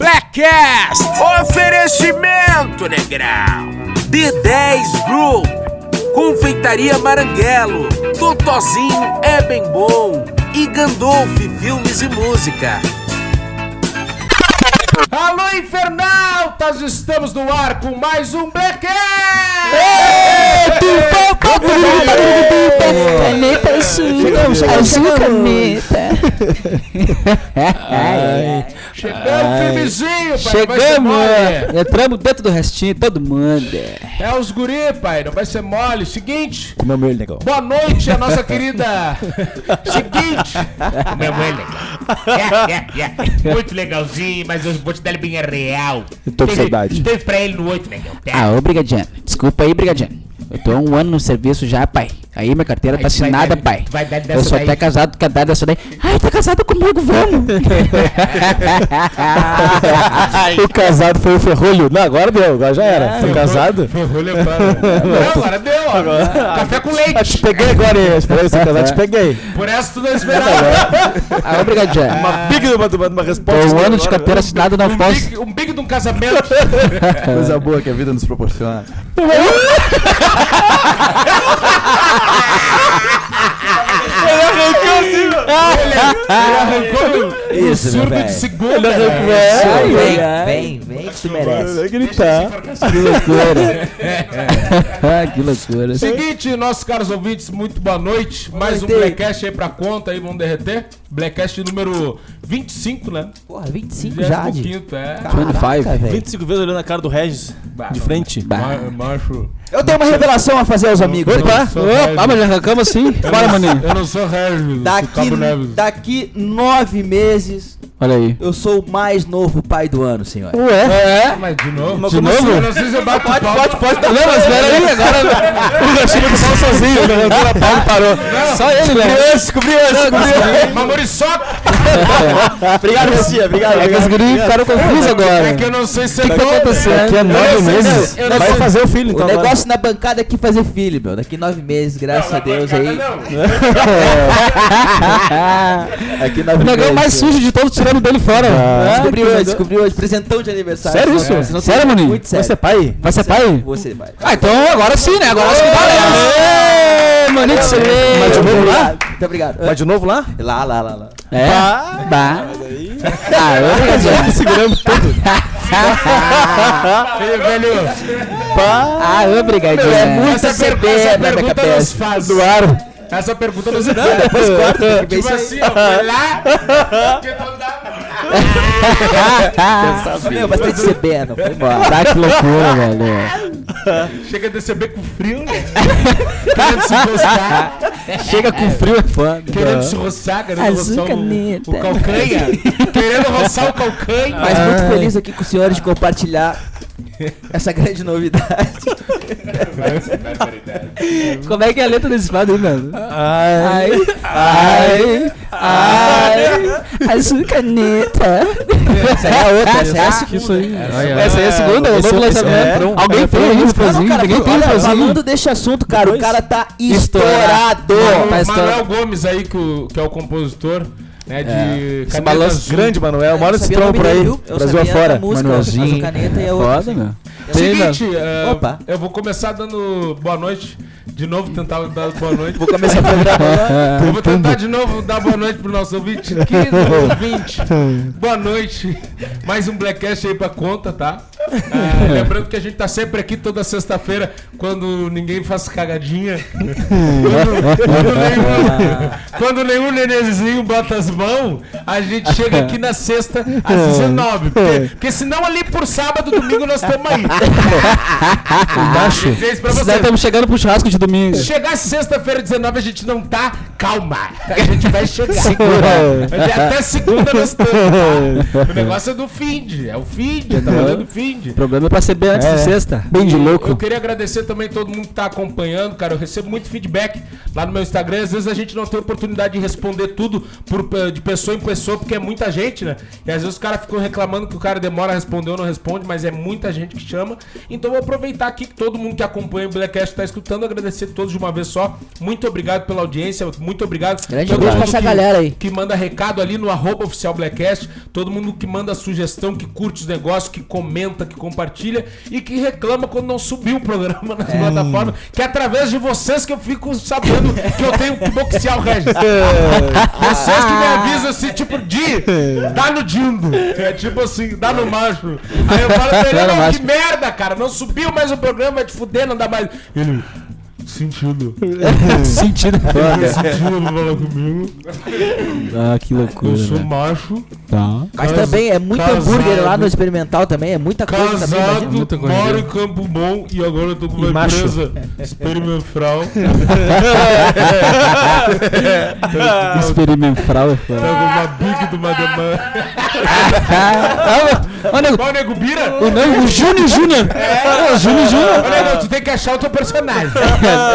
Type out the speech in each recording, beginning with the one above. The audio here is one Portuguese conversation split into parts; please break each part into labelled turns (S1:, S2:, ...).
S1: Podcast.
S2: Oferecimento, Negrão. D10 Group. Confeitaria Maranguelo. Totozinho é bem bom. E Gandolf Filmes e Música.
S3: Alô, infernautas! Estamos no ar com mais um Black
S4: Caneta Chegamos, azul caneta.
S5: É,
S3: Chegamos, firmezinho, É um pai! não vai ser né?
S5: Chegamos! né?
S3: mole.
S5: Entramos dentro do restinho, todo mundo.
S3: É os guri, pai, não vai ser mole. Seguinte,
S6: Meu meu legal.
S3: boa noite, a nossa querida. Seguinte,
S2: Meu é Muito legalzinho, mas eu vou te dar ele bem real.
S6: Eu tô com saudade.
S2: Teve pra ele no 8, Negão.
S5: Ah, ô Brigadiano. Desculpa aí, Brigadiano. Eu tô há um ano no serviço já, pai. Aí minha carteira tá
S2: tu vai
S5: assinada,
S2: dar-
S5: pai.
S2: tu vai dar dessa
S5: Eu sou
S2: daí.
S5: até casado com a dada dessa daí. Ai, tá casado comigo, vamos!
S6: O casado foi o ferrolho. Não, agora deu, agora já era. Foi casado?
S3: vou lembrar. Não, agora deu, ó. Café com
S6: Ah,
S3: leite.
S6: te peguei agora, hein? Eu Esperei ser casado, te peguei.
S3: Por essa tu não esperava.
S5: Ah, ô Brigadiano.
S6: Uma pica de uma, de uma- de uma
S5: Tô
S6: resposta.
S5: um ano
S6: agora.
S5: de carteira assinada, não
S3: Um
S5: posso.
S3: big- Um big de um casamento.
S7: Coisa boa que a vida nos proporciona.
S3: Ele arrancou do- do
S6: Isso, meu
S3: surdo
S6: velho.
S3: de segunda. né?
S6: Arrancou-
S3: velho.
S6: É,
S5: Ai,
S6: é.
S5: ai,
S6: Vai gritar.
S5: Que loucura. Ah, que loucura.
S3: Seguinte, nossos caros ouvintes, muito boa noite. Mais um Blackcast aí pra conta aí, vamos derreter. Blackcast número 25, né?
S4: Porra, 25 já. de-
S3: 25, é.
S5: 25.
S8: 25 vezes olhando a cara do Regis
S3: Bah,
S8: de
S3: não.
S8: frente.
S3: Ma- Macho.
S6: Eu tenho uma revelação a fazer aos amigos.
S3: Opa!
S6: Opa!
S3: Sou Regis.
S5: Ah, mas já arrancamos assim? Bora, maninho.
S3: Eu não sou Regis, sou
S7: Daqui,
S3: Cabo Neves.
S7: daqui nove meses,
S5: Olha aí.
S7: eu sou o mais novo pai do ano, senhor.
S3: Ah, Mas de novo?
S5: De novo?
S3: Eu não sei se eu bato pode, pode, pode.
S5: Não, mas espera aí, agora o Gachimba do sol sozinho, né? a palma parou. Só ele, né?
S6: Descobri antes,
S3: Mamoriçoca!
S6: Obrigado, Lucia. Obrigado,
S5: É que os
S6: obrigado.
S5: guris ficaram confusos agora.
S3: É
S5: O
S3: que
S5: que
S3: eu não sei se é
S5: que tá
S3: novo.
S6: Daqui a
S5: acontecendo?
S6: nove meses.
S3: eu não
S6: Vai
S3: sei.
S6: fazer o filho,
S9: O
S6: então. agora.
S9: negócio na bancada é que fazer filho, meu. Daqui nove meses, graças a Deus aí.
S5: tá-
S7: Aqui
S5: O
S7: nove
S6: é
S5: negão mais sujo de todos tirando dele fora. Ah,
S9: Descobri
S5: que
S9: hoje,
S5: legal.
S9: descobri hoje. Presentão de aniversário.
S5: Sério isso?
S9: Não, não
S5: Sério,
S9: tem-
S5: Maninho?
S9: Muito
S6: Vai ser
S9: sério.
S6: pai?
S5: Vai ser pai?
S9: Você vai.
S5: Ah, então agora sim, né? Agora sim que valeu. Ê, Maninho, que
S6: Mas de
S5: excelente.
S6: novo lá?
S9: Obrigado, Muito obrigado.
S6: Vai de novo lá?
S9: Lá, lá, lá, lá.
S5: É? Bah. Ah, eu
S6: Já Tá. seguramos tudo.
S3: Ei, velho,
S5: Ah, obrigado.
S6: é
S5: né?
S6: muito
S3: essa, pergu essa pergunta é nos faz.
S6: Do ar.
S3: Essa pergunta nos faz.
S6: Depois corta.
S9: Tem que
S3: Tipo
S9: ver se-
S3: assim, ó, foi lá, tá que não dá.
S9: Meu, mas tem de ser bem, não. Foi embora.
S5: Tá Ah, que loucura, velho.
S3: Chega a descer com frio, né?
S5: Chega com frio é foda.
S3: Querendo se roçar, querendo
S4: Azul
S3: roçar o,
S4: caneta.
S3: o calcanha. querendo roçar o calcanha.
S5: Ah.
S9: Mas muito feliz aqui com os senhores de compartilhar essa grande novidade.
S5: Como é que é a letra desse fado aí, mano?
S6: Ai.
S5: Ai, Ah,
S3: Ah, é
S5: ai, azul caneta.
S9: Essa aí é a
S6: Tá,
S9: outra, essa é a segunda.
S6: Isso aí.
S5: Essa aí é a segunda, eu
S6: Esse
S5: vou
S6: é-
S5: lançar
S6: esse é-
S5: mesmo. Alguém tem aí o frasinho? Ninguém
S6: um
S5: tem o
S9: Olha,
S5: frasinho?
S9: falando desse assunto, cara, o cara tá
S5: Estourado.
S9: estourado.
S5: Tá
S3: o
S5: estourado.
S3: Manuel Gomes aí, que, o- que é o compositor, né, de
S6: É, Esse
S3: Caneta
S6: balanço
S3: Azul.
S6: grande, Manuel. Mora esse
S9: sabia o
S6: tronco por
S9: nome
S6: aí.
S9: dele, viu? Eu
S6: Brasil
S9: sabia
S6: afora.
S9: da música.
S5: Manuelzinho.
S9: Azul caneta e a outra.
S5: Foda,
S6: É
S5: meu.
S3: Seguinte,
S6: né?
S3: eh,
S9: Opa.
S3: eu vou começar dando boa noite. De novo, tentar dar boa noite.
S6: Vou começar a programar.
S3: Eu vou tentar de novo dar boa noite pro nosso ouvinte. Querido ouvinte, boa noite. Mais um Blackcast aí pra conta, tá? Ah, lembrando que a gente tá sempre aqui toda sexta-feira, quando ninguém faz cagadinha. Quando, quando nenhum, quando nenhum nenenzinho bota as mãos, a gente chega aqui na sexta às 19. Porque, porque senão ali por sábado, domingo nós estamos aí.
S5: Embaixo.
S3: Dizer isso pra
S5: Nós
S3: vocês.
S5: estamos chegando pro churrasco de domingo.
S3: Chegar sexta-feira 19 a gente não tá, calma. A gente vai chegar. Até segunda nós estamos. tá? O negócio é do feed, é o feed, é trabalhando feed. brinde.
S5: O problema é pra ser bem antes
S6: É.
S5: de sexta.
S6: Bem de
S3: Eu
S6: louco.
S3: queria agradecer também todo mundo que tá acompanhando, cara. Eu recebo muito feedback lá no meu Instagram. Às vezes a gente não tem oportunidade de responder tudo por, de pessoa em pessoa, porque é muita gente, né? E às vezes os caras ficam reclamando que o cara demora a responder ou não responde, mas é muita gente que chama. Então vou aproveitar aqui que todo mundo que acompanha o Blackcast tá escutando, agradecer a todos de uma vez só. Muito obrigado pela audiência, muito obrigado.
S9: Grande
S3: Todo
S9: abraço
S3: mundo
S9: pra essa
S3: que-
S9: galera aí.
S3: que manda recado ali no arroba oficial Blackcast, todo mundo que manda sugestão, que curte os negócios, que comenta, que compartilha e que reclama quando não subiu o programa nas plataformas, que é através de vocês que eu fico sabendo que eu tenho que boxear o Regis. vocês que
S5: Ah.
S3: me avisam assim, tipo, Di, dá no Dindo. É tipo assim, dá no macho. Aí eu falo pra ele,
S5: Dá Tá no
S3: não,
S5: macho."
S3: que merda, cara, não subiu mais o programa, vai te fuder, não dá mais. Ele... Sentido.
S5: Sentido. é
S3: Sentido pra falar comigo.
S5: ah, que loucura.
S3: Eu sou
S5: velho.
S3: macho.
S5: Tá.
S9: Mas também é muito
S3: Casado.
S9: hambúrguer lá no experimental também, é muita coisa também.
S3: Casado,
S9: imagina.
S5: muita coisa. né?
S3: moro em Campo Bom e agora eu tô com
S5: E
S3: uma
S5: macho.
S3: empresa experimental.
S5: Ah, Experimental. é foda.
S3: Tô com uma big de uma demanda.
S5: Ô, nego, é,
S3: Ó, nego Bira!
S5: o nome o Júnior Júnior. É, o Júnior Júnior.
S3: Ô, nego, tu tem que achar o teu personagem.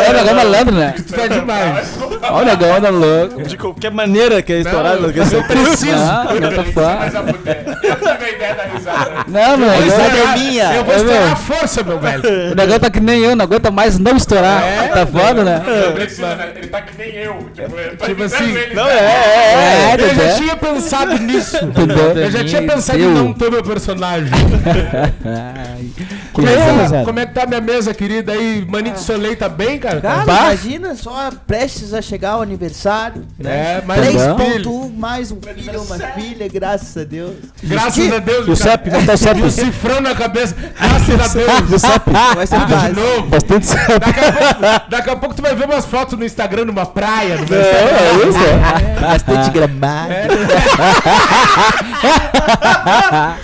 S5: É, o negão é malandro, né?
S3: Tu tá demais.
S5: Olha o negão, anda louco.
S8: De qualquer maneira que é estourado, que é
S3: Eu preciso.
S5: Ah, o negão tá foda.
S2: Essa mulher. Eu tive a ideia da risada.
S5: Não, meu,
S6: é
S3: Vou
S5: o negão-
S3: estourar-
S9: minha.
S3: Eu vou
S5: É,
S3: estourar
S5: meu.
S3: a força, meu velho.
S5: o negão tá que nem eu, não aguenta mais não estourar. tá foda, né?
S2: Não precisa, né? Ele tá que nem eu. Tipo, eu tô
S3: Tipo
S2: imitando
S3: assim,
S2: ele,
S8: Não,
S2: né?
S8: é, é.
S5: É,
S3: Eu já
S5: Dedé.
S3: tinha pensado nisso.
S5: Entendeu?
S3: Eu já tinha pensado em
S5: Meu
S3: não ter meu personagem.
S5: Que
S3: Como é que tá-
S5: coisa.
S3: Como é que tá minha mesa, querida? aí? Manito Soleil tá bem, cara?
S9: Cara,
S5: Bah.
S9: imagina só prestes a chegar o aniversário, né?
S3: É, mas-
S9: Três
S5: Tá bom.
S9: ponto um, mais um filho, uma filha, graças a Deus.
S3: Graças a Deus,
S5: E o
S3: cara.
S5: CEP, como tá o CEP?
S3: E o cifrão na cabeça. Graças a Deus.
S5: E o CEP?
S9: Vai ser
S3: Tudo de
S9: fácil.
S3: novo.
S5: Bastante CEP.
S3: Daqui a, pouco, daqui a pouco tu vai ver umas fotos no Instagram numa praia. numa-
S5: É isso, é.
S9: Bastante gramado.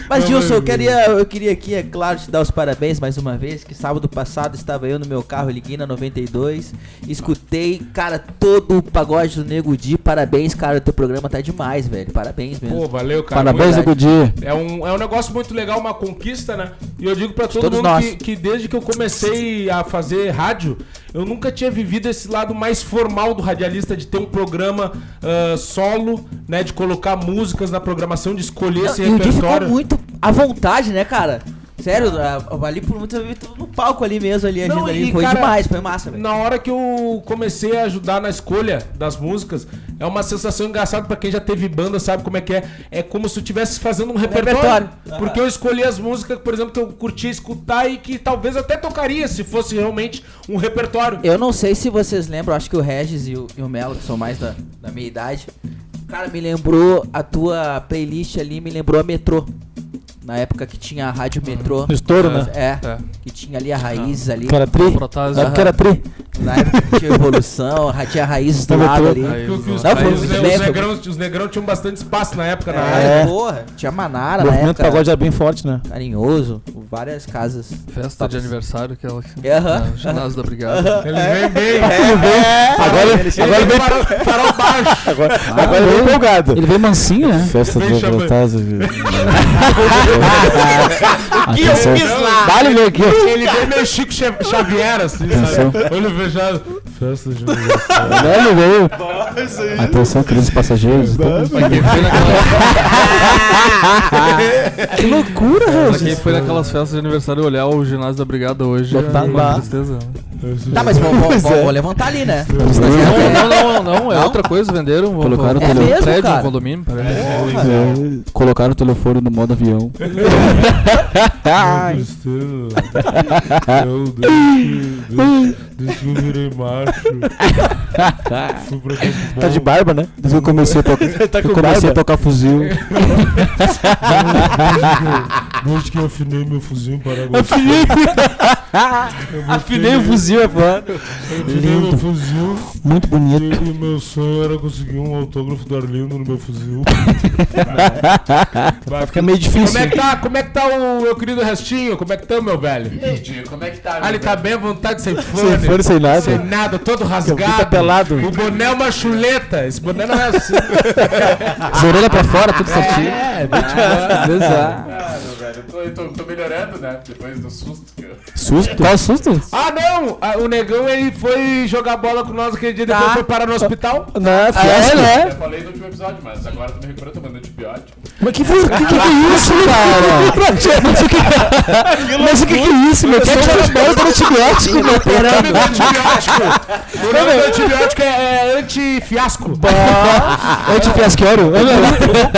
S9: Mas Gilson, eu queria, eu queria aqui, é claro, te dar os parabéns mais uma vez, que sábado passado estava eu no meu carro Liguei na 92, escutei, cara, todo o pagode do Nego Di, parabéns, cara, teu programa tá demais, velho, parabéns mesmo.
S3: Pô, valeu, cara.
S5: Parabéns,
S3: Muito-
S5: Nego Di.
S3: é um, é um negócio muito legal, uma conquista, né? E eu digo pra todo
S9: todos
S3: mundo
S9: nós.
S3: que, que desde que eu comecei a fazer rádio, eu nunca tinha vivido esse lado mais formal do radialista, de ter um programa ah, solo, né? De colocar músicas na programação, de escolher esse
S9: e o Di ficou
S3: repertório.
S9: tá muito à vontade, né, cara? Sério, a- ali por muito eu vi tudo no palco ali mesmo, ali, a
S3: Não,
S9: agenda
S3: e,
S9: ali, foi
S3: cara,
S9: demais, foi massa, velho.
S3: Na hora que eu comecei a ajudar na escolha das músicas, é uma sensação engraçada pra quem já teve banda, sabe como é que é? É como se eu estivesse fazendo um repertório.
S9: repertório.
S3: Porque eu escolhi as músicas, por exemplo, que eu curtia escutar e que talvez até tocaria se fosse realmente um repertório.
S9: Eu não sei se vocês lembram, acho que o Regis e o, e o Melo, que são mais da, da minha idade, cara, me lembrou a tua playlist ali, me lembrou a Metrô. Na época que tinha a
S3: Hum.
S9: Rádio Metrô.
S5: No estouro, né?
S9: É, que tinha ali a
S3: Ah.
S9: raiz ali.
S5: Que era tri. Na
S9: Aham.
S5: época era tri.
S9: Na época que tinha evolução, ra- tinha a raiz do
S5: Na
S9: lado
S5: Tá Metrô.
S9: ali.
S3: Que o- que os,
S9: Não, foi
S3: os-
S9: muito
S3: né? os
S9: bem, foi
S3: negrão, os negrão tinham bastante espaço na época na área.
S9: É, porra, tinha Manara
S5: O
S9: na
S5: movimento
S9: época.
S5: pagode era bem forte, né?
S9: Carinhoso, várias casas.
S1: Festa de aniversário, aquela que
S9: Aham.
S1: na ginásio da brigada.
S3: Eles
S9: É.
S3: vêm bem.
S5: Agora agora ele
S3: É, Ele
S5: vem
S3: farol, farol baixo.
S5: agora ele vem empolgado.
S6: Ele
S5: Ele vem mansinho, né?
S6: Festa
S3: Vem
S6: do
S3: chamando.
S6: Gostosa.
S5: Que eu fiz lá. Vale meio aqui. ó.
S3: Ele vem meio Chico Che- Xavier, assim, sabe? Olho fechado. Festa de aniversário.
S6: Velho, veio. Atenção, queridos passageiros. estamos-
S1: Quem foi, naquela,
S5: Que loucura,
S1: pra quem
S5: Regis.
S1: foi naquelas festas de aniversário olhar o ginásio da brigada hoje é
S5: Botar
S1: uma
S5: lá.
S1: tristeza.
S9: Tá, mas vamos vamos-
S3: é.
S9: vamos levantar ali, né?
S1: Não, não, não, não, é outra coisa, venderam.
S6: Colocaram
S9: É
S6: Olha,
S9: mesmo,
S1: prédio, um
S9: cara.
S1: condomínio, parece.
S6: É, Colocaram o telefone no modo avião.
S5: Ai,
S3: Eu, desde, que- desde que eu virei macho. Fui pra Campo
S6: Tá de barba, né? Desde que eu comecei a, tocar-
S2: Tá
S6: que eu comecei a tocar fuzil.
S3: Bom. Desde que eu afinei meu fuzil para agora.
S5: afinei o fuzil, é foda.
S3: Afinei meu fuzil
S6: Muito
S3: e,
S6: bonito.
S3: e meu sonho era conseguir um autógrafo do Arlindo no meu fuzil.
S5: Fica meio
S3: Como
S5: difícil.
S3: é que tá? Como é que tá o meu querido Restinho? Como é que tá, meu velho?
S2: Entendi, Como é que tá?
S3: Ah, ele tá bem à vontade, sem
S6: Sem fone,
S3: fone.
S6: sem
S3: Sem
S6: nada.
S3: nada, todo
S5: Fica
S3: rasgado.
S5: pelado.
S3: O boné é uma chuleta. Esse boné não é assim.
S2: É,
S5: As orelhas pra fora, tudo certinho.
S3: É,
S5: Deus, ah.
S2: velho? Eu tô eu tô, tô melhorando, né? Depois do susto que eu.
S6: Susto? Qual susto?
S3: Ah, não! Ah, O negão ele foi jogar bola com nós aquele dia, depois foi parar no hospital.
S6: Na fiesta.
S3: né?
S2: Eu falei no último episódio, mas agora tu me recuperando tomando antibiótico.
S6: Mas que, foi- que, que é isso, cara? Mas o que, é? mas o que, que é isso, meu? Quem é que joga bola por antibiótico, meu?
S3: O nome do um antibiótico! O nome do antibiótico é, é antifiasco.
S6: Antifiasqueiro? Um guri de 21
S9: né?
S6: anos,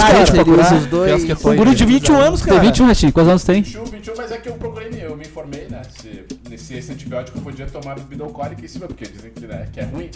S7: Ah,
S6: cara.
S7: seria esses dois.
S6: Um guri de 21 anos, cara.
S5: Tem 21, Ratinho. Quantos anos tem?
S2: 21, 21, mas é que eu procurei, eu me informei, né? Se, se esse antibiótico eu podia tomar bebida alcoólica em cima, porque dizem que, né, que é ruim.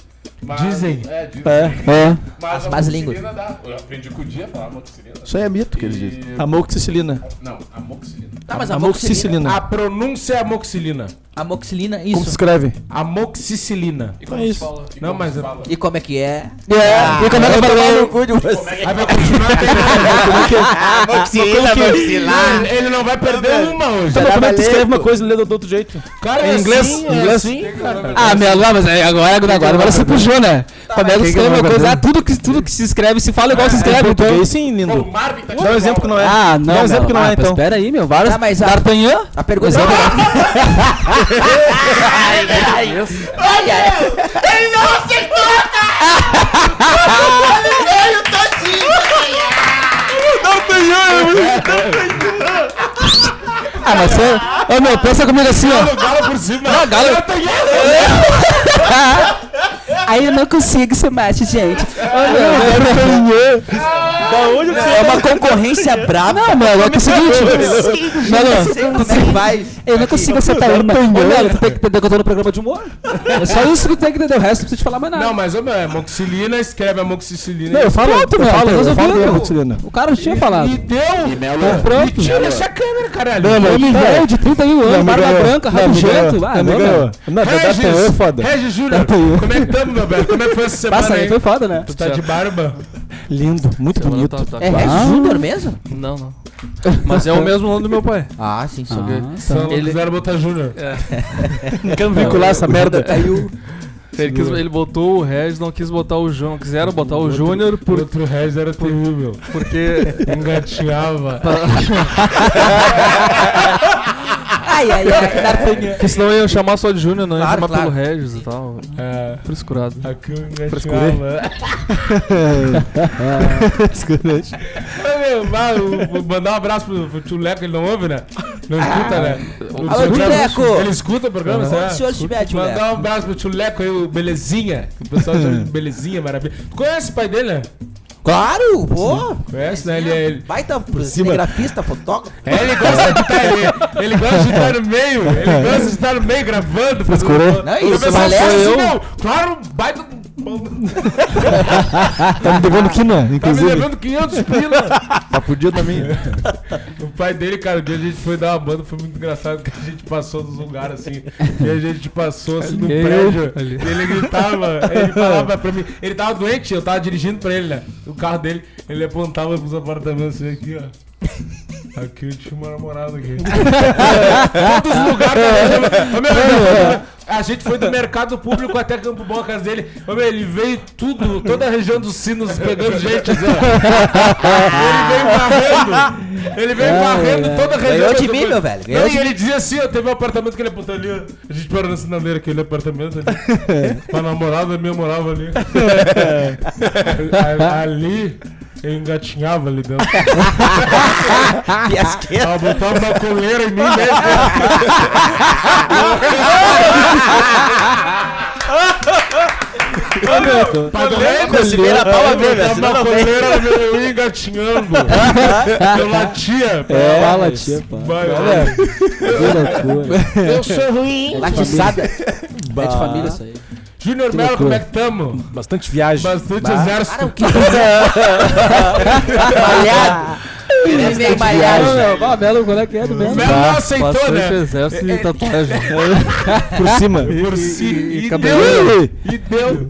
S2: Mas-
S3: Dizem.
S2: É, dizem.
S6: É.
S2: Mas a
S9: más
S2: amoxicilina dá. Eu aprendi com o dia a falar amoxicilina.
S6: Isso aí é mito
S2: que eles dizem.
S6: Amoxicilina.
S2: Não, amoxicilina.
S9: Tá, mas amoxicilina.
S6: Amoxicilina.
S3: A pronúncia é amoxicilina.
S9: Amoxicilina,
S6: Como é se
S9: isso.
S6: escreve?
S3: Amoxicilina.
S2: E como
S6: é
S2: se
S6: isso.
S2: fala? E
S3: Não,
S2: como
S3: mas
S2: se
S3: eu-
S2: fala?
S9: E como é que é?
S6: E como é que eu falei?
S2: Como é que
S3: Aí vai continuar tendo-
S8: Moxila, moxila.
S3: Ah, Ele não vai perder uma hoje.
S6: Mas Como é que tu escreve uma coisa e lê do outro jeito?
S3: Cara, é
S6: Em inglês?
S3: assim, é
S6: Inglês?
S3: assim, cara.
S5: Ah, meu, não, mas é agora, agora, agora, agora você puxou, né? Como é que escreve uma coisa? Ah, tudo que, tudo que se escreve se fala igual se escreve, então.
S6: É, Português sim,
S3: né?
S2: Pô,
S6: lindo.
S2: o Marvin tá de
S6: Dá um exemplo que não é.
S5: Ah, não,
S6: Dá um
S5: meu.
S6: exemplo que não
S5: ah,
S6: é,
S5: pois
S6: então.
S5: Espera aí, meu. Vários...
S9: Tá, mas a-
S5: D'Artagnan?
S9: A pergunta é
S5: Exemplo- Ah, mas você... Ô, meu, pensa comigo assim, ó.
S3: Galo por cima.
S5: Ah, Galo...
S4: Aí eu não consigo ser mate, gente.
S9: é uma concorrência brava.
S5: Não, meu, é que é o seguinte... Não, não.
S9: Como é que faz?
S5: Eu não consigo acertar uma. Ô, meu, tu tem que entender que eu tô no programa de humor. É só isso que tu tem que entender. O resto não precisa te falar mais nada.
S3: Não, mas ô meu, é moxilina, escreve a moxicilina.
S6: Não, eu falo,
S5: Pronto,
S6: eu
S5: meu,
S6: falo,
S5: tá
S6: eu falo
S5: resolvido.
S6: bem amoxicilina.
S5: O cara tinha falado.
S3: E deu!
S5: Então, pronto.
S3: Tira essa câmera, caralho!
S6: Não, não,
S5: Homem
S6: tá.
S5: velho de 31 anos,
S6: Não, me
S5: barba
S6: ganhou.
S5: branca,
S6: Não, me
S5: rabugento.
S6: ganhou.
S5: Ah,
S6: Não, me
S5: não,
S6: ganhou.
S5: meu.
S6: Não, da
S3: Regis,
S6: Datan é foda.
S3: Regis Júnior,
S6: Datan é.
S3: como é que tamo, meu velho? Como é que foi essa semana
S5: Passa aí,
S3: aí?
S5: foi foda, né?
S3: Tu tá de barba?
S6: Lindo, muito
S1: Semana
S6: bonito.
S1: tá, tá.
S9: É
S3: Ah.
S9: Regis Júnior mesmo?
S1: Não, não. Mas é o mesmo nome do meu pai.
S9: Ah, sim, sim.
S3: Se não quiser botar Júnior.
S6: Quero vincular
S1: é.
S6: essa merda.
S9: Caiu.
S1: Ele, quis- ele botou o Regis, não quis botar o João. Quiseram botar o Júnior
S3: Por
S1: por,
S3: outro Regis era terrível.
S1: porque
S3: Engateava.
S9: Ai, ai, ai. D'Artagnan.
S1: Porque senão eu ia chamar só de Júnior, não ia
S9: Claro,
S1: chamar
S9: claro.
S1: pelo Regis e tal.
S3: É,
S1: Frescurado.
S3: aqui um eu
S6: Frescurei.
S3: engateava.
S6: Escurante.
S3: Ô, meu, vai, eu vou mandar um abraço pro, pro tio Leco, ele não ouve, né? Não escuta, né? O
S9: Ah, Alô,
S3: tio
S9: tio Leco!
S3: Ele escuta o programa,
S9: Onde o
S3: será?
S9: senhor estiver, tio Leco.
S3: Mandar um abraço pro tio Leco aí, o Belezinha. que O pessoal chama de Belezinha, maravilha. Tu conhece o pai dele, né?
S9: Claro, pô.
S3: Conhece, né? Ele, é- ele,
S9: Baita cinegrafista, fotógrafo.
S3: é, ele gosta de estar ele, ele gosta de estar no meio, ele gosta de estar no meio gravando.
S6: Escurou.
S9: Não,
S3: E o
S9: isso,
S3: pessoal
S9: mas
S3: fala
S9: é
S3: assim,
S9: eu.
S3: não, claro, baita... Tá
S6: Tá me devendo quina,
S3: me
S6: inclusive.
S3: levando 500 pila.
S6: Tá fudido também.
S3: O pai dele, cara, o dia a gente foi dar uma banda, foi muito engraçado que a gente passou nos lugares assim. E a gente passou assim no prédio. E ele gritava, ele falava pra mim. Ele tava doente, eu tava dirigindo pra ele, né? O carro dele, ele apontava pros apartamentos assim, aqui, ó. Aqui eu tinha uma namorada aqui. Todos os lugares que a gente- Ô, meu, A gente foi do mercado público até Campo Bom, a casa dele. Ô, meu, ele veio tudo, toda a região dos sinos pegando gente. assim, ó. Ele veio varrendo. Ele veio varrendo toda a região.
S9: É, Ganhou de
S3: do-
S9: mim, meu velho.
S3: Não,
S9: Ganhou
S3: e
S9: de
S3: ele dizia assim, ó, teve um apartamento que ele apontou ali, ó. a gente parou na sinaleira, aquele apartamento ali. Uma namorada minha morava ali. A- ali, eu engatinhava ali dentro.
S9: fiasqueira.
S3: Ela botava uma coleira em mim, né? Pra
S8: Quando se vira a pau, a ver, né?
S3: botava
S8: Senão
S3: uma
S8: não vem.
S3: coleira meu, eu ia engatinhando. Eu latia.
S6: É, fala, tia, pô.
S3: Vai,
S6: Olha,
S3: vai.
S6: que loucura.
S3: Eu sou ruim.
S9: Latiçada. É de família isso aí.
S3: Júnior Melo, como é que tamo?
S6: Bastante viagem.
S3: Bastante exército.
S9: Cara, o que Malhado. Ele é meio
S5: Não,
S9: malhado.
S5: meu, ah, Melo, qual é que é do
S3: O
S5: Melo?
S3: Melo não aceitou,
S1: Bastante
S3: né?
S1: exército de tatuagem.
S6: Por cima.
S3: Por si. E deu.
S6: Ih,
S3: E deu.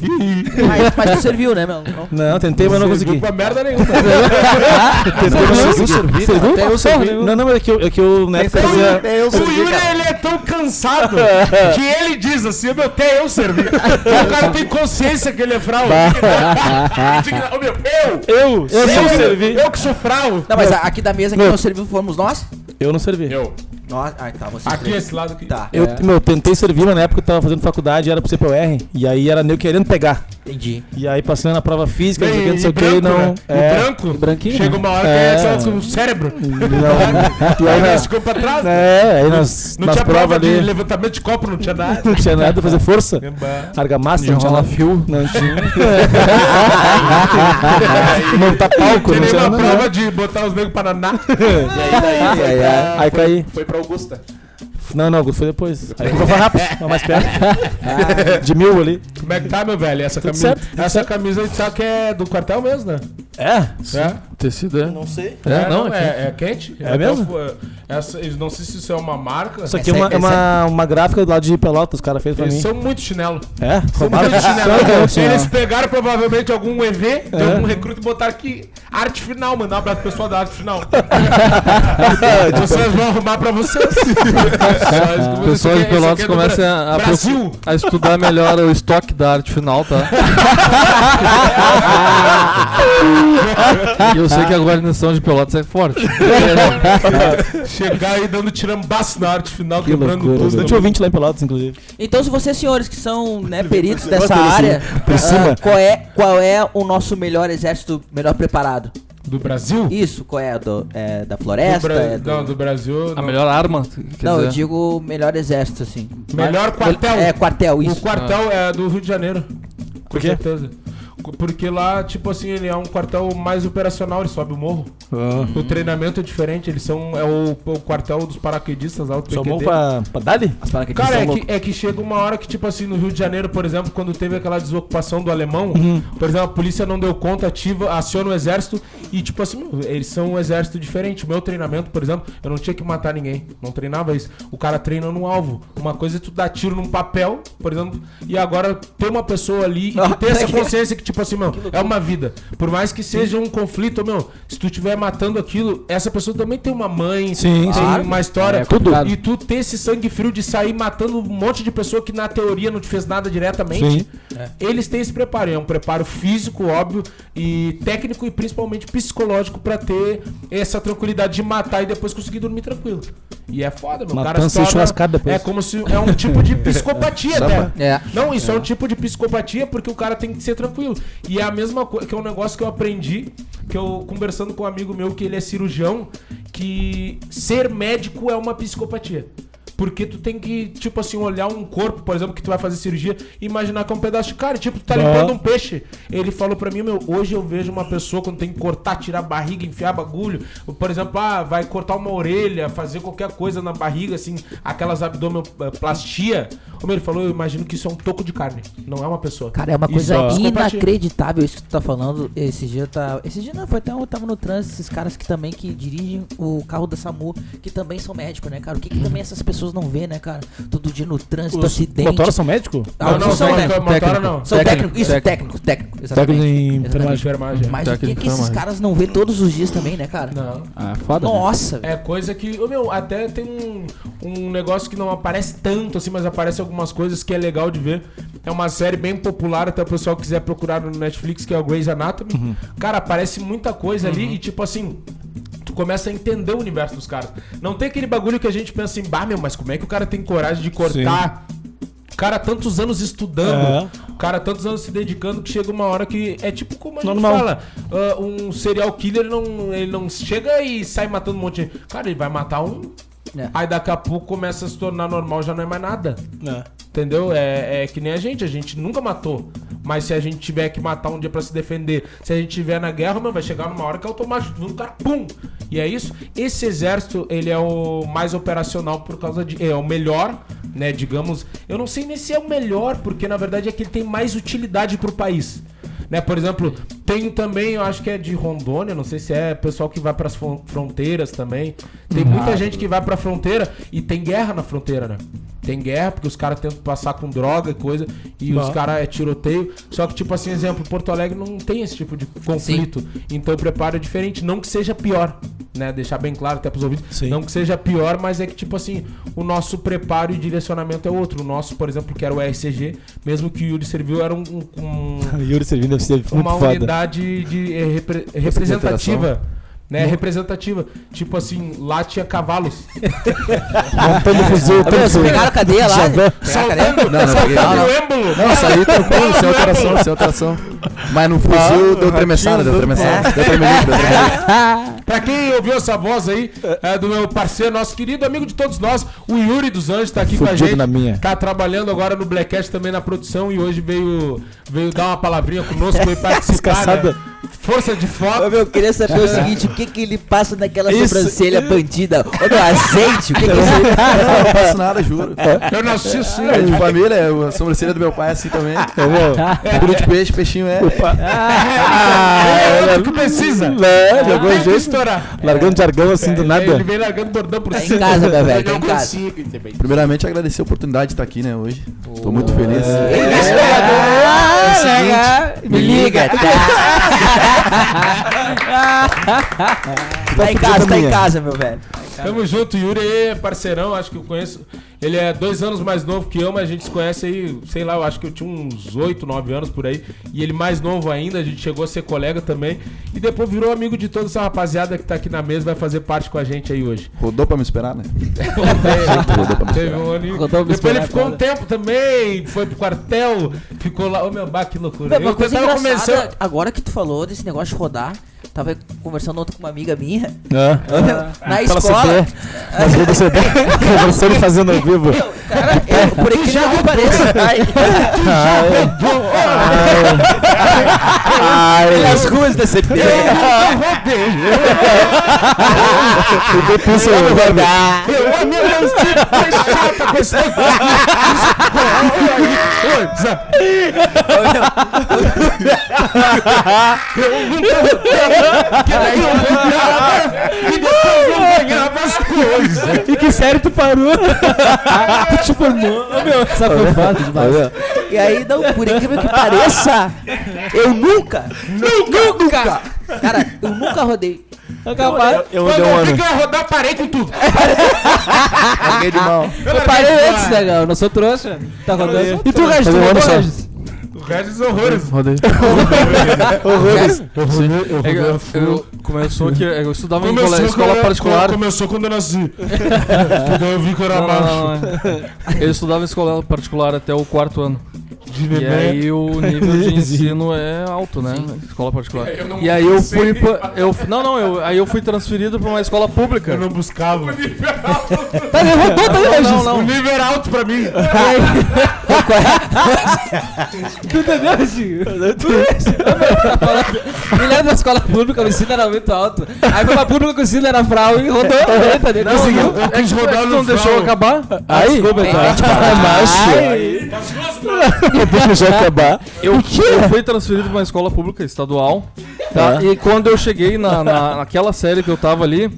S9: Mas, mas tu serviu, né, meu? Não.
S6: Não, tentei, mas não consegui.
S3: Pra merda nenhuma.
S6: Tentei, mas não consegui. Serviu?
S5: Até eu servi.
S6: Não, não, mas é que eu, é que eu na época fazia...
S3: O Yuri, ele é tão cansado que ele diz assim, meu, até eu servi. Então, o cara tem consciência que ele é fraude.
S2: Indigna- Ô, meu, eu!
S6: Eu, eu, eu servi.
S3: Eu né? que sou fraude.
S9: mas a, aqui da mesa que
S6: Meu.
S9: não serviu fomos nós?
S6: Eu não servi.
S2: Eu.
S9: Nós. Ah, tá, você.
S3: Aqui, é esse lado aqui.
S9: Tá,
S6: Eu, meu, tentei servir, mas na época eu tava fazendo faculdade, era pro CPUR, e aí era nem eu querendo pegar.
S9: entendi.
S6: E aí passando na prova física, não sei o
S3: Bem,
S6: que, não sei o que,
S3: branco,
S6: e não.
S3: né? O
S6: é,
S3: branco,
S5: branquinho,
S3: chega
S5: né?
S3: uma hora que
S6: É.
S3: é só com o cérebro.
S6: não. E aí
S3: Aí nós
S6: nas,
S3: ficamos pra trás. né?
S6: é, aí nas,
S3: Não
S6: nas
S3: tinha prova
S6: provas
S3: de
S6: ali,
S3: levantamento de copo, não tinha nada.
S6: não tinha nada pra fazer força. Argamassa, não tinha nada.
S1: fio.
S6: Não tinha. Montar palco,
S3: Tinha
S6: não tinha
S3: nenhuma
S6: nada.
S3: prova de botar os negros pra naná.
S2: E aí daí foi,
S9: Tá.
S2: pra,
S6: Aí caí.
S2: foi pra Augusta.
S6: Não, não, foi depois. Aí foi pra Farrapos, lá mais perto. De mil ali.
S3: Como é que tá, meu velho? Essa
S6: Tudo
S3: camisa.
S6: certo, tudo
S3: essa camisa a gente sabe que é do quartel mesmo, né?
S6: É?
S3: É.
S1: Tecido, é.
S8: Não sei.
S1: É, não,
S3: é,
S1: é.
S3: é quente.
S6: É mesmo?
S3: Até o- essa- eles não sei se isso é uma marca.
S6: Isso aqui é uma, é uma, uma gráfica lá de Pelotas, os caras fez pra
S3: Eles
S6: mim.
S3: são muito chinelo.
S6: É?
S3: São
S6: Roubaram?
S3: muito
S6: São, assim,
S3: chinelo.
S6: são.
S3: Eles pegaram provavelmente algum EV de algum recruta e botaram aqui. Arte final, mandar um abraço pro pessoal da arte final. vocês vão arrumar pra vocês.
S6: é.
S1: O pessoal de Pelotas começa a, a
S3: Brasil!
S1: procu- a estudar melhor o estoque da arte final, tá? e eu sei que a guarnição de Pelotas é forte.
S3: Chegar aí dando tirambaço na arte final,
S6: Que
S3: quebrando
S6: loucura. né?
S3: tudo.
S6: Bastante ouvinte lá em Pelotas, inclusive.
S9: Então, se vocês, senhores, que são né, peritos dessa
S6: Bota ele
S9: área,
S6: assim, por
S9: ah,
S6: cima.
S9: qual, é, qual é o nosso melhor exército melhor preparado?
S3: Do Brasil?
S9: Isso, qual é? Do, é da
S3: Do
S9: floresta?
S3: Bra-
S9: é do-
S3: Não, do Brasil.
S1: A
S3: não.
S1: melhor arma, quer
S9: Não, eu
S1: dizer.
S9: digo melhor exército, assim.
S3: Melhor quartel.
S9: É, quartel, isso.
S3: O quartel é do Rio de Janeiro. Com
S6: quê?
S3: certeza. Co- Porque lá, tipo assim, ele é um quartel mais operacional, ele sobe o morro.
S6: Ah.
S3: O treinamento é diferente, eles são. É o, o quartel dos paraquedistas lá, o
S6: Sou bom
S3: PQD.
S6: pra, pra Dali?
S3: Cara, é que, é que chega uma hora que, tipo assim, no Rio de Janeiro, por exemplo, quando teve aquela desocupação do alemão, por exemplo, a polícia não deu conta, ativa, aciona o exército e, tipo assim, meu, eles são um exército diferente. O meu treinamento, por exemplo, eu não tinha que matar ninguém. Não treinava isso. O cara treina no alvo. Uma coisa é tu dar tiro num papel, por exemplo, e agora ter uma pessoa ali e tu ter essa consciência que, tipo assim, meu, é uma vida. Por mais que seja um conflito, meu, se tu estiver matando aquilo, essa pessoa também tem uma mãe,
S6: Sim,
S3: tem
S6: claro.
S3: uma história.
S6: É complicado.
S3: E tu ter esse sangue frio de sair matando um monte de pessoa que na teoria não te fez nada diretamente. É. Eles têm esse preparo, é um preparo físico, óbvio, e técnico e principalmente psicológico pra ter essa tranquilidade de matar e depois conseguir dormir tranquilo. E é foda, meu. O cara
S6: Matança
S3: se
S6: e
S3: torna-
S6: churrascada depois.
S3: É como se é um tipo de psicopatia, né?
S9: É.
S3: Não, isso é. um tipo de psicopatia porque o cara tem que ser tranquilo. E é a mesma coisa, que é um negócio que eu aprendi, que eu conversando com um amigo meu que ele é cirurgião, que ser médico é uma psicopatia. Porque tu tem que, tipo assim, olhar um corpo, por exemplo, que tu vai fazer cirurgia e imaginar que é um pedaço de cara. Tipo, tu tá limpando um peixe. Ele falou pra mim, meu, hoje eu vejo uma pessoa quando tem que cortar, tirar a barriga, enfiar bagulho. Por exemplo, ah, vai cortar uma orelha, fazer qualquer coisa na barriga, assim, aquelas abdominoplastia. Ô, meu, ele falou, eu imagino que isso é um toco de carne. Não é uma pessoa.
S9: Cara, é uma
S3: Isso
S9: coisa
S3: psicopatia.
S9: inacreditável isso que tu tá falando. Esse dia tá. Esse dia não, foi até eu tava no trânsito, esses caras que também que dirigem o carro da SAMU, que também são médicos, né, cara? O que, que também essas pessoas não vê, né, cara? Todo dia no trânsito,
S6: tá
S9: acidente.
S6: Motoras são médico?
S9: Ah,
S3: Não, não,
S9: não, são
S3: não,
S9: técnico.
S3: não, motora não.
S9: São
S1: Técnico,
S9: técnico, isso, técnico, técnico,
S6: Técnico
S9: exatamente.
S6: em
S9: Exatamente.
S3: Enfermagem.
S9: Mas o que,
S1: Técnico
S9: que esses
S1: enfermagem.
S9: caras não vê todos os dias também, né, cara?
S3: Não.
S5: Ah, foda. né?
S9: Nossa, velho.
S3: É coisa que. ô, Meu, até tem um, um negócio que não aparece tanto, assim, mas aparece algumas coisas que é legal de ver. É uma série bem popular, até o pessoal quiser procurar no Netflix, que é o Grey's Anatomy. Cara, aparece muita coisa ali e tipo assim. Tu começa a entender o universo dos caras. Não tem aquele bagulho que a gente pensa assim, bah, meu, mas como é que o cara tem coragem de cortar? O cara tantos anos estudando, o cara tantos anos se dedicando que chega uma hora que é tipo como a
S6: Normal.
S3: gente fala, ah, um serial killer não, ele não chega e sai matando um monte de... Cara, ele vai matar um,
S9: É.
S3: aí daqui a pouco começa a se tornar normal, já não é mais nada. Entendeu? É, é que nem a gente, a gente nunca matou. Mas se a gente tiver que matar um dia pra se defender, se a gente tiver na guerra, mano, vai chegar numa hora que é automático, tudo cara, pum! E é isso. Esse exército, ele é o mais operacional por causa de. É o melhor, né? Digamos. Eu não sei nem se é o melhor, porque na verdade é que ele tem mais utilidade pro país. Né? Por exemplo, tem também, eu acho que é de Rondônia, não sei se é pessoal que vai pras fron- fronteiras também. Tem muita gente que vai pra fronteira e tem guerra na fronteira, né? Tem guerra, porque os caras tentam passar com droga e coisa, e os caras é tiroteio. Só que, tipo assim, exemplo, Porto Alegre não tem esse tipo de conflito. Então o preparo é diferente. Não que seja pior, né? Deixar bem claro até pros ouvintes.
S6: Sim.
S3: Não que seja pior, mas é que, tipo assim, o nosso preparo e direcionamento é outro. O nosso, por exemplo, que era o RCG, mesmo que o Yuri serviu, era um- um- um
S6: Yuri servindo deve ser muito
S3: uma
S6: foda.
S3: unidade de, eh, repre- representativa. né, representativa. Tipo assim, lá tinha cavalos.
S6: Montando fuzil, tanto
S4: Vocês pegaram a cadeia lá? Pegaram a cadeia?
S3: Soltando,
S6: Não, não,
S3: soltando
S6: não.
S3: o um êmbolo. né?
S6: Não, isso aí tranquilo,
S1: é
S6: sem alteração, sem alteração. Mas no fuzil deu tremessada, Ah, deu tremessada. Deu tremelique, deu tremelique.
S3: Pra quem ouviu essa voz aí, é do meu parceiro, nosso querido amigo de todos nós, o Yuri dos Anjos, tá aqui com a
S6: Fudido
S3: gente.
S6: na minha.
S3: Tá trabalhando agora no Blackcast também na produção e hoje veio, veio dar uma palavrinha conosco, veio participar. né?
S6: Descaçado.
S3: Força de
S9: Ô,
S3: foto.
S9: meu, eu queria saber o seguinte, o que que ele passa naquela sobrancelha bandida? Ô, meu, azeite? O que que ele...
S7: Não, não faço nada, juro.
S3: Eu não assisti isso.
S6: É,
S3: né?
S6: de família, é, a sobrancelha do meu pai é assim também. É, Puro de peixe, peixinho é.
S3: É o que precisa.
S6: É, de
S3: Tem
S6: algum
S3: que
S6: jeito.
S3: estourar.
S6: Largando de argão assim do
S3: Ele
S6: nada.
S3: vem largando bordão por
S9: Tá em casa, meu velho, tá
S3: um
S2: Não
S9: em casa.
S2: consigo entender.
S6: Primeiramente, agradecer a oportunidade de estar aqui, né, hoje. Tô muito feliz.
S5: É,
S4: Ah, me liga, tá?
S9: Tá em casa,
S6: é
S9: tá em casa, meu velho.
S3: Tamo junto, Yuri é parceirão, acho que eu conheço. Ele é dois anos mais novo que eu, mas a gente se conhece aí, sei lá, eu acho que eu tinha uns oito, nove anos por aí. E ele mais novo ainda, a gente chegou a ser colega também. E depois virou amigo de toda essa rapaziada que tá aqui na mesa, vai fazer parte com a gente aí hoje.
S6: Rodou pra me esperar, né?
S3: Teve um ano e- Depois ele ficou um tempo também, foi pro quartel, ficou lá. Ô meu bah, que loucura.
S9: Uma
S3: Eu
S9: coisa
S3: tava
S9: engraçada,
S3: começando.
S9: agora que tu falou desse negócio de rodar, tava conversando ontem com uma amiga minha,
S6: É.
S3: Ah,
S9: na
S6: Fala
S9: escola.
S6: CB. Nas redes CB. Conversando e fazendo ao vivo.
S9: Meu, cara, eu, por aqui já não pareça.
S6: Ai,
S7: ruas da CP.
S6: eu tô pensando,
S3: Ô meu Deus, que chata com esse
S5: E que sério tu parou? tu te formou. Meu, essa foi foda demais.
S9: E aí, não, por incrível que pareça, eu nunca,
S3: Ah,
S9: nunca, cara, eu nunca rodei.
S5: Acabar.
S6: Eu
S3: Quando
S6: dei um
S3: eu vi
S6: ano.
S3: que eu ia rodar, parei com tudo.
S6: Larguei de mão.
S5: Eu parei antes, negão. Eu não sou trouxa. Tá rodando. E tu, Regis, tu
S6: Fazer um ano
S5: rodou,
S6: só.
S5: Regis?
S3: O Regis horrores.
S6: Rodei.
S1: É que eu- eu- começou que eu estudava em
S3: Começou
S1: cole- escola
S3: quando-
S1: particular.
S3: quando- Começou quando eu nasci. Porque eu vi que eu
S1: Não,
S3: era
S1: não,
S3: baixo.
S1: não, não. Eu estudava em escola particular até o quarto ano.
S3: De
S1: E
S3: bebê.
S1: aí o nível de ensino é alto, né? Escola particular.
S2: Eu não
S1: E aí eu
S2: sei.
S1: fui pra, eu Não, não, eu, aí eu fui transferido pra uma escola pública.
S3: Eu não buscava.
S5: Tá, ele rodou, tá, Regis?
S1: não, não. É,
S3: O nível era alto pra mim.
S5: Tu entendeu, Tá Regis? é Tá Ele era da escola pública, o ensino era muito alto. Aí foi pra pública, o ensino era frau e rodou. Ele tá dentro. Conseguiu.
S3: Eu quis
S1: É que
S3: rodar
S1: tu
S3: no
S1: não deixou eu
S3: frau.
S1: acabar?
S6: Aí, macho. Deixa eu acabar.
S1: Eu, eu fui transferido pra uma escola pública estadual. tá? E quando eu cheguei na, na- naquela série que eu tava ali,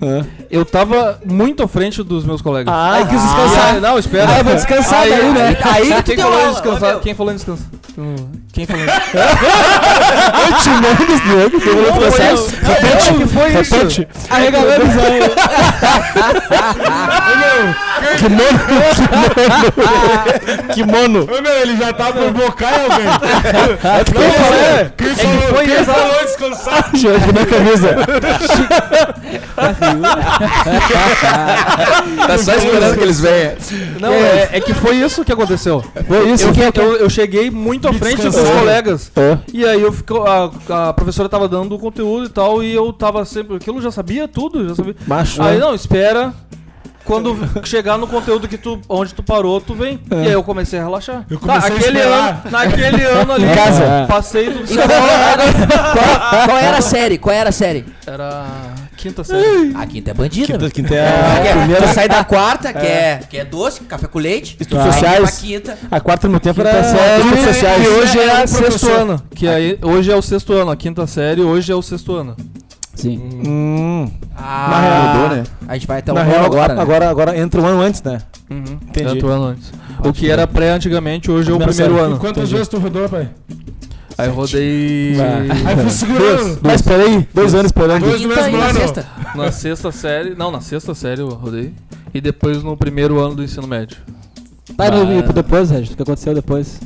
S1: eu tava muito à frente dos meus colegas.
S5: Aí quis
S1: Ah,
S5: descansar.
S1: não, espera.
S5: Ah, eu vou descansar
S6: É,
S5: daí, né?
S1: Aí,
S9: Aí tu
S1: quem
S9: deu
S1: falou em
S9: aula, ô,
S1: descansar?
S9: meu.
S1: Quem falou em descansar? Quem falou em
S6: Timão dos negros, tem um processo. Repete, que foi isso? Repete.
S5: Arregalando os olhos.
S6: Kimono.
S3: Ô, meu, ele já tá provocar alguém.
S6: Quem falou?
S3: Quem falou,
S1: foi
S3: quem
S1: essa-
S3: falou descansar?
S6: Jogo na camisa. tá só esperando que eles venham.
S1: Não, é, é que foi isso que aconteceu.
S6: Foi isso
S1: Eu,
S6: que
S1: eu, eu cheguei muito à frente dos
S6: descansou.
S1: colegas.
S6: É.
S1: E aí eu fico, a, a professora tava dando o conteúdo e tal, e eu tava sempre. Aquilo eu já sabia tudo, já sabia.
S6: Macho,
S1: Aí
S6: né?
S1: não, espera. Quando chegar no conteúdo que tu, onde tu parou, tu vem. E aí eu comecei a relaxar.
S3: Eu comecei a
S1: naquele
S3: esperar.
S1: ano, naquele ano ali,
S6: Em casa.
S1: passei do
S9: E qual era, qual, qual era a série? Qual era a série?
S1: Era quinta série.
S9: A quinta é bandida. Quinta,
S6: Que tem a primeira
S9: Tu sai da quarta, que é, que é doce, café com leite.
S6: Estudos
S9: Aí
S6: sociais.
S9: pra quinta.
S6: A quarta no tempo
S5: Quinta
S6: era
S5: série.
S6: redes
S5: E-
S6: sociais.
S1: E hoje é o sexto
S6: professor.
S1: ano. Que aí, hoje é o sexto ano, a quinta série, hoje é o sexto ano.
S5: Sim.
S6: Hum,
S9: Ah,
S6: Na real, mudou, né?
S9: A gente vai até o
S6: na
S9: ano
S6: real,
S9: agora,
S6: agora,
S9: né?
S6: agora, agora entra um ano antes, né?
S1: Uhum.
S6: Entendi.
S1: Tanto ano antes. O que era pré antigamente, hoje é o
S6: Primeira
S1: primeiro
S6: série.
S1: ano.
S3: Quantas vezes tu rodou, pai?
S1: Aí eu rodei
S3: Aí fui segurando.
S6: Mas peraí, dois anos esperando.
S3: Dois do
S9: Quinta
S3: mesmo
S9: e na
S3: ano.
S9: sexta.
S1: na sexta série. Não, na sexta série eu rodei. E depois no primeiro ano do ensino médio.
S5: Tá, e depois, Regis, o que aconteceu depois?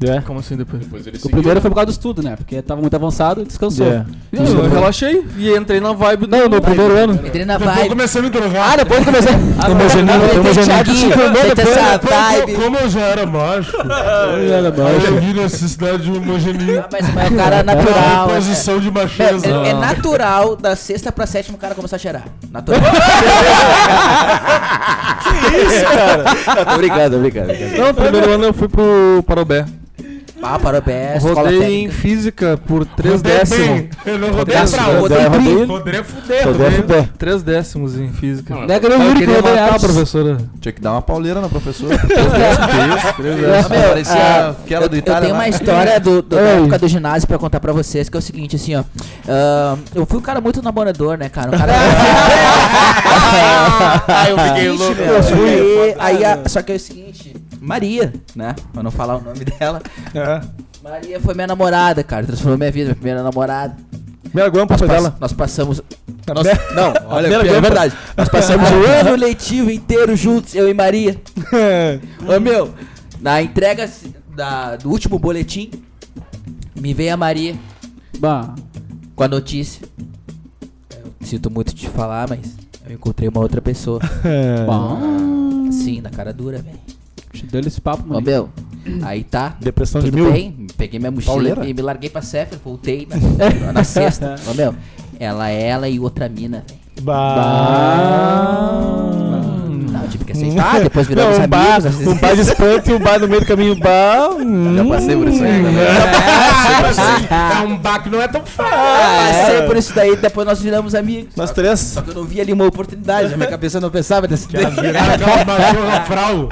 S6: É.
S1: Como assim depois?
S2: Depois ele
S5: O primeiro foi por causa do estudo, né? Porque tava muito avançado e descansou.
S6: É.
S1: Eu, eu relaxei e entrei na vibe do.
S6: Não, no primeiro ano.
S9: Entrei na
S3: Tô
S9: vibe.
S3: começando a me drogar.
S5: Ah, depois comecei.
S6: Homogenil- homogenil-
S9: Senta essa vibe.
S3: Como eu já era macho, eu já vi necessidade de homogeneidade.
S9: Ah, Mas, mas o cara é natural. é-
S3: Posição de
S9: É,
S3: machismo.
S9: é- é natural da sexta pra sétima o cara começar a cheirar. Natural.
S10: Obrigado, obrigado.
S1: Não, no primeiro ano eu fui pro Parobé.
S9: Ah, parabéns. escola
S1: Rodei em
S9: técnica.
S1: física por 3
S3: Rodei
S1: décimos.
S3: bem. Eu não rodei
S9: Rodei
S3: pra
S9: bem.
S3: onde.
S9: Rodei
S6: bem.
S3: Rodei fuder,
S6: Poder,
S3: rodei.
S6: poder.
S1: 3 décimos em física.
S2: Não,
S1: Não,
S2: é-
S5: Negra é o
S1: eu
S5: único que
S1: queria
S5: eu dei
S1: matar a
S5: artes.
S1: professora.
S10: Tinha que dar uma pauleira na professora.
S9: Ah, meu,
S10: Parecia
S9: ah,
S10: aquela
S9: eu,
S10: do
S9: eu
S10: Itália
S9: tenho
S1: né?
S10: lá.
S9: uma história do, do- da
S6: Ei.
S9: época do ginásio pra contar pra vocês, que é o seguinte, assim, ó. Ah, eu fui um cara muito namorador, né, cara? Um cara...
S2: Ah, eu fiquei louco.
S9: Meu, aí, aí a- só que é o seguinte, Maria, né? Pra não falar o nome dela.
S6: É.
S9: Maria foi minha namorada, cara. Transformou minha vida, minha primeira namorada.
S6: Primeira guampa
S9: Nós,
S6: foi
S9: pass-
S6: dela. É
S9: nós passamos
S10: Não, olha,
S6: Primeira
S10: é
S6: guampa.
S10: verdade.
S9: Nós passamos o ano letivo inteiro juntos, eu e Maria. Ô meu, na entrega da- do último boletim, me veio a Maria
S5: Bah,
S9: com a notícia. Eu sinto muito te falar, mas eu encontrei uma outra pessoa.
S6: É.
S9: Ah.
S5: bom.
S9: Sim, na cara dura, velho.
S5: Te deu esse papo,
S9: Ô
S5: mano.
S9: meu, aí tá.
S6: Depressão de
S9: Tudo
S6: mil.
S9: bem, peguei minha mochila
S10: Pauleira?
S9: e me larguei pra Sefer, voltei na, na sexta. Ô meu, ela, ela e outra mina, velho. Não, eu tive que aceitar, depois viramos
S6: Não, um bar,
S9: amigos. assim.
S6: um bar de espanto e um bar no meio do caminho. hum. Bar.
S10: Já passei por isso aí também.
S3: É um baque, não é tão fácil.
S9: Ah, passei por isso daí, depois nós viramos amigos.
S6: Nós três.
S9: Só que eu não vi ali uma oportunidade, minha cabeça não pensava nesse
S3: Aquela virada, aquelas machorras frau.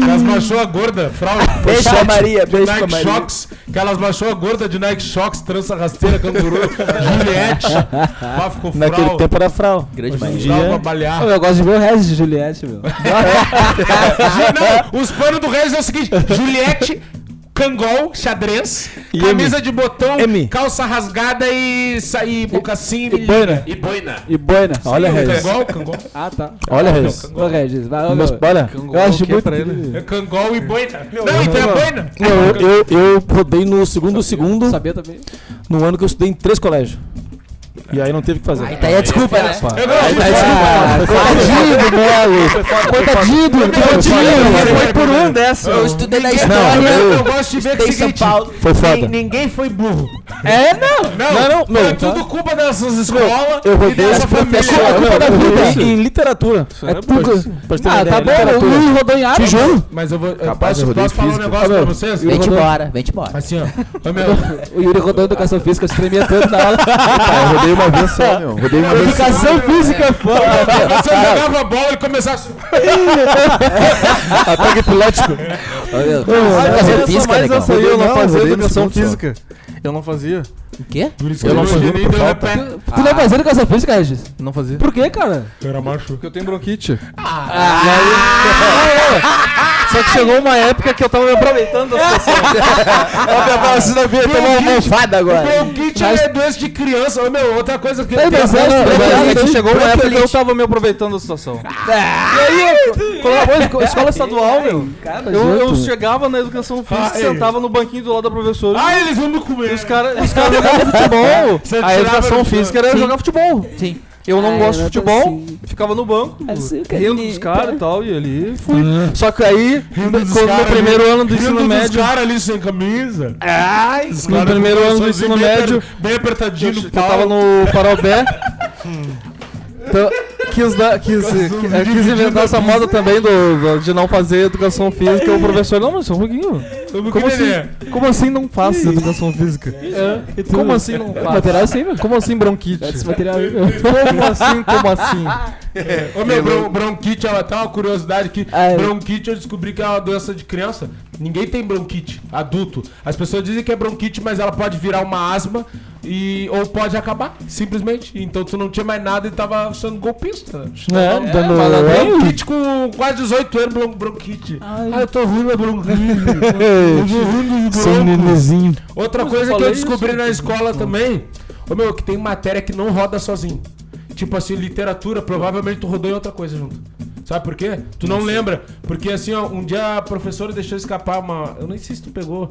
S3: Aquelas machorras gordas, frau.
S9: Beijo pra Maria,
S3: De
S9: beijo pra
S3: Nike
S9: Maria.
S3: Shocks, aquelas machorras gordas de Nike Shocks, trança rasteira, canguru, Juliette. Pá, ficou frau.
S6: Naquele tempo era frau.
S10: Grande
S3: Hoje em
S10: maioria.
S3: dia- Dá pra
S5: Ô,
S3: balear.
S5: Eu gosto de ver o resto de Juliette, meu.
S3: Não, os panos do Reis é o seguinte: Juliette, cangol, xadrez,
S6: E
S3: camisa de botão,
S6: M.
S3: calça rasgada e, sa- e bocacinha.
S6: E boina.
S2: E boina.
S5: E boina.
S6: Olha, Reis.
S3: Cangol, cangol.
S5: Ah, tá.
S6: Olha, Reis.
S5: Ô, Regis, vai, ô,
S6: Mas,
S5: meu.
S6: olha,
S5: Eu acho muito...
S3: É cangol e boina. Não, então é boina.
S6: Não, eu, eu, eu rodei no segundo segundo,
S5: Sabia também.
S6: no ano que eu estudei em três colégios. E aí não teve o que fazer. Aí
S9: Daí a desculpa, né?
S3: Eu não,
S6: Coitadinho do Melo! Coitadinho do Melo!
S3: foi por um
S9: Eu estudei na
S3: Não,
S9: história.
S3: eu, eu gosto de ver que é o
S9: Em São
S3: seguinte,
S9: Paulo.
S6: Foi
S3: nin-
S6: foda.
S3: ninguém foi burro.
S5: É, não.
S3: Não, tá-
S6: Não, não,
S3: foi
S1: é
S6: não,
S3: tudo culpa dessas escolas
S6: Eu
S3: e
S6: rodei
S3: dessa família.
S6: É culpa da vida. Em,
S5: Em-
S6: em literatura. É tudo.
S5: Ah, tá bom. O Luiz rodou em
S6: Te
S5: água.
S6: juro.
S3: Mas eu vou, eu
S10: Capaz, eu
S3: posso,
S10: rodei
S3: posso falar um
S6: física. Tá
S3: negócio
S1: Ah,
S3: pra
S6: bom.
S3: vocês?
S9: Vem te embora, vem te embora.
S3: Assim, ó, ô meu,
S5: O Yuri rodou em educação física, eu tremia tanto na aula.
S10: Ah, eu rodei uma vez só, meu. Rodei uma vez só.
S6: Educação física é
S3: Ah,
S6: foda.
S3: você jogava bola e começava a
S6: Ataque epilético.
S3: Ah,
S9: Vai fazer física,
S1: mas
S9: negão.
S1: essa aí eu não
S10: Não,
S1: fazia
S10: rodei no
S1: educação
S10: segundo só.
S1: física. Eu não fazia.
S9: O quê?
S3: Eu não fazia nem deu pé.
S5: Tu não fazia educação física, Regis?
S1: Não fazia.
S5: Ah. Por quê, cara?
S3: Eu era macho.
S1: Porque eu tenho bronquite. Ah. Só que chegou uma época que eu tava assim me aproveitando das pessoas.
S3: Ah,
S10: Tomou uma almofada agora.
S3: Bronquite é doença de criança. Ô meu, outra coisa que
S5: Ei,
S3: tem
S5: mas
S3: a-
S5: é,
S1: Tá Mas,
S5: mas
S1: gente,
S5: é,
S1: chegou uma época que eu tava me aproveitando da situação.
S3: Ah,
S1: E aí, colaborou, escola estadual, meu. Eu, eu chegava na educação física,
S3: Ai.
S1: sentava no banquinho do lado da professora.
S3: Ah, eles vão me comer.
S1: Os caras os cara jogavam futebol.
S3: É, Você
S1: A
S3: tirava
S1: educação
S3: no-
S1: física era jogar futebol.
S9: Sim.
S1: Eu não
S5: Ah,
S1: gosto de
S5: eu tô
S1: futebol,
S5: assim.
S1: ficava no banco,
S5: Açúcar,
S1: rindo
S5: né?
S1: dos caras e tal, e ali fui. Só que aí,
S3: assim. Rindo dos
S1: quando no
S3: caras
S1: primeiro
S3: ali.
S1: ano do
S3: Rindo
S1: ensino
S3: dos
S1: médio,
S3: caras ali sem camisa. Os
S1: no
S3: caras
S1: primeiro
S3: com
S1: ano do
S3: calçãozinho
S1: ensino
S3: bem aper-
S1: médio,
S3: Bem apertadinho
S1: que
S3: no
S1: eu tava
S3: pau.
S1: no Parobé, então, quis, dar, quis, eh, quis inventar essa moda também do, do- de não fazer educação física, o professor, não, mas só um pouquinho,
S3: Como
S1: como
S3: que
S1: assim,
S3: ele é?
S1: como assim não faço educação física? É, Como assim não
S5: Material assim, meu.
S1: faço? Como assim bronquite?
S5: Esse material aí, meu.
S1: Como assim, como assim?
S3: Ô meu, bron bronquite é até uma curiosidade que
S5: Ah, é.
S3: bronquite eu descobri que é uma doença de criança. Ninguém tem bronquite adulto. As pessoas dizem que é bronquite, mas ela pode virar uma asma e ou pode acabar, simplesmente. Então tu não tinha mais nada e tava sendo golpista.
S6: É, dando
S3: Bronquite com quase 18 anos, bron bronquite. Ah, eu tô ruim, é bronquite. Eu tô ruim de
S6: Sou um
S3: bronco.
S6: nenenzinho.
S3: Outra coisa que eu Hum. descobri na escola também, ô meu, que tem matéria que não roda sozinho. Tipo assim, literatura, provavelmente tu rodou em outra coisa junto. Sabe por quê? Tu não lembra. Porque assim, ó, um dia a professora deixou escapar uma. Eu nem sei se tu pegou.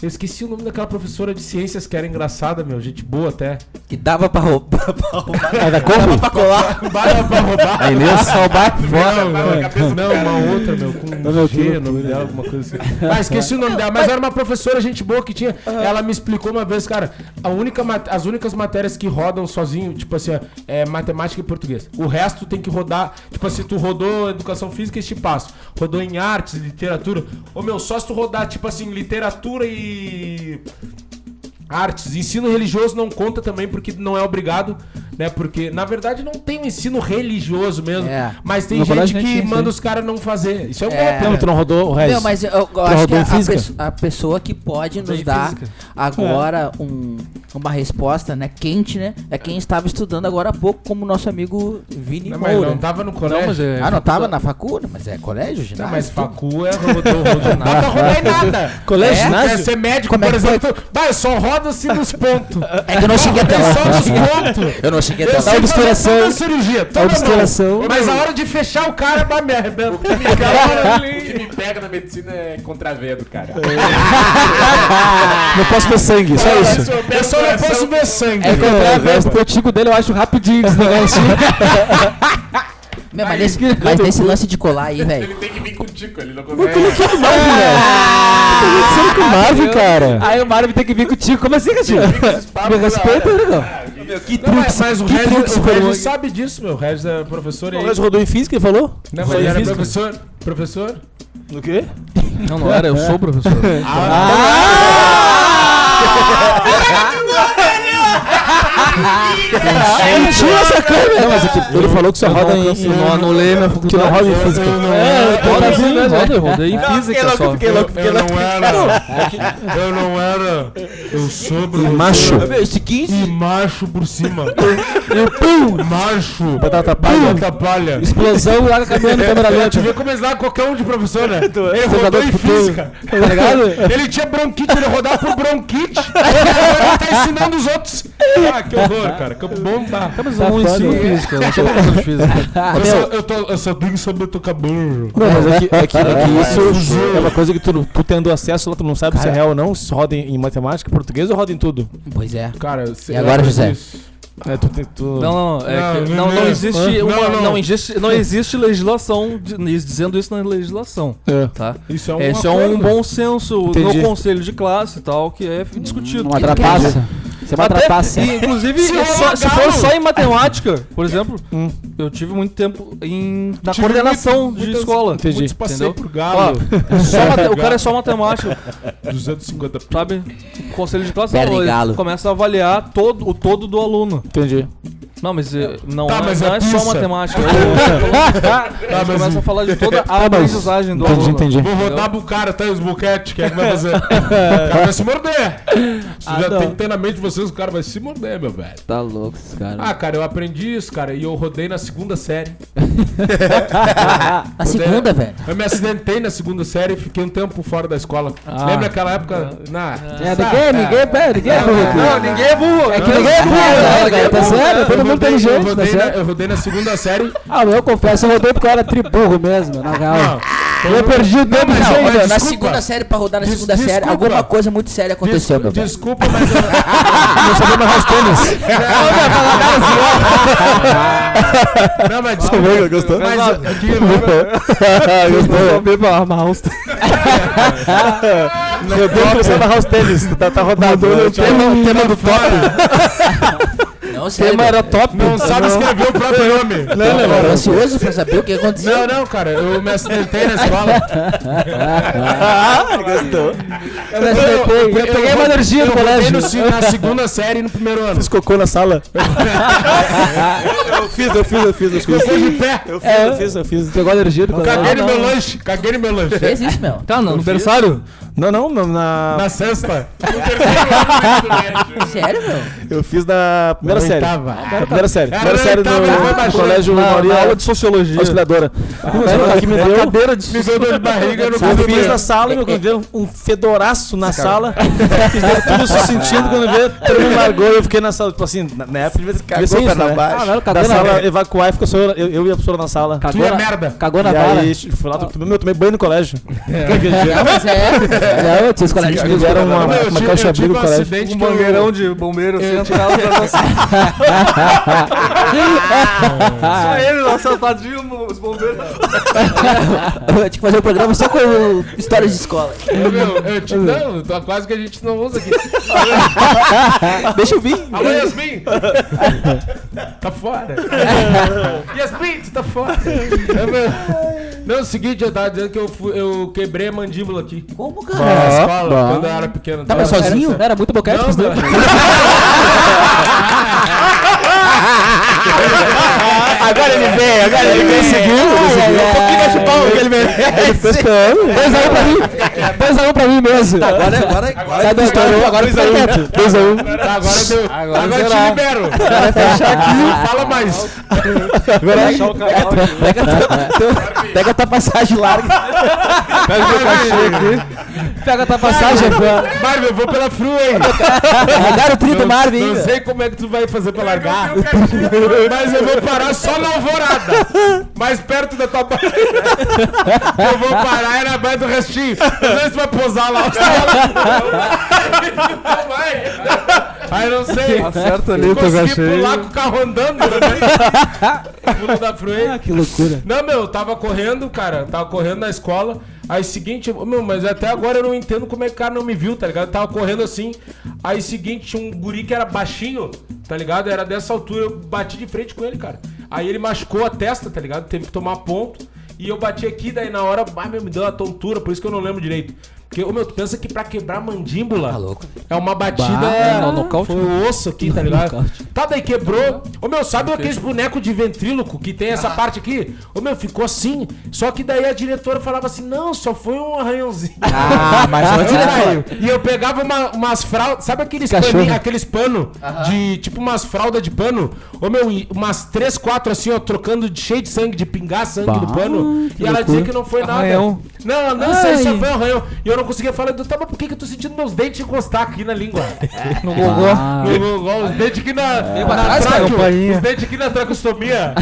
S3: Eu esqueci o nome daquela professora de ciências que era engraçada, meu. Gente boa até.
S9: Que dava pra roubar. pra roubar.
S6: É da Kombi?
S9: pra colar.
S3: Bala pra roubar.
S6: A Inês?
S3: Não, não, não, uma outra, meu, com um G, o nome dela, alguma coisa assim. Ah, esqueci o nome dela, mas era uma professora, gente boa, que tinha. Ela me explicou uma vez, cara, a única, mat- as únicas matérias que rodam sozinho, tipo assim, ó, é matemática e português. O resto tem que rodar, tipo assim, tu rodou educação física, este passo. Rodou em artes, literatura. Ô, meu, só se tu rodar, tipo assim, literatura e. Artes, ensino religioso não conta também porque não é obrigado, né? Porque na verdade não tem um ensino religioso mesmo,
S4: É.
S3: mas tem
S5: No
S3: gente
S5: colégio
S3: que
S5: nem tinha isso
S3: manda
S5: aí.
S3: os caras não fazer. Isso é um golpe,
S6: Não, tu não rodou o resto.
S4: Não, mas eu, eu acho
S6: rodou
S4: que a,
S6: em
S4: a
S6: física?
S4: pesso- a pessoa que pode nos dar agora um- uma resposta, né, quente, né, é quem estava estudando agora há pouco, como nosso amigo Vini
S3: Não, mas
S4: Moura.
S3: não tá- tava no colégio. Não, mas,
S1: é.
S4: ah, não tava na faculdade, mas é colégio,
S3: Tá,
S4: ginásio. tudo.
S3: facu é rodou, rodou nada. Não rodou em nada.
S6: Colégio,
S3: é,
S6: ginásio?
S3: quer ser médico,
S4: Como é
S3: por
S4: que foi?
S3: exemplo. Vai, só roda-se nos pontos.
S4: É que eu não
S9: tá
S4: cheguei até lá.
S3: Só nos pontos.
S7: Eu não cheguei
S3: Eu
S7: até lá.
S3: sei
S6: obsturação.
S3: fazer toda a cirurgia, toda
S6: obsturação.
S3: mão. Mas a hora de fechar o cara, vai me arrebenta.
S2: O que me pega na medicina é contravendo, cara.
S6: Não posso ver sangue, só isso.
S3: Eu só não posso ver sangue.
S5: É comprar o antigo dele, eu acho rapidinho esse negócio.
S4: Meu, mas, nesse, mas nesse lance de colar aí, velho.
S2: Ele tem que vir contigo, ele não consegue.
S6: Sangue com Marvel, cara.
S5: Aí o Marvin tem que vir contigo. Como assim, Catinho?
S2: Me
S5: Respeita, Rodrigão.
S3: Que truques, mas o
S6: que
S3: Regis,
S6: truques
S3: o
S6: foram-
S3: Regis sabe disso, meu. O Regis é professor e
S6: O
S3: aí.
S6: Regis rodou em física, ele falou?
S3: Não, mas ele era professor. Professor?
S6: No quê?
S1: Não, não era, eu sou professor.
S6: Mentira É, essa câmera! Não, mas é que ele falou que só roda em... Não anulei minha Que não roda em física. É, eu
S1: Roda,
S5: né,
S1: roda, eu rodei em física só.
S3: Eu não era. Eu não era. Eu sou professor.
S6: Macho.
S3: E macho por cima. Macho.
S6: Batata palha.
S3: Puta palha.
S6: Explosão lá caminhando câmera lenta.
S3: Tu vê como eles lá qualquer um de professor, né? Ele rodou
S6: Jogador
S3: em
S6: de futebol.
S3: física.
S6: Tá ligado?
S3: Ele tinha bronquite, ele rodava por bronquite. Agora ele tá ensinando os outros. Ah, que horror, cara. Que bom tá.
S1: Mas eu não ensino física, eu não sou professor de física.
S3: Eu só, eu, tô, eu só tenho sobre tocar banjo.
S6: Não, mas é que, é que- é que isso é uma coisa que tu, tu tendo acesso lá, tu não sabe se é real ou não, se roda em, em matemática, português ou roda em tudo.
S4: Pois é.
S3: Cara, eu sei.
S4: E agora, José?
S6: É, tu, tem- tu-
S1: Não, não, é
S3: Não,
S1: que-
S3: não,
S1: não, não
S3: não.
S1: existe
S3: Não,
S1: uma,
S3: não.
S1: não. existe, não existe legislação de- dizendo isso na legislação,
S6: É.
S1: tá?
S3: Isso é um
S1: Esse é um bom senso
S6: Entendi.
S1: no conselho de classe e tal, que é discutido.
S5: Uma trapaça. Você é uma trapaça.
S1: E, inclusive,
S3: Se
S1: se,
S3: rolar
S1: se
S3: galo.
S1: for só em matemática, por exemplo, eu tive muito tempo em, Hum. na
S3: Tive
S1: coordenação
S3: muito-
S1: de
S3: muitas-
S1: escola.
S6: Entendi.
S3: Muitos passei
S1: Entendeu?
S3: por galo.
S1: Ó, só mate- o cara é só matemática,
S3: 250 p.
S1: sabe? O conselho de classe
S4: Perna de
S1: ele
S4: galo.
S1: começa a avaliar todo, o todo do aluno.
S6: Entendi.
S1: Não, mas eh, não,
S3: Tá,
S1: é,
S3: mas
S1: não
S3: é
S1: é só
S3: pizza. Tá,
S1: matemática. Eu,
S3: mas- é, tá,
S1: eu começa a falar de toda a
S6: mas-
S1: aprendizagem do
S6: Entendi,
S1: aluno.
S6: entendi.
S3: Vou rodar pro cara, tá? Os boquete, quem é que vai fazer? O cara vai se morder. Isso já tem que ter na mente de vocês, o cara vai se morder, meu velho.
S4: Tá louco esses caras.
S3: Ah, cara, eu aprendi isso, cara, e eu rodei na segunda série.
S4: Na segunda, velho.
S3: Eu me acidentei na segunda série e fiquei um tempo fora da escola. Lembra aquela época? Na...
S5: É, ninguém, ninguém, pera, ninguém.
S3: Não,
S5: ninguém é burro. É que ninguém é burro,
S6: Não,
S5: né, cara?
S6: ninguém é
S5: Tá
S6: burro,
S5: certo?
S3: Eu
S5: Todo mundo
S3: rodei,
S5: tem
S3: eu,
S5: gente, tá
S3: rodei na,
S5: certo?
S3: eu rodei na segunda série.
S5: Ah, mas eu confesso, eu rodei porque eu era triburro mesmo, na real. Ah, Eu perdi o é tempo
S4: Não,
S5: sem,
S3: mas
S5: velho.
S4: na
S3: desculpa.
S4: segunda série, pra rodar na
S3: Des-
S4: segunda série,
S3: desculpa.
S4: alguma coisa muito séria aconteceu, meu velho.
S3: Desculpa, mas eu,
S6: Não sabia mais os tênis.
S3: não, mas desculpa.
S6: Gostou?
S3: Mas eu- que-
S6: Gostou? Bem pra amarrar os tênis. Eu dei pra você amarrar os tênis. Tá, tá rodado. O
S5: um
S6: tema, um tema do top.
S4: Não,
S6: O
S4: sério.
S6: tema
S4: velho.
S6: era Tá top.
S3: não sabe escrever o próprio nome.
S4: Tô ansioso pra saber o que aconteceu.
S3: né, Não, não, cara, eu me acidentei na escola.
S5: Eu, eu, eu peguei uma energia no
S3: eu rodei
S5: colégio.
S3: no se- na segunda série e no primeiro ano.
S6: Fiz cocô na sala. Eu fiz, eu fiz, eu fiz, É. eu
S3: Eu fui de pé. Eu
S6: fiz, eu fiz, eu fiz.
S5: Pegou a energia do colégio.
S3: caguei no meu lanche. Caguei no meu lanche.
S1: Ah,
S4: Fez isso, meu.
S1: Tá, no aniversário?
S6: Não, não, na- na,
S3: Na sexta.
S9: Sério, meu?
S6: eu fiz na primeira série.
S3: oitava.
S6: Ah, Primeira série. Primeira
S3: Cara,
S6: série
S3: oitava, ele foi
S6: no, no
S3: baixando.
S6: colégio Maria
S1: aula de sociologia.
S6: Auxiliadora. Ela que me deu cadeira de
S3: Me deu dor de barriga, eu não
S6: eu fiz na
S3: consegui.
S6: sala, meu, quando veio um fedoraço na sala. Fiz tudo se sentindo, quando veio, todo mundo largou e eu fiquei na sala. Tipo assim, na- na época devia devia ser isso, né?
S5: Ah, não,
S6: Da
S5: cagou na
S6: sala
S5: sala.
S6: evacuar e ficou só eu, eu, eu e a professora na sala.
S3: Tu é
S5: Cagou na,
S3: merda.
S5: cagou Tá na
S6: e
S5: bala.
S6: aí, fui lá, tomei, meu, tomei banho no colégio.
S4: Não, mas é.
S5: Não, tinha escolha de
S6: Me deram
S5: um
S6: uma,
S3: Meu, eu
S6: uma
S3: tive-
S6: caixa
S3: eu tive
S6: abrigo no
S3: um
S6: colégio.
S3: acidente
S1: Um
S3: que eu-
S1: mangueirão de bombeiro central pra você. Só ele lá sentadinho, mo- os bombeiros.
S4: Tinha que fazer um programa só com histórias de escola.
S3: Eu, meu, eu te não, tô- quase que a gente não usa aqui.
S4: Deixa eu vir.
S3: Alô, Yasmin! tá fora. Yasmin, tu tá fora. É, meu- Não, é o seguinte, eu tava dizendo que eu, fui- eu quebrei a mandíbula aqui.
S4: Como,
S3: Na
S4: cara?
S3: escola, quando eu era pequeno.
S5: Tava
S3: Tava-
S5: sozinho? Era, muito boquete né?
S3: Não,
S5: pros
S4: né?
S5: dois.
S3: meu.
S7: Agora ele veio, agora ele veio. Um pouquinho mais de pau que ele merece.
S6: Ele fez PM.
S5: 2x1 pra mim. 2x1 pra mim mesmo.
S9: Agora, agora, agora.
S5: Sai do estourou, agora fica quieto. 2x1.
S3: Tá, agora deu. Agora, te libero. Não fala mais.
S4: Pega, teu- teu- pega a tua passagem larga.
S5: Pega a tua passagem agora.
S3: Marvel, eu vou pela fru, hein?
S4: Largaram o trio do Marvin
S3: Não
S4: ainda.
S3: sei como é que tu vai fazer pra largar. Mas eu vou parar só na alvorada. Mais perto da tua barriga. Eu vou parar e na baia do restinho. Às vezes tu vai posar lá. Você vai lá. Não vai. Aí não sei.
S1: Acerta ali,
S3: Eu
S1: o teu
S3: consegui pular
S1: cachê.
S3: com o carro andando também. Pulo da frueira.
S5: Que loucura.
S3: Não, meu, eu tava correndo, cara. Tava correndo na escola. Aí seguinte, eu- meu, mas até agora eu não entendo como é que o cara não me viu, tá ligado? Eu tava correndo assim. Aí seguinte, tinha um guri que era baixinho, tá ligado? Era dessa altura, eu bati de frente com ele, cara. Aí ele machucou a testa, tá ligado? Teve que tomar ponto. E eu bati aqui, daí na hora, ah, meu, me deu uma tontura, por isso que eu não lembro direito. Porque, ô meu, tu pensa que pra quebrar a mandíbula é uma batida.
S1: não, nocaute,
S3: foi o osso aqui, tá ligado? Tá, daí quebrou. Ô meu, sabe aqueles bonecos de ventríloco que tem essa parte aqui? Ô meu, ficou assim. Só que daí a diretora falava assim: não, só foi um arranhãozinho.
S4: Ah, mas só
S3: Caralho. E eu pegava uma- umas fraldas, sabe aqueles paninhos, aqueles pano de tipo umas fraldas de pano? Ô meu, e umas três, quatro assim, ó, trocando de cheio de sangue, de pingar sangue do pano. E ela dizia que não foi nada.
S1: Arranhão.
S3: Não, não sei se foi arranhão. E eu não conseguia falar, tá, mas por que, que eu tô sentindo meus dentes encostar aqui na língua?
S1: No gogó.
S3: No gogó, os dentes aqui na, na
S1: trás,
S3: tráqueo,
S1: campainha.
S3: os dentes aqui na tracostomia.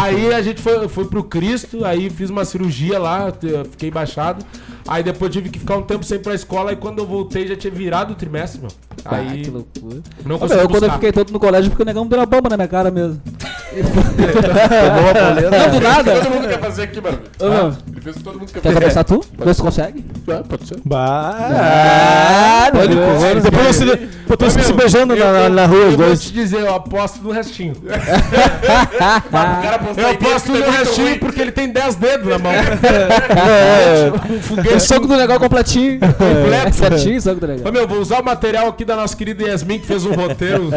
S3: aí a gente foi, foi pro Cristo, aí fiz uma cirurgia lá, eu fiquei baixado. Aí depois tive que ficar um tempo sem ir pra escola, e quando eu voltei já tinha virado o trimestre, meu. Aí
S5: que loucura.
S3: não
S5: Ô, meu,
S3: consegui
S5: eu quando eu
S3: buscar.
S5: fiquei todo no colégio, porque o negão deu uma bomba na minha cara mesmo. Não, do nada.
S2: Todo mundo quer fazer aqui, mano.
S5: Ô, meu,
S2: Ele fez o que todo mundo quer
S5: Quer
S2: fazer.
S5: começar tu? Vê se tu consegue.
S2: Ah, pode ser.
S6: Bah,
S5: Pode
S6: meu
S5: correr,
S6: Deus. Depois você depois
S3: Ô,
S6: se
S3: meu,
S6: beijando
S3: eu-
S6: na, na-
S3: eu-
S6: na rua, os
S3: Eu vou
S6: dois.
S3: te dizer, eu aposto no restinho.
S2: O cara postar
S3: Eu
S2: em dia
S3: aposto
S2: que tá
S3: no
S2: muito
S3: restinho
S2: ruim.
S3: porque ele tem 10 dedos na mão.
S6: É.
S3: um foguete.
S5: O soco do negão completinho.
S3: Completo.
S5: Certinho, o soco do
S3: Ô,
S5: negão.
S3: meu, vou usar o material aqui da nossa querida Yasmin, que fez um roteiro,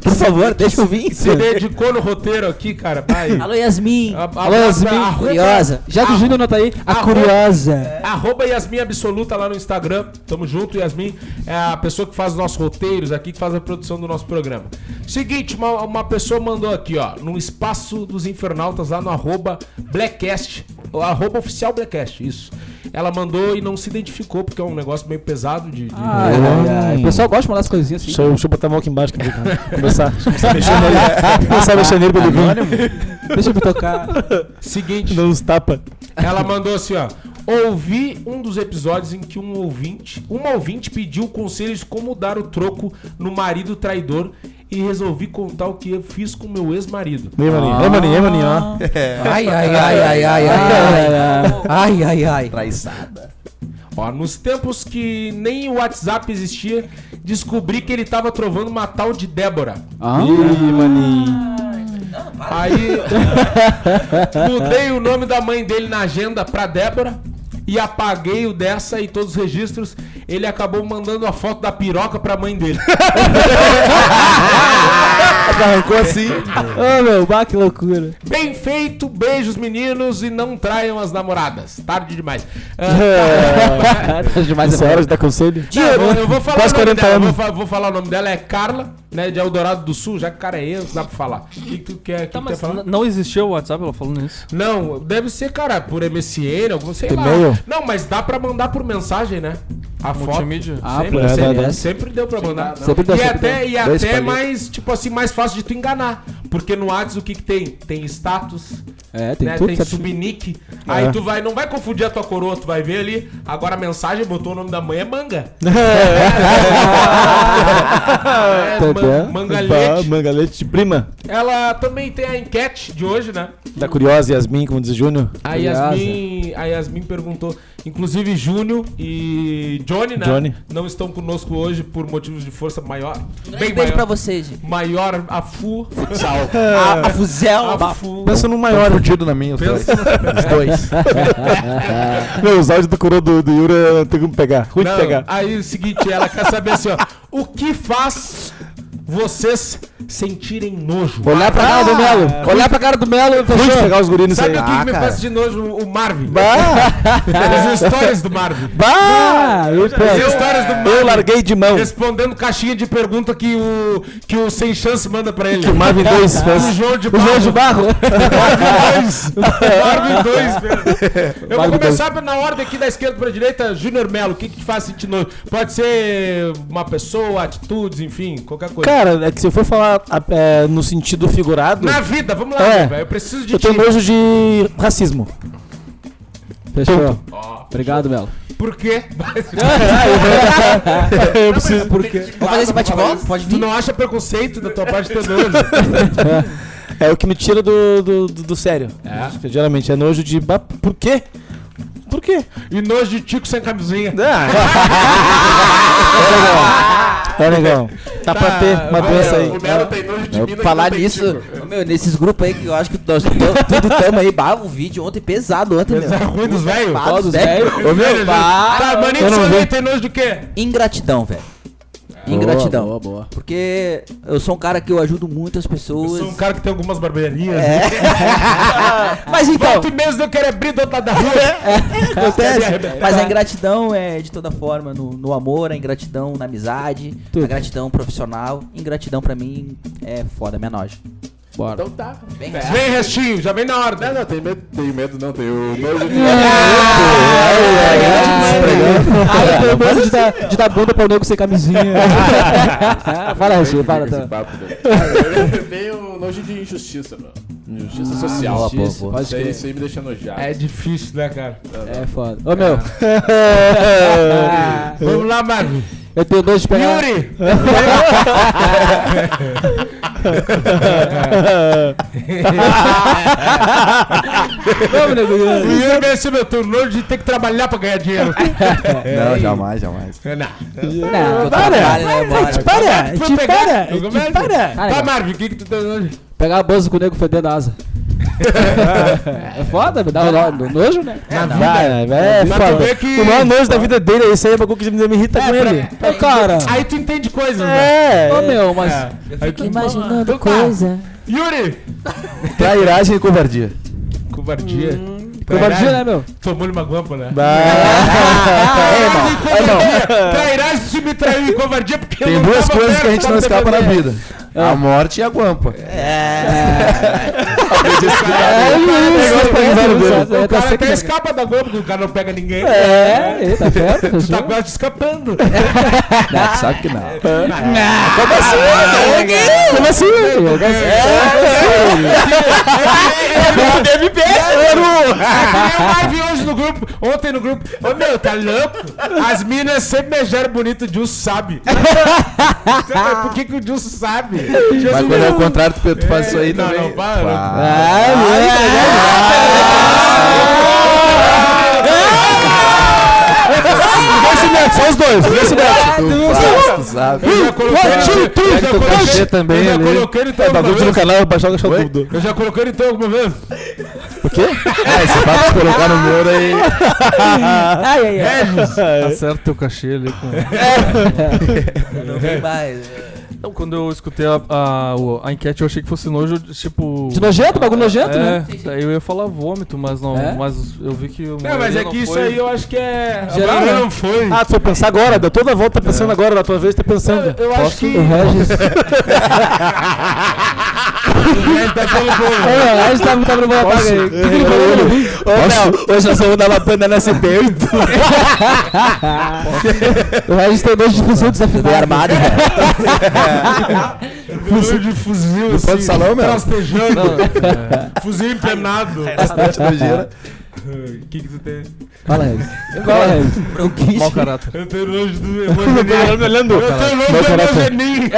S4: Por favor, deixa eu vir.
S3: se dedicou no roteiro aqui, cara. Vai.
S4: Alô, Yasmin.
S3: A- a-
S5: Alô, Yasmin,
S3: arroba-
S4: Curiosa.
S5: Já que o Júnior não tá aí, a
S3: arroba-
S5: curiosa.
S3: Arroba Yasmin Absoluta lá no Instagram. Tamo junto, Yasmin. É a pessoa que faz os nossos roteiros aqui, que faz a produção do nosso programa. Seguinte, uma, uma pessoa mandou aqui, ó, no espaço dos infernautas, lá no arroba Blackcast. o Arroba oficial Blackcast, isso. Ela mandou e não se identificou, porque é um negócio meio pesado de. de-
S5: Ai, ai, ai. O pessoal gosta de mandar as coisinhas assim.
S6: Deixa
S7: um
S6: eu, deixa eu botar a mão aqui embaixo. Pra ele começar, começar a mexer nele. Começar a mexer nele pra ele vir.
S5: Deixa eu me tocar.
S3: Seguinte.
S6: Dando uns tapa.
S3: Ela mandou assim, ó. Ouvi um dos episódios em que um ouvinte, uma ouvinte pediu conselhos como dar o troco no marido traidor e resolvi contar o que eu fiz com meu ex-marido.
S6: Ei, maninho,
S3: Ah.
S6: ei, maninho, ei, maninho, ó.
S9: Ai, ai, ai, ai, ai, ai,
S3: Ah,
S9: ai, ai, ai.
S3: Ó, nos tempos que nem o WhatsApp existia, descobri que ele tava trovando uma tal de Débora.
S6: Ih, maninho.
S3: Aí mudei o nome da mãe dele na agenda pra Débora. e apaguei o dessa e todos os registros. Ele acabou mandando a foto da piroca pra mãe dele.
S7: Arrancou assim.
S5: Ah, meu, bah, que loucura.
S3: Bem feito, beijos meninos e não traiam as namoradas. Tarde demais. Ah,
S5: Demais
S7: Essa é hora de dar conselho?
S5: Tá
S3: Não, eu, vou- eu vou falar
S7: Quase
S3: o nome
S7: 40
S3: dela, eu vou,
S7: anos.
S3: fa- vou falar o nome dela, é Carla, né, de Eldorado do Sul, já que o cara é ex, dá pra falar. O que tu quer, que
S1: Tá,
S3: tu quer
S1: mas
S3: falar?
S1: n- não existia o WhatsApp ela falando isso.
S3: Não, deve ser, cara, por MSN, algum, sei lá.
S7: E-mail?
S3: Não, mas dá pra mandar por mensagem, né? A foto.
S1: Multimídia.
S5: Ah,
S3: sempre,
S5: pô, é,
S3: sempre,
S5: dá, dá.
S3: sempre deu pra mandar.
S5: Sempre dá, né?
S3: e
S5: sempre
S3: até,
S5: dá.
S3: e
S5: Dois
S3: até
S5: palitos.
S3: mais, tipo assim, mais fácil de tu enganar. Porque no WhatsApp o que que tem? Tem status,
S5: É, tem
S3: né?
S5: tudo
S3: tem
S5: certo. É.
S3: subnick. Aí tu vai, não vai confundir a tua coroa, tu vai ver ali. Agora a mensagem botou o nome da mãe é manga.
S5: Tá
S3: É, man-
S7: Tadã. Bah,
S3: mangalhete.
S7: Mangalete de prima.
S3: Ela também tem a enquete de hoje, né?
S7: Da curiosa Yasmin, como diz o Júnior.
S3: A
S5: né?
S3: Yasmin, a Yasmin perguntou, inclusive Júnior e Johnny, né?
S7: Johnny.
S3: Não estão conosco hoje por motivos de força maior.
S9: Um Grande
S3: Bem
S9: beijo pra
S3: maior.
S9: vocês. gente.
S3: Maior a fu. Ah,
S9: A, a Fuzel.
S3: A fu.
S7: Pensa no maior.
S8: Fudido na minha, os dois. Os dois.
S7: Meu, os áudios do coroa do, do Yura tem como pegar. Ruim de
S3: Não, Ah,
S7: pegar.
S3: Aí o seguinte, ela quer saber assim, ó. O que faz vocês sentirem nojo?
S7: Olhar pra cara do Melo.
S3: ah,
S5: Olhar pra cara do Melo e
S7: Ruim de
S5: fechou.
S7: pegar os guris nisso
S3: Sabe
S7: aí.
S3: o que, que me
S8: cara.
S3: faz de nojo? O Marvin.
S7: Bah,
S3: As histórias do Marvin.
S5: Bah! Eu
S3: As histórias do
S7: eu
S3: Marvin.
S7: larguei de mão.
S3: Respondendo caixinha de pergunta que o, que o Sem Chance manda pra ele.
S7: Que o Marvin 2
S3: O
S7: fez.
S3: João de
S5: o João
S3: Barro.
S5: de Barro.
S3: Marvin 2, velho. Eu vou
S7: Marvin
S3: começar na ordem aqui da esquerda pra direita. Júnior Melo, o que que te faz sentir nojo? Pode ser uma pessoa, atitudes, enfim, qualquer coisa.
S6: Cara, é que se eu for falar a- é, no sentido figurado,
S3: Na vida, vamos lá,
S6: É.
S3: velho. Eu preciso de
S6: eu
S3: ti.
S6: tenho nojo de racismo.
S5: Fechou. Obrigado, Melo.
S3: Por quê?
S7: Eu preciso.
S9: Vamos fazer esse bate-volta? Pode
S3: tu
S9: vir.
S3: não acha preconceito da tua parte ter nojo.
S6: É o que me tira do, do, do- do sério. É. Geralmente é nojo de. "Bah, Por quê? Por quê?
S3: E nojo de tico sem camisinha.
S7: Tá legal. Tá pra ter uma
S3: Ah! vai,
S7: doença aí.
S2: O Melo tem nojo de mim,
S9: Falar nisso, ô, meu, nesses grupos aí que eu acho que nós tam- tudo tamo aí, bah, um vídeo ontem pesado ontem, meu.
S3: Ruim dos velhos.
S9: Bah, dos velhos.
S3: Ô, meu, tá, maninho,
S7: Eu não
S3: você
S7: vi.
S3: não tem nojo de quê?
S9: Ingratidão, velho. Ingratidão.
S5: Boa, boa.
S9: Porque eu sou um cara que eu ajudo muitas
S3: Eu
S9: pessoas.
S3: sou um cara que tem algumas barbearias. um
S9: Mas então,
S3: Quanto mesmo eu quero abrir do outro lado da rua.
S9: acontece. Mas a ingratidão é de toda forma no, no amor, a ingratidão na amizade, a gratidão profissional. Ingratidão pra mim é foda, minha noja.
S5: Bora.
S2: Então tá.
S9: Bem
S2: É.
S3: Vem, restinho, já vem na hora.
S2: Não, não, tem medo, tenho medo não, tenho nojo de
S5: Ah, Eu gosto de dar, de dar bunda pra o nego sem camisinha. fala, Regina, fala.
S2: esse
S5: Tá.
S2: papo, velho. Cara, eu tenho nojo de injustiça, mano. Injustiça social.
S5: injustiça,
S2: Isso aí-
S5: pode
S2: isso, aí, me deixa nojado.
S3: É difícil, né, cara?
S5: É foda. Ô, meu, É.
S3: Vamos lá, Marvin.
S5: eu tenho dois de pegar...
S3: Yuri!
S5: Vamos, nego.
S3: O Yuri venceu meu turno hoje de ter que trabalhar pra ganhar dinheiro.
S8: Não, jamais, jamais.
S5: Não,
S9: Trabalho, né, bora.
S6: Para!
S3: Vou
S6: Te
S3: pegar-
S6: para!
S3: Eu
S6: Te
S3: começo.
S6: para!
S5: Cara,
S3: Tá, Marvin, o que que tu tem hoje?
S5: Pegar a bolsa com o nego fedendo a asa. é foda, me dá no- no- nojo, né?
S7: Vai, vai, é
S3: Mas tu vê
S7: foda.
S3: que-
S7: O maior nojo da vida dele é isso aí, é uma coisa que me irrita com ele.
S5: Ô, cara.
S3: Aí tu entende coisas,
S7: É,
S3: né?
S5: Ô, meu, mas...
S3: Aí tu...
S5: Imaginando
S3: coisa. Yuri!
S8: Trairagem e covardia.
S3: Covardia.
S5: Covardia, né, meu?
S3: Tomou-lhe uma guampa, né?
S8: É, irmão.
S3: Trairás se me trair e covardia porque eu
S8: Tem
S3: não
S8: duas
S3: tava
S8: coisas que a
S3: perto
S8: gente
S3: pra
S8: não
S3: me
S8: escapa na
S3: defender.
S8: vida. A morte e a guampa.
S5: É
S8: um
S5: isso,
S3: O
S8: Tá
S3: cara até
S5: é isso.
S3: escapa da guampa, porque o cara não pega ninguém.
S5: É, ele tá certo,
S3: Tu tá
S5: fechou.
S3: quase escapando. É,
S8: Não, tu sabe que não.
S5: Como assim?
S3: Eu live hoje no grupo, ontem no grupo. Ô meu, tá louco? As minas sempre me acharam bonito, o Dilson sabe. Então, Mas Por que, que o Dilson sabe?
S8: Mas quando é o contrário, tu, tu faz isso aí
S3: não,
S8: também.
S3: não, para, não.
S8: Pá.
S3: Ah!
S7: só os dois.
S8: Tu faz, tu sabe.
S3: Eu já coloquei
S7: Ô, tio, tu!
S3: eu já
S8: Tu
S3: coloquei-
S8: faz também
S3: Eu já
S8: ali.
S3: coloquei ele
S7: É,
S3: então
S7: bagulho no canal, baixar o cachorro
S8: Oi?
S7: tudo.
S3: Eu já coloquei ele então alguma vez.
S8: O quê? Ah, esse papo colocar no meu aí.
S4: Ai, ai, ai.
S1: Acerta tá teu cachê ali com.
S4: Não tem mais.
S1: Então, quando eu escutei a, a, o- a enquete, eu achei que fosse nojo, tipo.
S5: De é nojento, bagulho nojento,
S1: É,
S5: né?
S1: daí eu ia falar vômito, mas não.
S5: É?
S1: Mas eu vi que.
S3: É, mas é que isso aí eu acho que é.
S5: Geral, né?
S3: não foi.
S6: Ah, tu foi pensar agora, deu toda a volta pensando agora, da tua vez tá pensando.
S3: Eu acho que.
S5: O Regis. Olha, o Regis tá muito abrindo a paga aí. O que que ele falou?
S7: Ô, Léo, hoje nós vamos dar uma banda na CP8.
S5: O Regis tem dois de fuzil desafinado.
S7: Bem armado,
S6: né?
S7: velho.
S3: Fuzil de fuzil, assim.
S8: Pode salão, meu?
S3: Trastejando. Fuzil empenado.
S8: Bastante nojeira.
S3: O que que tu tem?
S5: Fala, Regis. Fala, Regis.
S1: Mau caráter.
S3: Eu tenho nojo do Emogenin. olhando. Eu tenho nojo do Emogenin.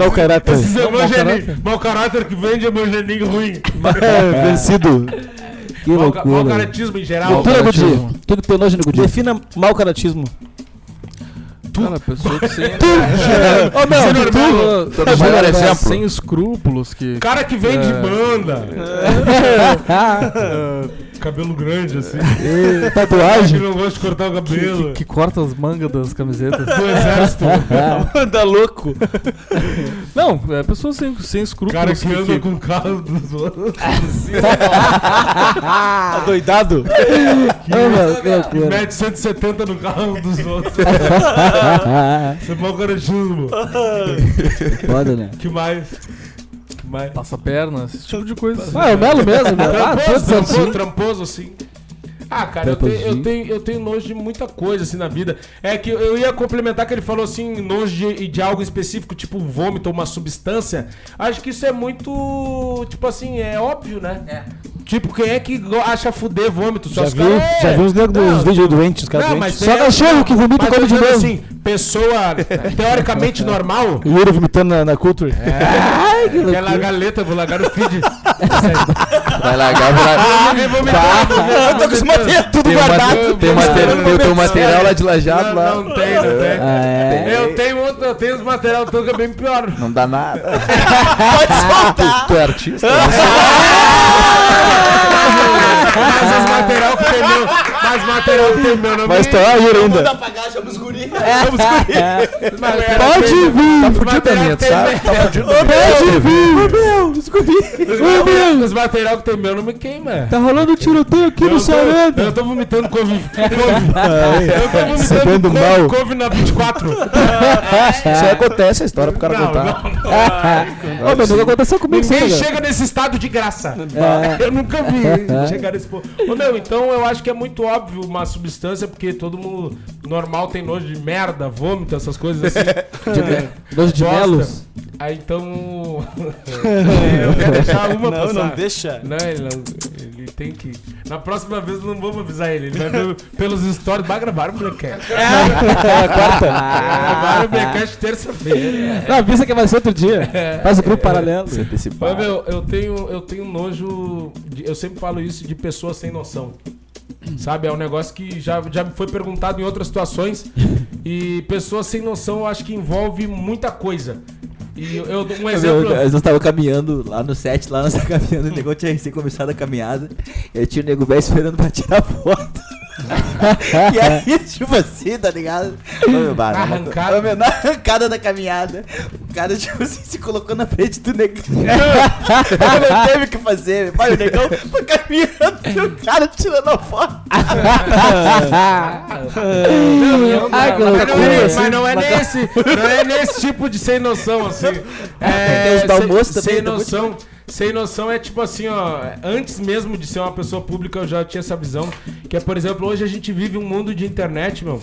S6: Não, cara, tá.
S3: Esses Emogenin. Mau caráter que vende Emogenin ruim.
S6: É, vencido.
S5: Que
S3: Mau ca- mau
S5: loucura.
S3: caratismo em geral.
S5: Tu, Negudi? Tu que tem nojo, Negudi?
S6: Defina mau caratismo.
S1: Cara, pessoa que sem.
S5: Ô, meu,
S1: Sem escrúpulos-
S5: Tá
S8: Todo maior exemplo.
S1: Sem escrúpulos que.
S3: Cara que vende
S1: É.
S3: banda. Cabelo grande, assim. Cara que
S5: Tatuagem?
S3: não gosta de cortar o cabelo.
S1: Que corta as mangas das camisetas.
S3: Do exército.
S6: Anda louco.
S1: Não, é pessoa sem, sem escrúpulos.
S3: Cara que anda
S1: que-
S3: com o carro dos outros.
S6: Adoidado.
S5: Ô, meu, que
S3: Que
S5: loucura.
S3: mete 170 no carro dos outros. Isso é mau caratismo.
S5: Foda, né?
S3: Que mais? Que mais?
S1: Passa a perna, esse tipo de coisa.
S5: Ah, é o Melo mesmo, meu. Ah, todo
S3: Tramposo, tramposo,
S5: certinho.
S3: tramposo, assim. Ah, cara, eu tenho, eu,
S5: Tramposinho.
S3: tenho, eu tenho nojo de muita coisa, assim, na vida. É que eu ia complementar que ele falou, assim, nojo de, de algo específico, tipo um vômito ou uma substância. Acho que isso é muito, tipo assim, é óbvio, né? Tipo, quem é que go- acha fuder vômito? Só
S6: Já
S3: os
S6: viu,
S3: caras- é.
S6: já viu os negros
S3: Não,
S6: dos vídeos doentes, os caras
S3: Não,
S6: doentes.
S3: mas
S5: Só
S3: tem-
S5: cachorro que vomita e
S3: Mas
S5: come
S3: eu
S5: de
S3: digo
S5: novo.
S3: assim, pessoa teoricamente normal,
S6: O Yuri vomitando na, na culture.
S3: quer largar a letra, vou largar o feed. Ah,
S8: Vai largar, vai largar.
S3: Alguém vomitando, né?
S7: Eu tô com os materiais tudo
S8: Tem, uma,
S7: guardado.
S8: tem, uma,
S3: Eu não
S6: um
S8: tem o teu
S3: vou
S8: material lá de lajado
S3: Não,
S8: lá.
S3: não tem, não tem.
S5: Ah, é.
S3: Eu tenho outro, eu tenho os material todo que é bem pior.
S8: Não dá nada. Tu, tu é artista?
S3: Mas os material que tem meu, mas material que tem meu não
S6: Vai
S8: tá
S6: estourar Yuri ainda.
S7: Apagar, chama os guri.
S3: Pode vir. Tá
S8: Fudido a minha, tu sabe? Tá fudido a
S3: Os material que tem meu não me queima.
S5: Tá rolando um tiroteio aqui no
S3: Eu tô,
S5: Saranda.
S3: eu tô vomitando couve. couve. Eu tô vomitando
S6: Sabendo
S3: couve,
S6: mal.
S3: couve na 24.
S8: Isso aí acontece a história pro cara
S6: tá.
S3: Não,
S8: contar.
S3: não.
S5: Ô, meu, o é que É. aconteceu comigo?
S3: Ninguém
S5: sabe, cara?
S3: chega nesse estado de graça. Eu nunca vi chegar nesse ponto. Ô, meu, então eu acho que é muito óbvio uma substância, porque todo mundo normal tem nojo de merda, vômito, essas coisas assim.
S5: Nojo de
S3: Bosta.
S5: melos?
S3: Aí então. É, eu quero deixar uma
S6: Não,
S3: passar.
S6: não deixa.
S3: Não, ele não. Ele tem que. Na próxima vez não vamos avisar ele. Ele vai ver pelos stories. Vai gravar o Blackcast. É, quarta. Vai gravar o Blackcast terça-feira.
S5: Não, avisa que vai ser outro dia.
S3: É.
S5: Faz o grupo paralelo.
S3: Mas, meu, eu tenho, eu tenho nojo. de- eu sempre falo isso de pessoas sem noção. Sabe? É um negócio que já, já me foi perguntado em outras situações. E pessoas sem noção eu acho que envolve muita coisa. E eu, eu dou
S5: É
S3: um exemplo.
S9: Nós estávamos caminhando lá no set, lá nós tava caminhando, o negão tinha recém começado a caminhada, e aí tinha o nego velho esperando pra tirar foto. e aí, tipo assim, tá ligado? Ô, meu bar, né?
S3: Na arrancada.
S9: ô, meu, na arrancada da caminhada, o cara, tipo assim, se colocou na frente do negão. Não teve o que fazer, meu pai, o negão foi caminhando e o cara tirando a foto.
S5: Ai, que
S3: Mas não, é,
S5: loucura.
S3: mas não é nesse, não é nesse tipo de sem noção, assim. É,
S9: Tem os do almoço
S3: sem,
S9: também,
S3: sem
S9: tá muito-
S3: noção. Sem noção é tipo assim, ó. Antes mesmo de ser uma pessoa pública, eu já tinha essa visão. Que é, por exemplo, hoje a gente vive um mundo de internet, meu.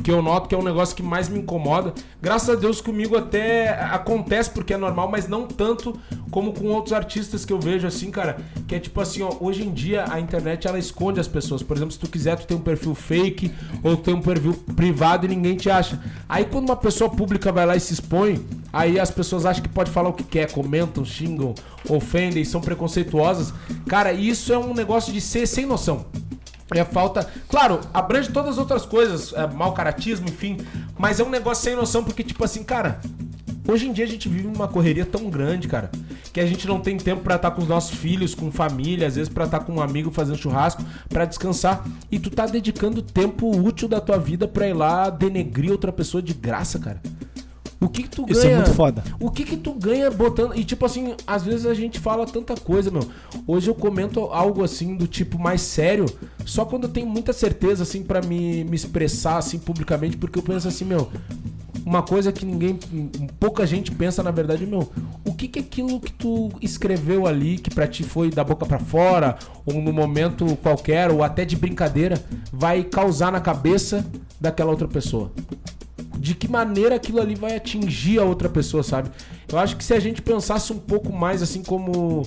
S3: Que eu noto que é um negócio que mais me incomoda. Graças a Deus comigo até acontece porque é normal, mas não tanto como com outros artistas que eu vejo, assim, cara. Que é tipo assim, ó. Hoje em dia a internet ela esconde as pessoas. Por exemplo, se tu quiser, tu tem um perfil fake ou tem um perfil privado e ninguém te acha. Aí quando uma pessoa pública vai lá e se expõe, aí as pessoas acham que pode falar o que quer, comentam, xingam, ofendem, são preconceituosas. Cara, isso é um negócio de ser sem noção. É a falta. Claro, abrange todas as outras coisas, é, mau caratismo, enfim. Mas é um negócio sem noção, porque, tipo assim, cara, Hoje em dia a gente vive uma correria tão grande, cara, que a gente não tem tempo pra estar com os nossos filhos, com família, às vezes pra estar com um amigo fazendo churrasco, pra descansar. E tu tá dedicando tempo útil da tua vida pra ir lá denegrir outra pessoa de graça, cara. O que, que tu ganha?
S6: Isso é muito foda.
S3: O que que tu ganha botando. E tipo assim, às vezes a gente fala tanta coisa, meu. Hoje eu comento algo assim do tipo mais sério, só quando eu tenho muita certeza, assim, pra me, me expressar, assim, publicamente, porque eu penso assim, meu. Uma coisa que ninguém. pouca gente pensa, na verdade, meu. O que que é aquilo que tu escreveu ali, que pra ti foi da boca pra fora, ou no momento qualquer, ou até de brincadeira, vai causar na cabeça daquela outra pessoa? de que maneira aquilo ali vai atingir a outra pessoa, sabe? Eu acho que se a gente pensasse um pouco mais assim como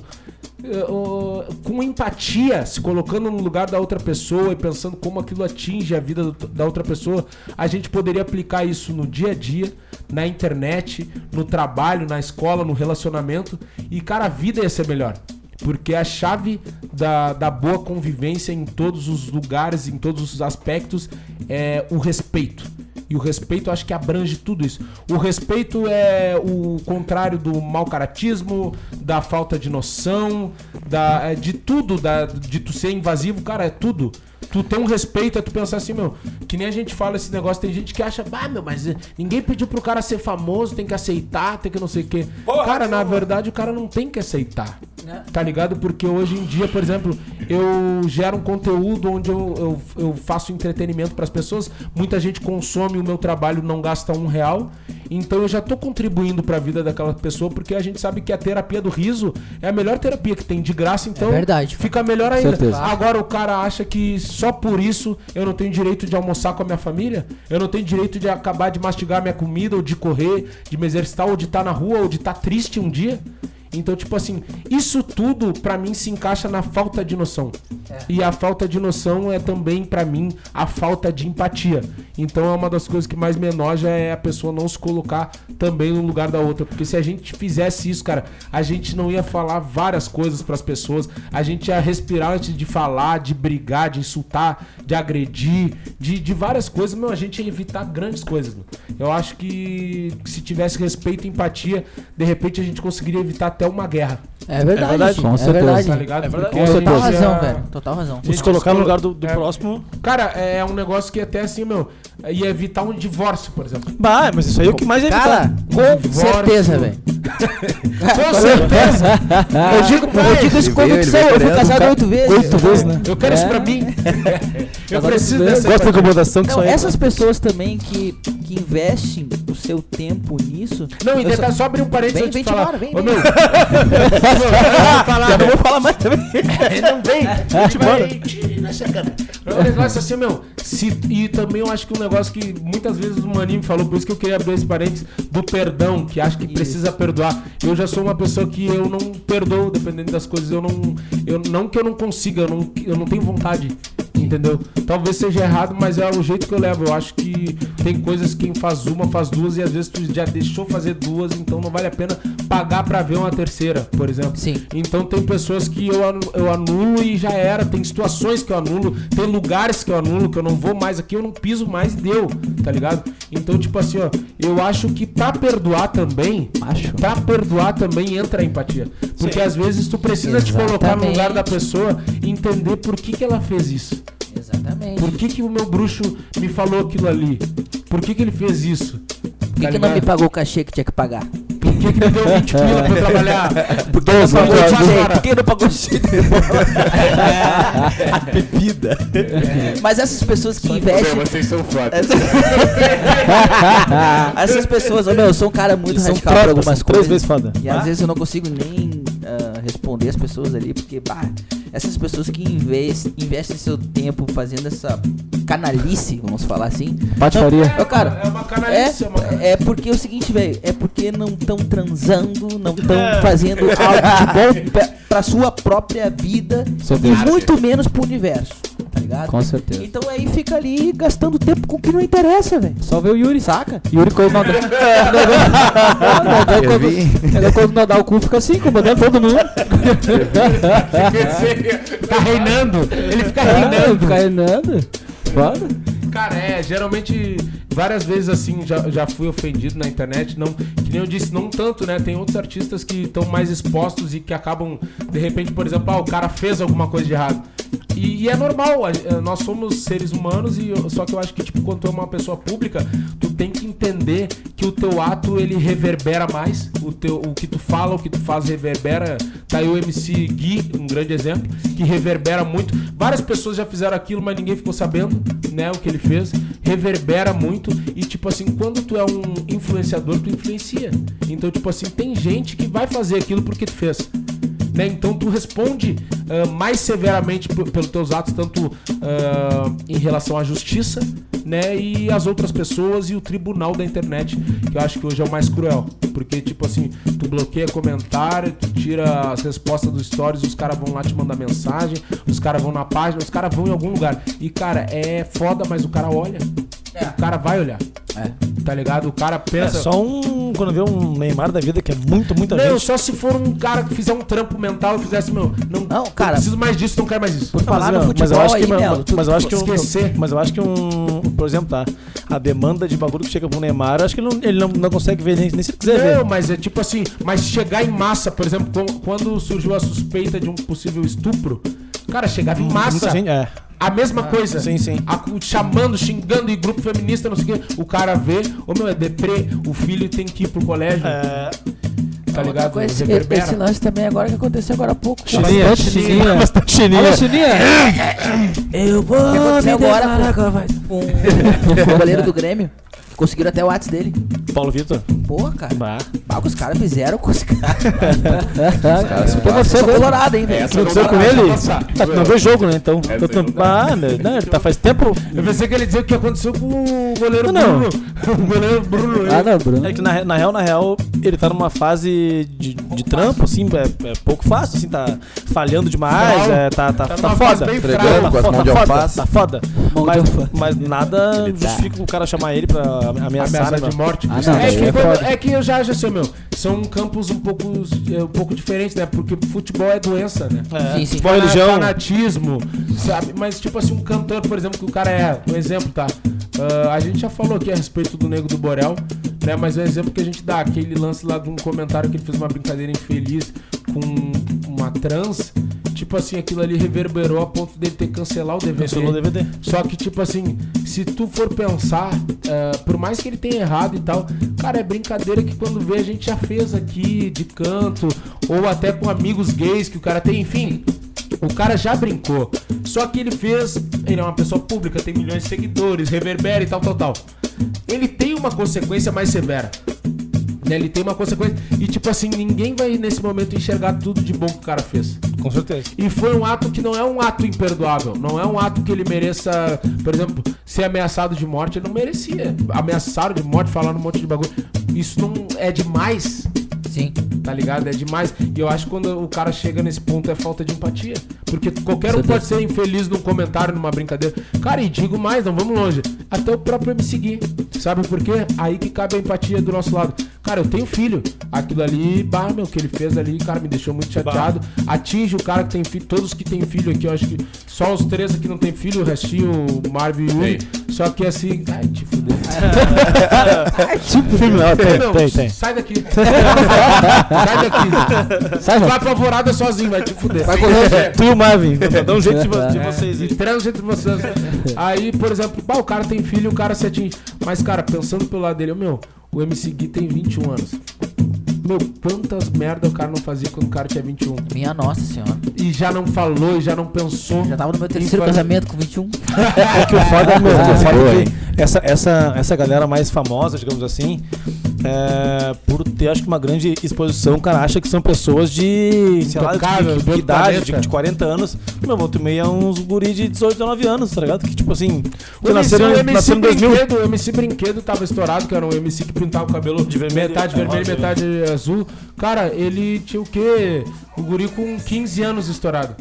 S3: eh, o- com empatia, se colocando no lugar da outra pessoa e pensando como aquilo atinge a vida do- da outra pessoa, a gente poderia aplicar isso no dia a dia, na internet, no trabalho, na escola, no relacionamento e cara, a vida ia ser melhor. Porque é a chave da, da boa convivência em todos os lugares, em todos os aspectos, é o respeito. E o respeito eu acho que abrange tudo isso. O respeito é o contrário do mau caratismo, da falta de noção, da, é, de tudo, da, de tu ser invasivo, cara, é tudo. Tu tem um respeito, é tu pensar assim, meu, que nem a gente fala esse negócio, tem gente que acha, ah, meu, mas eh, ninguém pediu pro cara ser famoso, tem que aceitar, tem que não sei o quê. cara, na verdade, o cara não tem que aceitar. Tá ligado? Porque hoje em dia, por exemplo, eu gero um conteúdo onde eu, eu, eu faço entretenimento pras pessoas. Muita gente consome o meu trabalho, não gasta um real. Então eu já tô contribuindo pra vida daquela pessoa, porque a gente sabe que a terapia do riso é a melhor terapia que tem de graça. Então
S4: verdade.
S3: fica melhor ainda.
S5: Certeza.
S3: Agora o cara acha que só por isso eu não tenho direito de almoçar com a minha família, eu não tenho direito de acabar de mastigar minha comida, ou de correr, de me exercitar, ou de estar na rua, ou de estar triste um dia. Então, tipo assim, isso tudo pra mim se encaixa na falta de noção. E a falta de noção é também pra mim a falta de empatia. Então é uma das coisas que mais me enoja é a pessoa não se colocar também no lugar da outra, porque se a gente fizesse isso, cara, a gente não ia falar várias coisas pras pessoas, a gente ia respirar antes de falar, de brigar, de insultar, de agredir, de, de várias coisas, meu, a gente ia evitar grandes coisas. Meu. Eu acho que se tivesse respeito e empatia, de repente a gente conseguiria evitar até uma guerra,
S4: É verdade,
S6: verdade,
S4: Gil,
S5: com
S4: é
S5: certeza.
S4: verdade.
S3: tá ligado?
S6: É verdade,
S3: Porque
S6: com
S3: a gente
S4: Total
S6: certeza.
S3: ia-
S4: razão, velho. Total razão.
S6: Se colocar no lugar do, do
S3: É.
S6: próximo.
S3: Cara, é um negócio que até assim, meu, ia evitar um divórcio, por exemplo.
S6: Bah, mas isso aí é o que mais é
S4: Cara,
S6: evitado.
S4: com certeza, velho.
S3: Com certeza!
S4: Eu digo, eu digo isso com
S8: veio, ele
S4: convicção.
S8: veio
S4: Eu fui
S8: querendo, um
S4: casado oito vezes.
S6: Oito vezes, né?
S3: Eu quero
S4: É.
S3: isso pra mim. Eu preciso
S6: Eu
S3: dessa
S6: gosto da acomodação que
S4: Não,
S6: isso aí.
S4: essas pessoas também que, que investem o seu tempo nisso.
S3: Não, e
S4: eu
S3: deixa só abrir um parênteses antes de
S4: Vem, vem te
S3: falar.
S4: embora, vem,
S3: Ô,
S4: vem.
S3: meu,
S6: Eu não vou falar mais também.
S3: é um negócio assim, meu. se- e também eu acho que um negócio que muitas vezes o Maninho falou, por isso que eu queria abrir esse parênteses, do perdão, que acho que precisa perdoar. Eu já sou uma pessoa que eu não perdoo, dependendo das coisas. Eu não. Eu, não que eu não consiga, eu não, eu não tenho vontade. Entendeu? Talvez seja errado, mas é o jeito que eu levo. Eu acho que tem coisas que quem faz uma faz duas e às vezes tu já deixou fazer duas, então não vale a pena pagar pra ver uma terceira, por exemplo.
S4: Sim.
S3: Então tem pessoas que eu, anu- eu anulo e já era. Tem situações que eu anulo, tem lugares que eu anulo, que eu não vou mais aqui, eu não piso mais e deu, tá ligado? Então, tipo assim, ó, eu acho que pra perdoar também,
S4: Acho.
S3: pra perdoar também entra a empatia. Porque às vezes tu precisa te colocar no lugar da pessoa e entender por que, que ela fez isso.
S4: Exatamente.
S3: Por que, que o meu bruxo me falou aquilo ali? Por que, que ele fez isso?
S4: Por que,
S3: Tá
S4: que não me
S3: ligado?
S4: pagou o cachê que tinha que pagar?
S3: Por que, que ele deu 20 pila pra eu trabalhar?
S4: Por que não
S8: né?
S4: pagou
S3: Doze,
S4: o
S3: cara.
S4: DJ? Por que não pagou o DJ?
S8: Bebida.
S3: É.
S4: Mas essas pessoas que
S2: Meu,
S4: investem.
S2: vocês são fodas.
S4: Essas... Essas pessoas, ô meu, eu sou um cara muito
S6: São
S4: radical pra
S6: tropas,
S4: algumas
S6: são três
S4: coisas.
S6: vezes foda.
S4: E às vezes eu não consigo nem ah, responder as pessoas ali, porque, bah, essas pessoas que investem, investem seu tempo fazendo essa canalice, vamos falar assim.
S5: Patifaria.
S4: Ô, cara,
S3: É uma canalice, é uma canalice.
S4: é, é porque é o seguinte, velho, é porque não estão transando, não estão fazendo algo de bom pra, pra sua própria vida,
S5: Certeza.
S4: e muito menos pro universo, tá ligado?
S5: Com certeza.
S4: Então aí fica ali gastando tempo com o que não interessa, velho.
S5: Só vê o Yuri.
S4: Saca?
S5: Yuri quando não dá. Negão-
S8: Eu vi.
S5: Negão quando não dá o cu fica assim, incomodando todo mundo.
S3: Tá reinando. Ele fica
S5: Ah,
S3: reinando.
S5: Fica reinando. Foda.
S3: Cara, é, geralmente várias vezes assim já, já fui ofendido na internet, não, que nem eu disse, não tanto, né? Tem outros artistas que estão mais expostos e que acabam de repente, por exemplo, ah, o cara fez alguma coisa de errado. E, e é normal, a- eh, nós somos seres humanos e eu- só que eu acho que tipo quando tu é uma pessoa pública, tu tem que entender que o teu ato ele reverbera mais, o teu o que tu fala, o que tu faz reverbera. Tá aí o MC Gui, um grande exemplo, que reverbera muito. Várias pessoas já fizeram aquilo, mas ninguém ficou sabendo, né, o que ele fez. Reverbera muito e tipo assim, quando tu é um influenciador, tu influencia. Então, tipo assim, tem gente que vai fazer aquilo porque tu fez né? Então tu responde ah, mais severamente p- pelos teus atos, tanto ah, em relação à justiça, né? E as outras pessoas e o tribunal da internet, que eu acho que hoje é o mais cruel. Porque, tipo assim, tu bloqueia comentário, tu tira as respostas dos stories, os caras vão lá te mandar mensagem, os caras vão na página, os caras vão em algum lugar. E, cara, é foda, mas o cara olha. O cara vai olhar. Tá ligado? O cara
S6: É
S3: pensa.
S6: só um. Quando vê um Neymar da vida, que é muito, muita
S3: Não,
S6: gente.
S3: só se for um cara que fizer um trampo mental e fizesse, meu, não,
S9: Não, cara.
S3: não preciso mais disso, não quero mais isso.
S6: Mas,
S9: Falar no
S6: não, mas eu
S9: futebol
S6: acho que,
S9: aí,
S6: mas,
S9: Nelo, tu-
S6: mas eu acho que um,
S3: esquecer.
S6: mas eu acho que um, por exemplo, tá, a demanda de bagulho que chega pro Neymar, eu acho que ele não, ele não, não consegue ver nem, nem se ele quiser
S3: Não,
S6: ver.
S3: mas é tipo assim, mas chegar em massa, por exemplo, com- quando surgiu a suspeita de um possível estupro, cara, chegava em massa.
S6: Muita gente, é.
S3: A mesma coisa.
S6: sim, sim.
S3: A- chamando, xingando e grupo feminista, não sei o quê. O cara vê, ô meu, é deprê, o filho tem que ir pro colégio,
S6: É,
S3: tá ligado?
S4: Com esse,
S3: Reverbera.
S4: esse lance também agora que aconteceu agora há pouco. pô.
S5: Chininha, chininha. Olha a
S3: É.
S5: chininha.
S4: Eu vou
S9: O que aconteceu
S4: me
S9: agora
S4: desmaiar
S9: com-
S4: com a voz.
S9: com o goleiro do Grêmio. que Conseguiram até o WhatsApp dele.
S6: Paulo Vitor.
S9: Porra, cara.
S6: Bah.
S9: Ah, o que os caras fizeram com os caras.
S5: Pô, você é
S9: Sou
S5: doido.
S9: colorado, hein, velho.
S2: Essa
S9: Sou
S2: não
S6: Aconteceu
S2: dá
S6: com
S2: pra
S6: ele?
S2: passar.
S3: É,
S6: Tá, tu não vê o jogo, né? Então.
S2: É,
S6: então,
S2: sei
S3: um
S6: tu-
S2: lá.
S6: ah, né, não, ele tá faz tempo.
S3: Eu pensei que ele ia dizer o que aconteceu com o goleiro
S6: Não, não.
S3: Bruno. o goleiro Bruno. ele-
S5: Ah, não, Bruno.
S6: É que na, na real, na real, ele tá numa fase de, de trampo, assim, é, é pouco fácil, assim, tá falhando demais,
S3: Não.
S6: é, tá, tá, tá,
S3: Tá numa fase
S6: foda.
S3: bem
S6: Tá
S3: fraca.
S6: foda,
S8: com as
S6: tá
S8: mãos de
S6: foda,
S8: alface.
S6: Tá foda.
S4: Mão de alface.
S6: Mas, mas nada justifica o cara chamar ele pra ameaçar, né,
S3: ameaçada
S6: mano?
S3: de morte.
S5: Ah, não,
S3: é,
S5: daí
S3: que
S5: é
S3: quando-
S5: foda.
S3: é que eu já acho assim, meu, são campos um pouco, é, um pouco diferentes, né? Porque futebol é doença, né?
S9: Sim, sim.
S6: Futebol é religião.
S3: Fanatismo, sabe? Mas, tipo assim, um cantor, por exemplo, que o cara é. Um exemplo, tá? Ah, a gente já falou aqui a respeito do Nego do Borel, né? Mas é um exemplo que a gente dá, aquele lance lá de um comentário que ele fez uma brincadeira infeliz com uma trans. Tipo assim, aquilo ali reverberou a ponto dele ter que cancelar o DVD.
S6: Cancelou o DVD.
S3: Só que, tipo assim, se tu for pensar, eh, por mais que ele tenha errado e tal, cara, é brincadeira que quando vê a gente já fez aqui de canto, ou até com amigos gays que o cara tem, enfim. O cara já brincou. Só que ele fez. Ele é uma pessoa pública, tem milhões de seguidores, reverbera e tal, tal, tal. Ele tem uma consequência mais severa. Né? Ele tem uma consequência. E tipo assim, ninguém vai nesse momento enxergar tudo de bom que o cara fez.
S6: Com certeza.
S3: E foi um ato que não é um ato imperdoável. Não é um ato que ele mereça, por exemplo, ser ameaçado de morte. Ele não merecia. Ameaçaram de morte, falaram um monte de bagulho. Isso não é demais,
S9: Sim.
S3: tá ligado? É demais. E eu acho que quando o cara chega nesse ponto é falta de empatia. Porque qualquer um pode ser infeliz num comentário, numa brincadeira. Cara, e digo mais, não vamos longe. Até o próprio me seguir. Sabe por quê? Aí que cabe a empatia do nosso lado. Cara, eu tenho filho. Aquilo ali, bah, meu, que ele fez ali, cara, me deixou muito chateado. Atinge o cara que tem filho. Todos que tem filho aqui, eu acho que só os três aqui não tem filho, o restinho, o Marvin e o Yuri. Só que assim. Ai, te fudeu.
S6: Filme não, tem,
S3: Não,
S6: tem, tem.
S3: Sai daqui. sai daqui. Sai Vai apavorada sozinho, vai te fuder. Vai
S6: Tu e o Marvin, dá um jeito de, vo- de vocês aí.
S3: Trânsito entre vocês. Aí, por exemplo, bah, o cara tem filho, o cara se atinge. Mas, cara, pensando pelo lado dele, ô, meu, o MC Gui tem 21 anos. Meu, quantas merda o cara não fazia quando o cara tinha 21.
S9: Minha nossa senhora.
S3: E já não falou, e já não pensou.
S9: Já tava no meu terceiro
S3: Infância.
S9: casamento com 21.
S6: É que o foda, meu, o foda
S8: boa,
S6: é
S8: hein?
S6: que essa, essa, essa galera mais famosa, digamos assim, é, por ter, acho que, uma grande exposição, cara, acha que são pessoas de, sei lá, de,
S3: Intocável,
S6: que-
S3: do
S6: que
S3: outro
S6: idade,
S3: planeta.
S6: de, de 40 anos. Meu, volta e meia é uns guri de 18, 19 anos, tá ligado? Que, tipo assim,
S3: O é MC,
S6: nasceram
S3: o
S6: nasceram
S3: MC
S6: em 2000.
S3: Brinquedo, o MC Brinquedo tava estourado, que era um MC que pintava o cabelo de
S6: vermelho.
S3: metade
S6: É,
S3: vermelho,
S6: rosa,
S3: metade azul. Cara, ele tinha o quê? O guri com 15 anos estourado.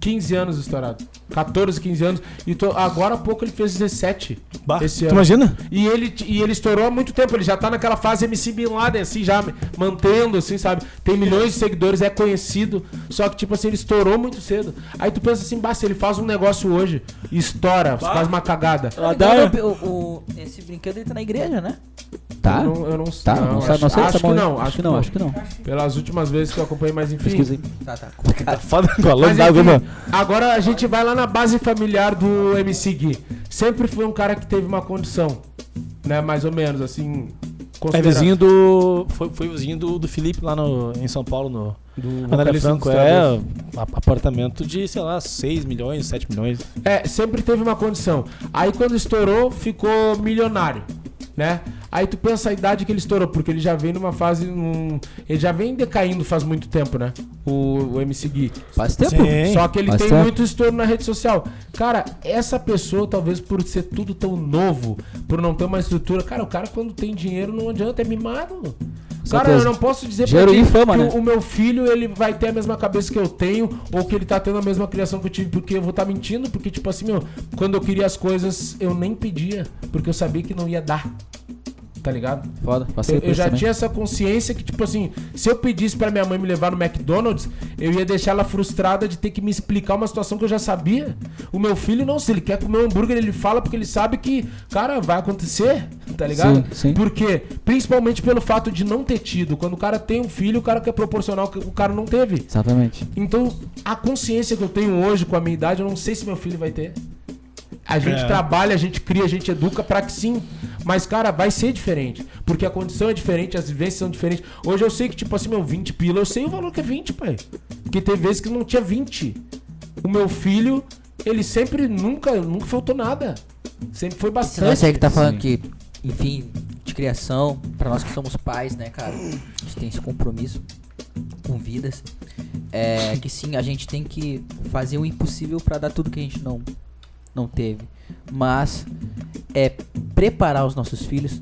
S3: 15 anos estourado. 14, 15 anos. E tô- agora há pouco ele fez 17.
S6: Bah,
S3: Esse
S6: tu
S3: ano.
S6: imagina?
S3: E ele, t- e ele estourou há muito tempo, ele já tá naquela fase MC Bin Laden, assim, já me- mantendo, assim, sabe? Tem milhões de seguidores, é conhecido, só que, tipo assim, ele estourou muito cedo. Aí tu pensa assim, bah, se ele faz um negócio hoje e estoura, faz uma cagada.
S9: Tá
S6: Adão.
S9: o, o- esse brinquedo ele tá na igreja, né?
S5: Tá?
S3: Eu não, eu não,
S5: Tá, não,
S3: não,
S5: sabe- não
S3: acho,
S5: sei
S3: acho
S5: essa
S3: que não, acho que não,
S5: acho que não.
S3: Pelas últimas vezes que eu acompanhei, mas enfim.
S5: Pesquisa aí.
S9: Tá, tá.
S6: Tá foda com a
S3: Mas,
S6: lâmpada,
S3: enfim,
S6: mano.
S3: agora a gente vai lá na base familiar do MC Gui. Sempre foi um cara que teve uma condição, né? Mais ou menos, assim.
S6: É
S3: considerável.
S6: vizinho do. Foi, foi vizinho do, do Felipe lá no, em São Paulo, no
S3: do
S6: André
S3: vocalista
S6: Franco.
S3: dos
S6: É
S3: Trabalhos.
S6: a- apartamento de, sei lá, 6 milhões, 7 milhões.
S3: É, sempre teve uma condição. Aí quando estourou, ficou milionário, né? Aí tu pensa a idade que ele estourou, porque ele já vem numa fase. num- Ele já vem decaindo faz muito tempo, né? O, o MC Gui.
S4: Faz tempo.
S6: Sim.
S3: Só que ele
S5: Faz
S3: tem
S5: tempo.
S3: muito estouro na rede social. Cara, essa pessoa, talvez por ser tudo tão novo, por não ter uma estrutura. Cara, o cara quando tem dinheiro não adianta, é mimado. mano. Cara, eu
S5: certeza.
S3: não posso dizer
S5: Dinheiro
S3: ele
S5: e fama,
S3: que
S5: né?
S3: o- o meu filho ele vai ter a mesma cabeça que eu tenho ou que ele tá tendo a mesma criação que eu tive, porque eu vou estar mentindo, porque tipo assim, meu, quando eu queria as coisas, eu nem pedia, porque eu sabia que não ia dar. Tá ligado?
S5: Foda, passei
S3: Eu,
S5: por
S3: eu
S5: isso
S3: já
S5: também.
S3: tinha essa consciência que, tipo assim, se eu pedisse pra minha mãe me levar no McDonald's, eu ia deixar ela frustrada de ter que me explicar uma situação que eu já sabia. O meu filho, não, se ele quer comer um hambúrguer, ele fala porque ele sabe que, cara, vai acontecer, tá ligado?
S5: Sim, sim.
S3: Por quê? Principalmente pelo fato de não ter tido. Quando o cara tem um filho, o cara quer proporcionar o que o cara não teve.
S5: Exatamente.
S3: Então, a consciência que eu tenho hoje com a minha idade, eu não sei se meu filho vai ter. A gente trabalha, a gente cria, a gente educa pra que sim. Mas, cara, vai ser diferente. Porque a condição é diferente, as vivências são diferentes. Hoje eu sei que, tipo assim, meu 20 pila, eu sei o valor que é 20, pai. Porque tem vezes que não tinha 20. O meu filho, ele sempre, nunca, nunca faltou nada. Sempre foi
S9: Esse lance
S3: bastante.
S9: aí que tá falando que, enfim, de criação, pra nós que somos pais, né, cara? A gente tem esse compromisso com vidas. É que sim, a gente tem que fazer o impossível pra dar tudo que a gente não, não teve. Mas é preparar os nossos filhos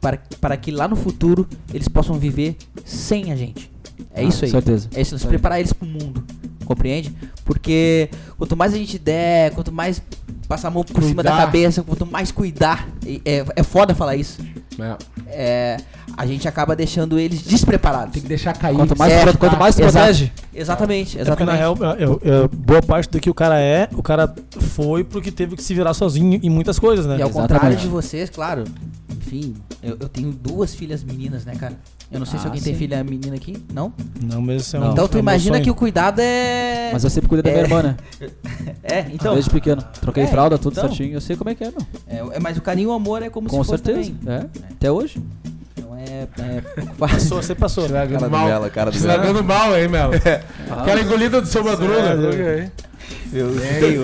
S9: para, para que lá no futuro eles possam viver sem a gente. É isso aí.
S5: Ah, certeza.
S9: É isso, nos preparar eles pro mundo. Compreende? Porque quanto mais a gente der, quanto mais passar a mão por cima da
S3: Cuidar.
S9: cabeça, quanto mais cuidar, e- é, é foda falar isso. É, a gente acaba deixando eles despreparados.
S3: Tem que deixar cair.
S5: Quanto mais,
S9: É,
S5: pro- quanto mais
S9: exato.
S5: protege,
S9: Exatamente,
S6: É porque, na
S9: exatamente.
S6: real, eu- eu- boa parte do que o cara é, o cara foi porque teve que se virar sozinho em muitas coisas, né?
S9: E é ao
S5: Exatamente.
S9: contrário de vocês, claro. Enfim, eu, eu tenho duas filhas meninas, né, cara? Eu não sei se
S5: Ah,
S9: alguém tem
S5: sim.
S9: filha menina aqui, não?
S6: Não, mas isso é
S9: então tu
S6: é meu
S9: imagina
S6: sonho.
S9: que o cuidado é.
S5: mas eu sempre cuidei da minha
S9: É.
S5: irmã, né?
S9: É, então.
S5: Desde pequeno. Troquei
S9: É,
S5: fralda, tudo
S9: então.
S5: certinho. Eu sei como é que é, meu.
S9: É, é, mas o carinho e o amor é como
S5: Com
S9: se fosse
S5: certeza.
S9: também.
S5: É. Até hoje.
S9: Então é. é fácil.
S6: Passou, você passou.
S8: Cara do Melo, cara do Melo.
S3: Estragando mal, hein, Melo? Aquela engolida do seu madruga.
S8: Meu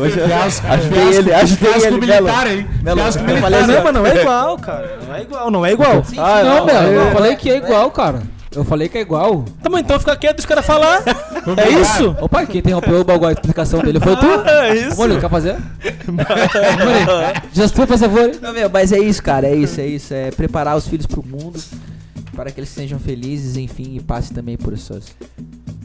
S8: hoje
S3: Fiasco,
S8: Ajudei ele, ajudei
S3: fiasco
S8: ele,
S3: militar, hein? Fiasco
S8: Eu
S3: militar.
S8: falei assim,
S6: Caramba, não é igual, cara. Não é igual, não é igual.
S5: Ah, não, meu. Eu falei que é igual, cara. Eu falei que é igual. Ah,
S6: Tá bom, então fica quieto, os caras falar. É isso?
S5: Opa, quem interrompeu o bagulho, a explicação dele foi tu?
S6: É isso.
S5: Mônio, quer fazer? Mônio, gestor, por favor.
S9: Não, meu, mas é isso, cara, é isso, é isso. É preparar os filhos pro mundo para que eles sejam felizes, enfim, e passem também por seus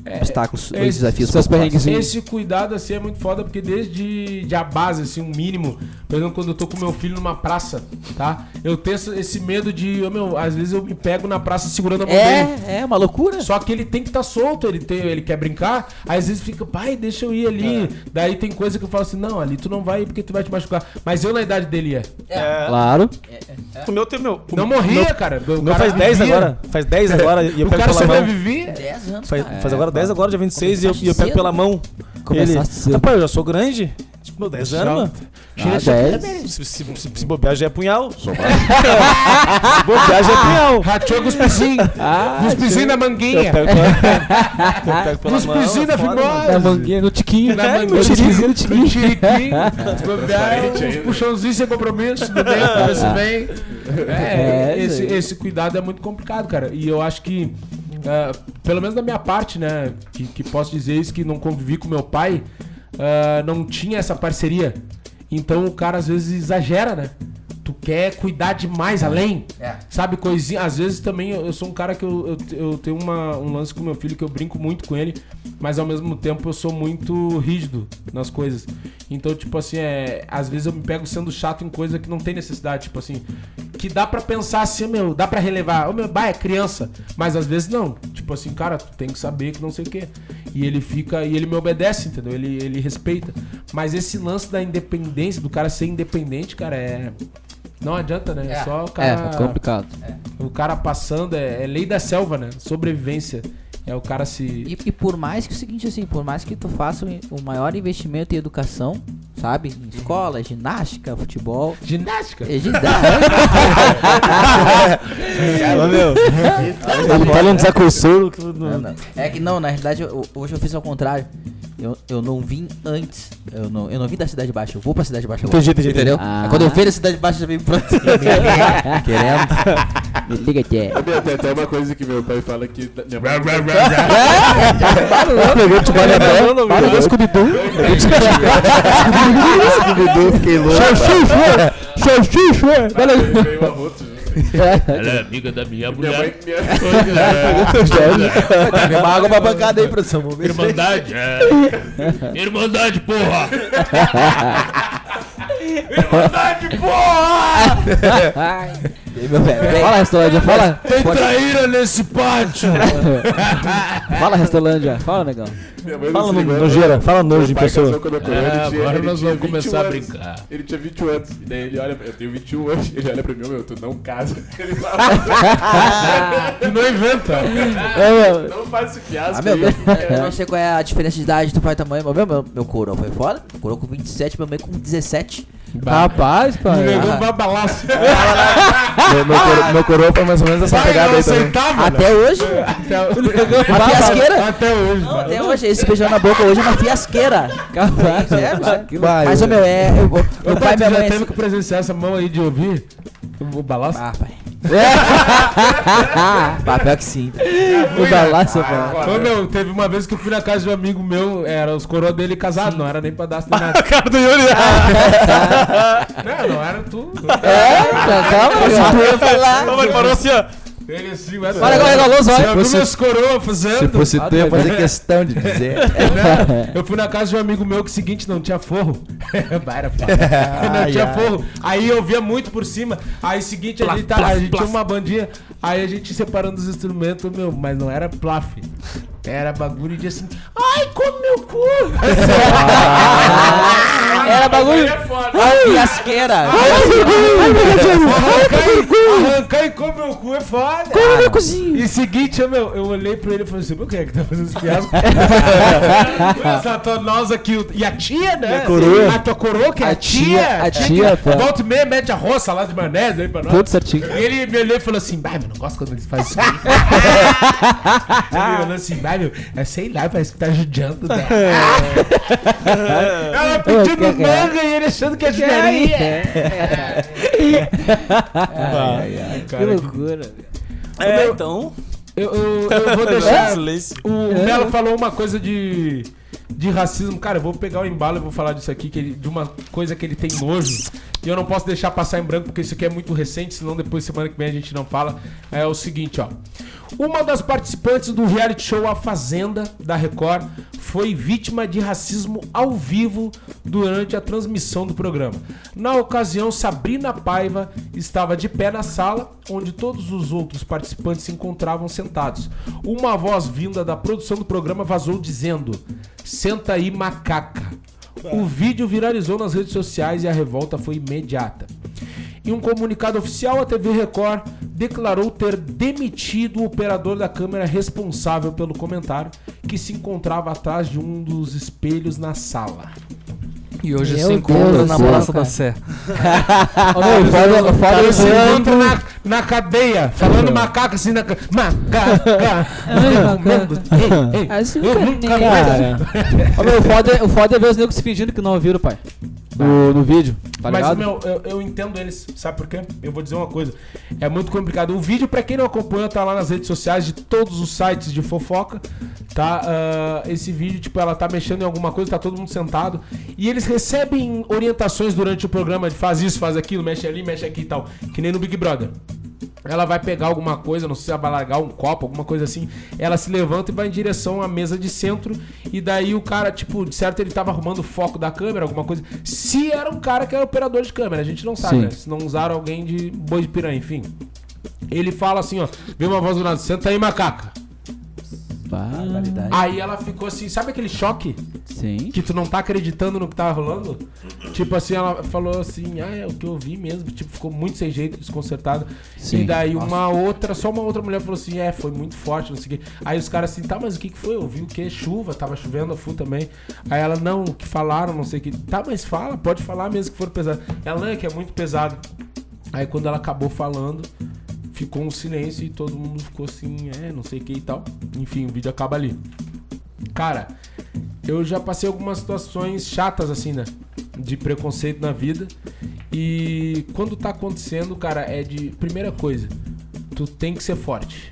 S6: É,
S9: obstáculos e
S3: esse-
S9: desafios.
S5: seus perrengues. Sim.
S3: Esse cuidado assim é muito foda, porque desde de a base, assim, um mínimo, por exemplo, quando eu tô com meu filho numa praça, tá? Eu tenho esse- esse medo de, ô, meu, às vezes eu me pego na praça segurando a mão dele.
S9: É, é uma loucura.
S3: Só que ele tem que estar solto, ele, tem, ele quer brincar, aí às vezes fica, pai, deixa eu ir
S6: É.
S3: ali. Daí tem coisa que eu falo assim, não, ali tu não vai ir porque tu vai te machucar. Mas eu na idade dele ia.
S5: É. Claro.
S6: O meu tem meu. O
S3: Não morria, cara. O
S6: O meu faz 10 agora. Faz 10 agora e eu
S3: O
S6: pego
S3: cara
S6: pela mão.
S3: sobrevivia.
S9: 10 anos,
S6: Faz,
S9: cara.
S6: faz agora 10 agora, dia 26 e eu, e eu
S9: É. Começaste
S6: pego pela
S9: cedo.
S6: mão. Ele,
S5: Começaste cedo.
S6: rapaz, eu já sou grande. Tipo, meu, 10 anos, mano.
S5: Ah, 10.
S6: Se, se, se, se bobear já é punhal. se bobear já é punhal.
S3: Rachou com os pizinhos.
S5: Ah,
S3: os pizinhos da
S6: Ah, Eu
S3: manguinha.
S6: pego pela, eu pego pela
S3: Os
S6: mão.
S3: pizinhos da
S5: Da
S3: fimose.
S5: manguinha no tiquinho.
S6: É,
S3: Da
S5: né?
S3: manguinha.
S5: No tiquinho, no
S3: No
S5: tiquinho.
S3: tiriquinho. Se bobear,
S2: Transparente
S3: uns
S2: ainda.
S3: puxãozinhos sem compromisso. Tudo bem, tudo se bem.
S5: É,
S3: É, esse,
S5: gente.
S3: esse cuidado é muito complicado, cara. E eu acho que... ah, pelo menos da minha parte, né? Que, que posso dizer isso, que não convivi com meu pai, é, ah, não tinha essa parceria. Então o cara às vezes exagera, né? tu quer cuidar demais além.
S2: É.
S3: Sabe, coisinha. Às vezes também eu, eu sou um cara que eu, eu, eu tenho uma, um lance com meu filho que eu brinco muito com ele, mas ao mesmo tempo eu sou muito rígido nas coisas. Então, tipo assim, é, às vezes eu me pego sendo chato em coisa que não tem necessidade. Tipo assim, que dá pra pensar assim, meu, dá pra relevar. Ô meu, bah, é criança. Mas às vezes não. Tipo assim, cara, tu tem que saber que não sei o quê. E ele fica, e ele me obedece, entendeu? Ele, ele respeita. Mas esse lance da independência, do cara ser independente, cara, é. Não adianta, né? É, só o
S5: É,
S3: cara.
S5: complicado.
S3: O cara passando, é, é lei da selva, né? Sobrevivência. É o cara se.
S4: E, e por mais que o seguinte, assim, por mais que tu faça um- o maior investimento em educação, sabe? Em escola, ginástica, futebol.
S3: Ginástica!
S4: É né? ginástica.
S6: Ô, meu.
S5: Ele tá num desacursuro.
S4: Não, não. É que não, na realidade, eu- hoje eu fiz ao contrário. Eu, eu não vim antes. Eu não, eu não vim da Cidade Baixa, eu vou pra Cidade Baixa agora.
S6: Entendi, entendi.
S4: Entendeu?
S5: Ah.
S4: Aí Quando eu vejo a Cidade Baixa, já vem pronto.
S9: É
S4: Querendo. Me liga, Tchê.
S2: Meu, Tem até uma coisa que meu pai fala que. da- Minha mãe,
S5: Tá
S8: Pegou Tubarão,
S5: Para do Scooby-Doo.
S8: Scooby-Doo, fiquei louco.
S5: Salsicha! Olha aí.
S2: meu veio um arroto, né? Minha mãe. Minha...
S9: Vai uma água pra bancada aí, produção. Vamos ver se-
S11: Irmandade, é. Irmandade, porra!
S5: Fala, Restolândia, fala.
S3: Traíra nesse pátio!
S5: Fala, Restolândia. Fala, negão.
S2: Minha mãe
S6: Fala
S2: não se ligou,
S6: no-
S2: né?
S6: nojeira, fala
S2: Meu
S6: nojo em
S2: pai casou
S6: pessoa.
S2: com a minha coroa, ele tinha-
S11: agora
S2: ele
S11: nós
S2: tinha
S11: vamos
S2: 21
S11: começar a
S2: anos.
S11: brincar.
S2: Ele tinha 21 anos. E daí ele olha, eu tenho 21 anos. Ele olha pra mim, meu, tu não casa. Ele fala,
S3: Não inventa!
S2: não faz esse
S4: Ah,
S2: fiasco.
S4: meu,
S2: aí,
S4: meu,
S2: eu-
S4: eu não sei qual é a diferença de idade do pai e da mãe, mas meu, meu, meu coroa foi fora. Meu coroa com 27, meu mãe com 17.
S5: Rapaz, pai.
S3: Pegou uma balaço.
S8: Meu, meu, coro, meu coroa foi mais ou menos essa pegada aí também.
S4: Até hoje, uma fiasqueira.
S3: Até hoje.
S4: Não,
S9: Uhum.
S4: até hoje, esse beijão na boca hoje é uma fiasqueira.
S5: Capaz.
S4: É,
S8: Vai,
S4: Mas, ô, meu, é. eu- meu pai e
S3: Pai, já
S4: minha mãe.
S3: teve
S4: assim-
S3: que presenciar essa mão aí de ouvir? O balaço?
S4: Ah, pai. Papel que sim.
S5: O balaço, pai.
S3: Ô, meu, teve uma vez que eu fui na casa de um amigo meu, era os coroa dele casado, não era nem assim, padastro nem nada.
S6: Cara do Yuri.
S3: né?
S6: né?
S3: não, não era tu.
S4: É,
S5: Calma,
S6: Não, ele parou assim, ó.
S3: Ele assim, mas...
S5: Olha agora, regalou os
S3: Eu
S5: olhos.
S3: vi meus coroa fazendo.
S8: Se fosse tu, ia fazer questão de dizer.
S3: Né? Eu fui na casa de um amigo meu que seguinte não tinha forro. Bah, era foda. não tinha forro. Aí eu via muito por cima. Aí seguinte, a gente, tá, a gente tinha uma bandinha. Aí a gente separando os instrumentos, meu, mas não era plaf. Era bagulho de assim. Ai, come meu cu! Assim,
S5: Ah,
S4: Era bagulho. Ai, Fiasqueira.
S3: arrancar, e, arrancar e come meu cu é foda! E seguinte, eu, meu, eu olhei pra ele e falei assim, meu, quem é que tá fazendo esse fiasco? Essa tua nós aqui. o- E a tia, né?
S6: a coroa.
S3: A tua coroa, que é a tia.
S5: tia, a
S3: que
S5: tia, pô.
S3: Volta e meia, mete arroz, salada de maionese aí pra nós.
S5: Tudo certinho.
S3: E ele me olhou e falou assim, bah, meu, não gosto quando eles fazem isso aí. ele me olhou assim, bah, meu, é, sei lá, parece que tá judiando, né? Ela pedindo
S5: que que é?
S3: manga e ele achando que é judiaria.
S5: Que loucura.
S6: É, então.
S3: Eu, eu, eu vou deixar... O Melo falou uma coisa de, de racismo. Cara, eu vou pegar o embalo e vou falar disso aqui, que ele- de uma coisa que ele tem nojo. E eu não posso deixar passar em branco, porque isso aqui é muito recente, senão depois, semana que vem, a gente não fala. É o seguinte, ó. Uma das participantes do reality show A Fazenda, da Record, foi vítima de racismo ao vivo durante a transmissão do programa. Na ocasião, Sabrina Paiva estava de pé na sala, onde todos os outros participantes se encontravam sentados. Uma voz vinda da produção do programa vazou dizendo: Senta aí, macaca. O vídeo viralizou nas redes sociais e a revolta foi imediata. Em um comunicado oficial, a TV Record declarou ter demitido o operador da câmera responsável pelo comentário, que se encontrava atrás de um dos espelhos na sala.
S1: E hoje
S5: Meu
S1: se encontra
S5: Deus
S1: na
S5: do céu,
S1: Praça
S5: cara.
S1: da Sé.
S5: Ô, meu, foda- foda
S3: Ele
S5: esse
S3: se encontra
S5: mundo.
S3: assim, na, na cadeia, falando macaco assim na ca- Macaca! eu comendo, ei, ei,
S5: Assim,
S3: eu nunca mais-
S5: Cara, Ô, meu, o foda é- o foda é ver os negros se fingindo que não ouviram, pai. no, no vídeo, tá
S3: Mas,
S5: ligado?
S3: meu, eu, eu entendo eles, sabe por quê? Eu vou dizer uma coisa. É muito complicado. O vídeo, pra quem não acompanha, tá lá nas redes sociais de todos os sites de fofoca, tá? Ah, esse vídeo, tipo, ela tá mexendo em alguma coisa, tá todo mundo sentado. E eles recebem orientações durante o programa de faz isso, faz aquilo, mexe ali, mexe aqui e tal. Que nem no Big Brother. Ela vai pegar alguma coisa, não sei se ela vai largar um copo, alguma coisa assim. Ela se levanta e vai em direção à mesa de centro. E daí o cara, tipo, de certo ele tava arrumando o foco da câmera, alguma coisa. Se era um cara que era operador de câmera, a gente não sabe,
S5: Sim.
S3: né? Se não usaram alguém de boi de piranha, enfim. Ele fala assim, ó, vem uma voz do nada, senta aí, macaca. Aí ela ficou assim, sabe aquele choque?
S5: Sim.
S3: Que tu não tá acreditando no que tá rolando? Tipo assim, ela falou assim, ah, é o que eu vi mesmo. Tipo, ficou muito sem jeito, desconcertada.
S5: Sim.
S3: E daí uma outra, só uma outra mulher falou assim, é, foi muito forte, não sei o quê. Aí os caras assim, tá, mas o que que foi? Eu vi o quê? Chuva, tava chovendo a full também. Aí ela, não, o que falaram, não sei o que. Tá, mas fala, pode falar mesmo que for pesado. Ela, não, é que é muito pesado. Aí quando ela acabou falando, ficou um silêncio e todo mundo ficou assim, é, não sei o que e tal. Enfim, o vídeo acaba ali. Cara, eu já passei algumas situações chatas assim, né? De preconceito na vida. E quando tá acontecendo, cara, é de. Primeira coisa, tu tem que ser forte.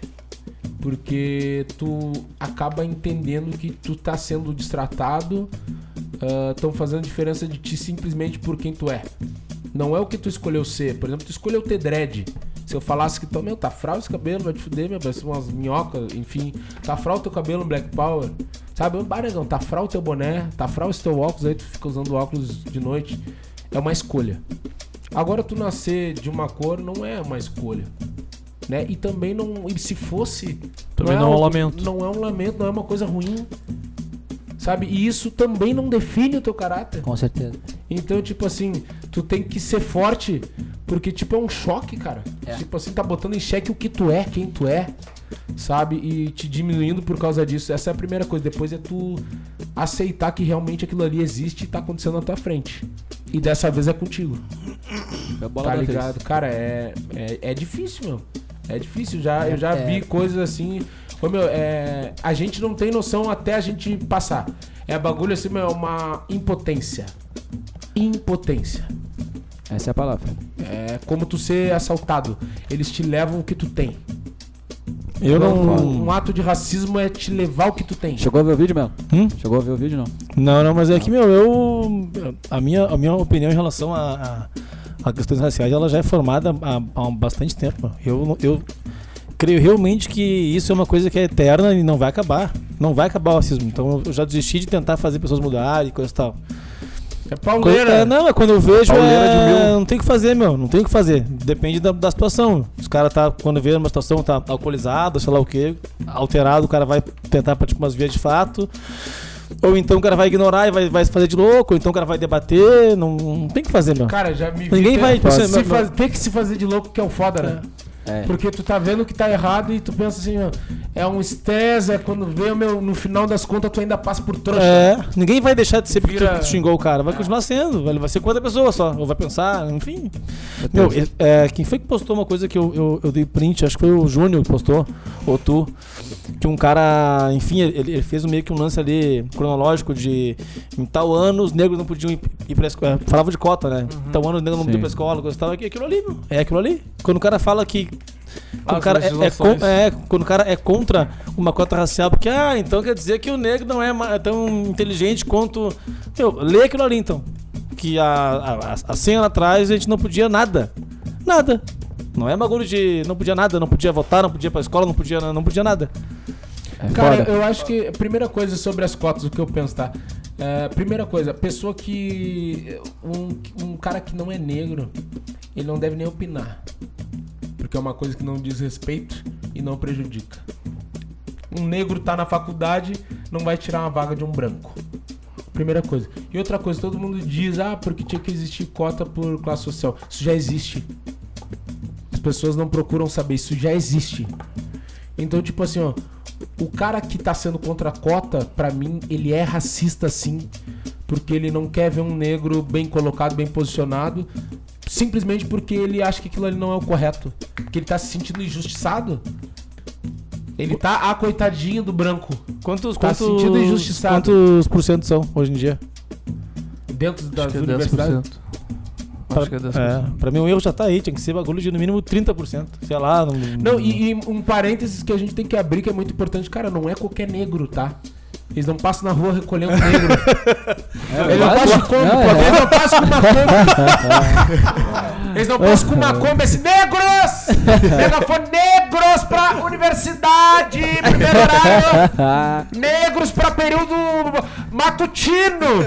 S3: Porque tu acaba entendendo que tu tá sendo destratado, estão fazendo diferença de ti simplesmente por quem tu é. Não é o que tu escolheu ser. Por exemplo, tu escolheu ter dread. Se eu falasse que, tu, meu, tá fral esse cabelo, vai te fuder, meu, parece umas minhocas, enfim. Tá fral teu cabelo, Black Power. Sabe, bah, negão, tá fral teu boné, tá fral esse teu óculos, aí tu fica usando óculos de noite. É uma escolha. Agora, tu nascer de uma cor não é uma escolha. Né? E também não. E se fosse.
S1: Também
S3: é
S1: não é um
S3: algo-
S1: lamento.
S3: Não é um lamento, não é uma coisa ruim. Sabe? E isso também não define o teu caráter.
S4: Com certeza.
S3: Então, tipo assim, tu tem que ser forte, porque, tipo, é um choque, cara. Tipo assim, tá botando em xeque o que tu é, quem tu é, sabe? E te diminuindo por causa disso. Essa é a primeira coisa. Depois é tu aceitar que realmente aquilo ali existe e tá acontecendo na tua frente. E dessa vez é contigo. Tá ligado? Cara, é, é, é difícil, meu. É difícil. Já, eu já
S1: É.
S3: vi coisas assim. Ô, meu, é, a gente não tem noção até a gente passar. É bagulho assim, meu, é uma impotência. Impotência.
S5: Essa é a palavra.
S3: É como tu ser assaltado. Eles te levam o que tu tem.
S6: Eu
S3: Um,
S6: não.
S3: um ato de racismo é te levar o que tu tem.
S5: Chegou a ver o vídeo, Melo? Chegou a ver o vídeo, não?
S6: Não, não, mas é que, meu, eu. A minha, a minha opinião em relação a, a, a questões raciais, ela já é formada há, há bastante tempo. meu. Eu, eu creio realmente que isso é uma coisa que é eterna e não vai acabar. Não vai acabar o racismo. Então eu já desisti de tentar fazer pessoas mudarem e coisa e tal.
S3: É
S6: Quando- é,
S3: pauleira.
S6: não, é quando eu vejo.
S5: Pauleira
S6: É,
S5: de mil.
S6: Não tem o que fazer, meu. Não tem o que fazer. Depende da, da situação. Os caras tá, quando vê uma situação, tá alcoolizado, sei lá o quê, alterado, o cara vai tentar partir pra tipo, umas vias de fato. Ou então o cara vai ignorar e vai, vai se fazer de louco, ou então o cara vai debater. Não, não tem o que fazer, meu.
S3: Cara, já me
S6: Ninguém
S3: ter-
S6: vai-
S3: se
S6: não- não-
S3: faz- ter que se fazer de louco que é o foda, né?
S5: É.
S3: Porque tu tá vendo que tá errado e tu pensa assim, ó, é um estresse, é quando vê, meu, no final das contas tu ainda passa por trouxa.
S6: É, ninguém vai deixar de ser porque tu-
S3: Vira-
S6: tu xingou o cara. Vai continuar sendo. Ele vai ser com outra pessoa só. Ou vai pensar, enfim. Meu, é, é, quem foi que postou uma coisa que eu, eu, eu dei print? Acho que foi o Júnior que postou, ou tu. Que um cara, enfim, ele, ele fez um meio que um lance ali cronológico de em tal ano os negros não podiam ir, ir pra escola. Falava de cota, né?
S3: Uhum.
S6: Em tal ano os negros não podiam ir pra escola, coisa e tal. É aquilo ali, meu. É aquilo ali. Quando o cara fala que. Quando
S1: Ah,
S6: o cara
S1: as
S6: é- é,
S1: legislações.
S6: con- é, quando o cara é contra uma cota racial, porque, ah, então quer dizer que o negro não é ma- tão inteligente quanto. Meu, lê aquilo ali então. Que há, há, há 100 anos atrás a gente não podia nada. Nada. Não é bagulho de. Não podia nada, não podia votar, não podia ir pra escola, não podia, não podia nada.
S3: Cara, eu acho que a primeira coisa sobre as cotas, o que eu penso, tá? É, primeira coisa, pessoa que. Um, um cara que não é negro, ele não deve nem opinar. Porque é uma coisa que não diz respeito e não prejudica. Um negro tá na faculdade, não vai tirar uma vaga de um branco. Primeira coisa. E outra coisa, todo mundo diz, ah, porque tinha que existir cota por classe social. Isso já existe. As pessoas não procuram saber, isso já existe. Então, tipo assim, ó, o cara que tá sendo contra a cota, pra mim, ele é racista sim, porque ele não quer ver um negro bem colocado, bem posicionado, simplesmente porque ele acha que aquilo ali não é o correto, porque ele tá se sentindo injustiçado. Ele tá a coitadinha do branco.
S6: Quantos,
S3: Tá
S6: quantos,
S3: sentido injustiçado.
S6: quantos por cento são hoje em dia?
S3: dentro das
S1: que é
S3: universidades.
S1: 10%.
S6: Pra,
S1: Acho que é 10%.
S6: é, pra mim o erro já tá aí, tinha que ser bagulho de no mínimo 30%. Sei lá. Não,
S3: Não, e, e um parênteses que a gente tem que abrir que é muito importante, cara, não é qualquer negro, tá? Eles não passam na rua recolhendo um negro. Eles não
S6: verdade.
S3: passam de Kombi,
S6: É, Não,
S3: pô.
S6: é.
S3: Eles não passam com uma Kombi. Eles não passam com uma Kombi. Esse negros! Megafone negros pra universidade! Primeiro horário! Negros pra período matutino!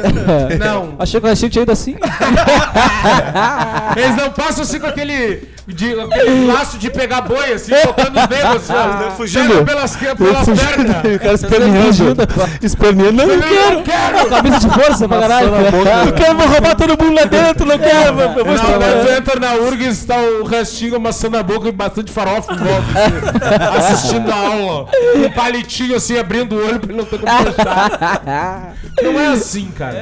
S3: Não.
S5: Achei que eu achei que tinha ido assim.
S3: Eles não passam assim com aquele, de, aquele laço de pegar boi, assim, tocando os dedos, assim,
S7: Ah,
S3: ó. Pega pelas, que- pelas pernas.
S7: O cara esperneando. Esperneando, não, eu não quero.
S3: Eu quero!
S5: Cabeça de força pra caralho.
S7: Eu quero, vou roubar todo mundo lá dentro, não quero. Eu vou
S3: Não,
S7: estourar.
S3: mas tu entra na URGS, está tá o Rastinho amassando a boca e bastante farofa em volta, assim, assistindo a aula. Um palitinho assim, abrindo o olho pra ele não ter como fechar. Não é assim, cara.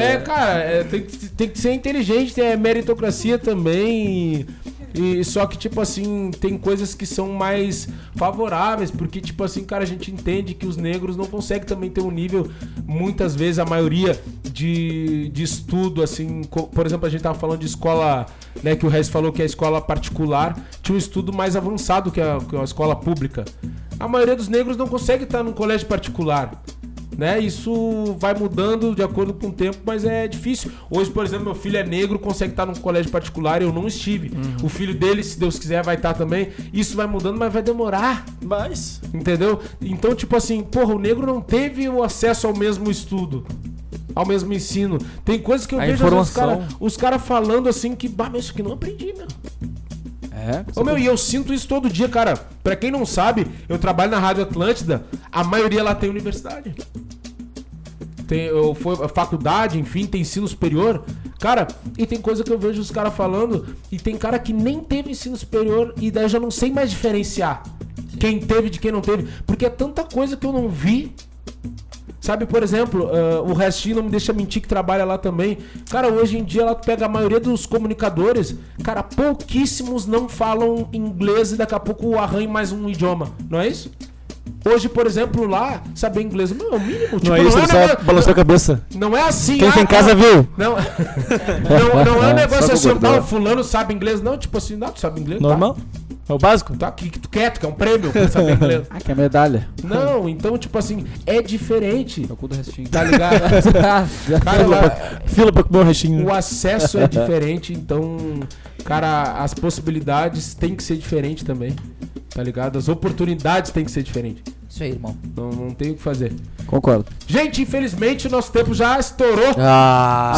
S3: É, cara, é, tem, que- tem que ser inteligente, tem meritocracia também. E, e só que, tipo assim, tem coisas que são mais favoráveis, porque, tipo assim, cara, a gente entende que os negros não conseguem também ter um nível, muitas vezes, a maioria de, de estudo, assim, co- por exemplo, a gente tava falando de escola, né, que o Reis falou que a escola particular tinha um estudo mais avançado que a, que a escola pública. A maioria dos negros não consegue estar num colégio particular né? Isso vai mudando de acordo com o tempo, mas é difícil. Hoje, por exemplo, meu filho é negro, consegue estar num colégio particular, eu não estive. O filho dele, se Deus quiser, vai estar também. Isso vai mudando, mas vai demorar.
S6: Mas.
S3: Entendeu? Então, tipo assim, porra, o negro não teve o acesso ao mesmo estudo. Ao mesmo ensino. Tem coisas que eu
S1: A
S3: vejo
S1: informação.
S3: às vezes, cara, os caras falando assim que, bah, mas isso aqui não aprendi, meu.
S5: É.
S3: Ô, meu, e eu sinto isso todo dia, cara. Pra quem não sabe, eu trabalho na Rádio Atlântida, a maioria lá tem universidade. Tem eu, foi, faculdade, enfim, tem ensino superior. Cara, e tem coisa que eu vejo os caras falando, e tem cara que nem teve ensino superior, e daí eu já não sei mais diferenciar quem teve de quem não teve. Porque é tanta coisa que eu não vi Sabe, por exemplo, ah, o Restinho não me deixa mentir que trabalha lá também. Cara, hoje em dia ela pega a maioria dos comunicadores. Cara, pouquíssimos não falam inglês e daqui a pouco arranha mais um idioma, não é isso? Hoje, por exemplo, lá, saber inglês não é o mínimo. tipo,
S7: Não é isso, ele
S3: um
S7: só
S3: negócio-
S7: balançou a cabeça.
S3: não é assim.
S7: Quem
S3: ah,
S7: tem casa
S3: não-
S7: viu.
S3: Não, não, não é um
S7: Só
S3: negócio assim,
S7: concordar.
S3: não, fulano sabe inglês, não. Tipo assim, não, tu sabe inglês. tá.
S6: Normal? É o básico?
S3: Tá, aqui que tu quer, tu quer um prêmio pra saber inglês.
S5: Ah, que é medalha.
S3: Não, então, tipo assim, é diferente.
S5: O cu do restinho.
S3: Tá ligado? Cara, lá-
S6: Fila pra comer um o restinho.
S3: o acesso é diferente, então, cara, as possibilidades têm que ser diferentes também. Tá ligado? As oportunidades têm que ser diferentes.
S4: Isso aí, irmão.
S3: Não, não tem o que fazer.
S5: Concordo.
S3: Gente, infelizmente o nosso tempo já estourou.
S7: Ah,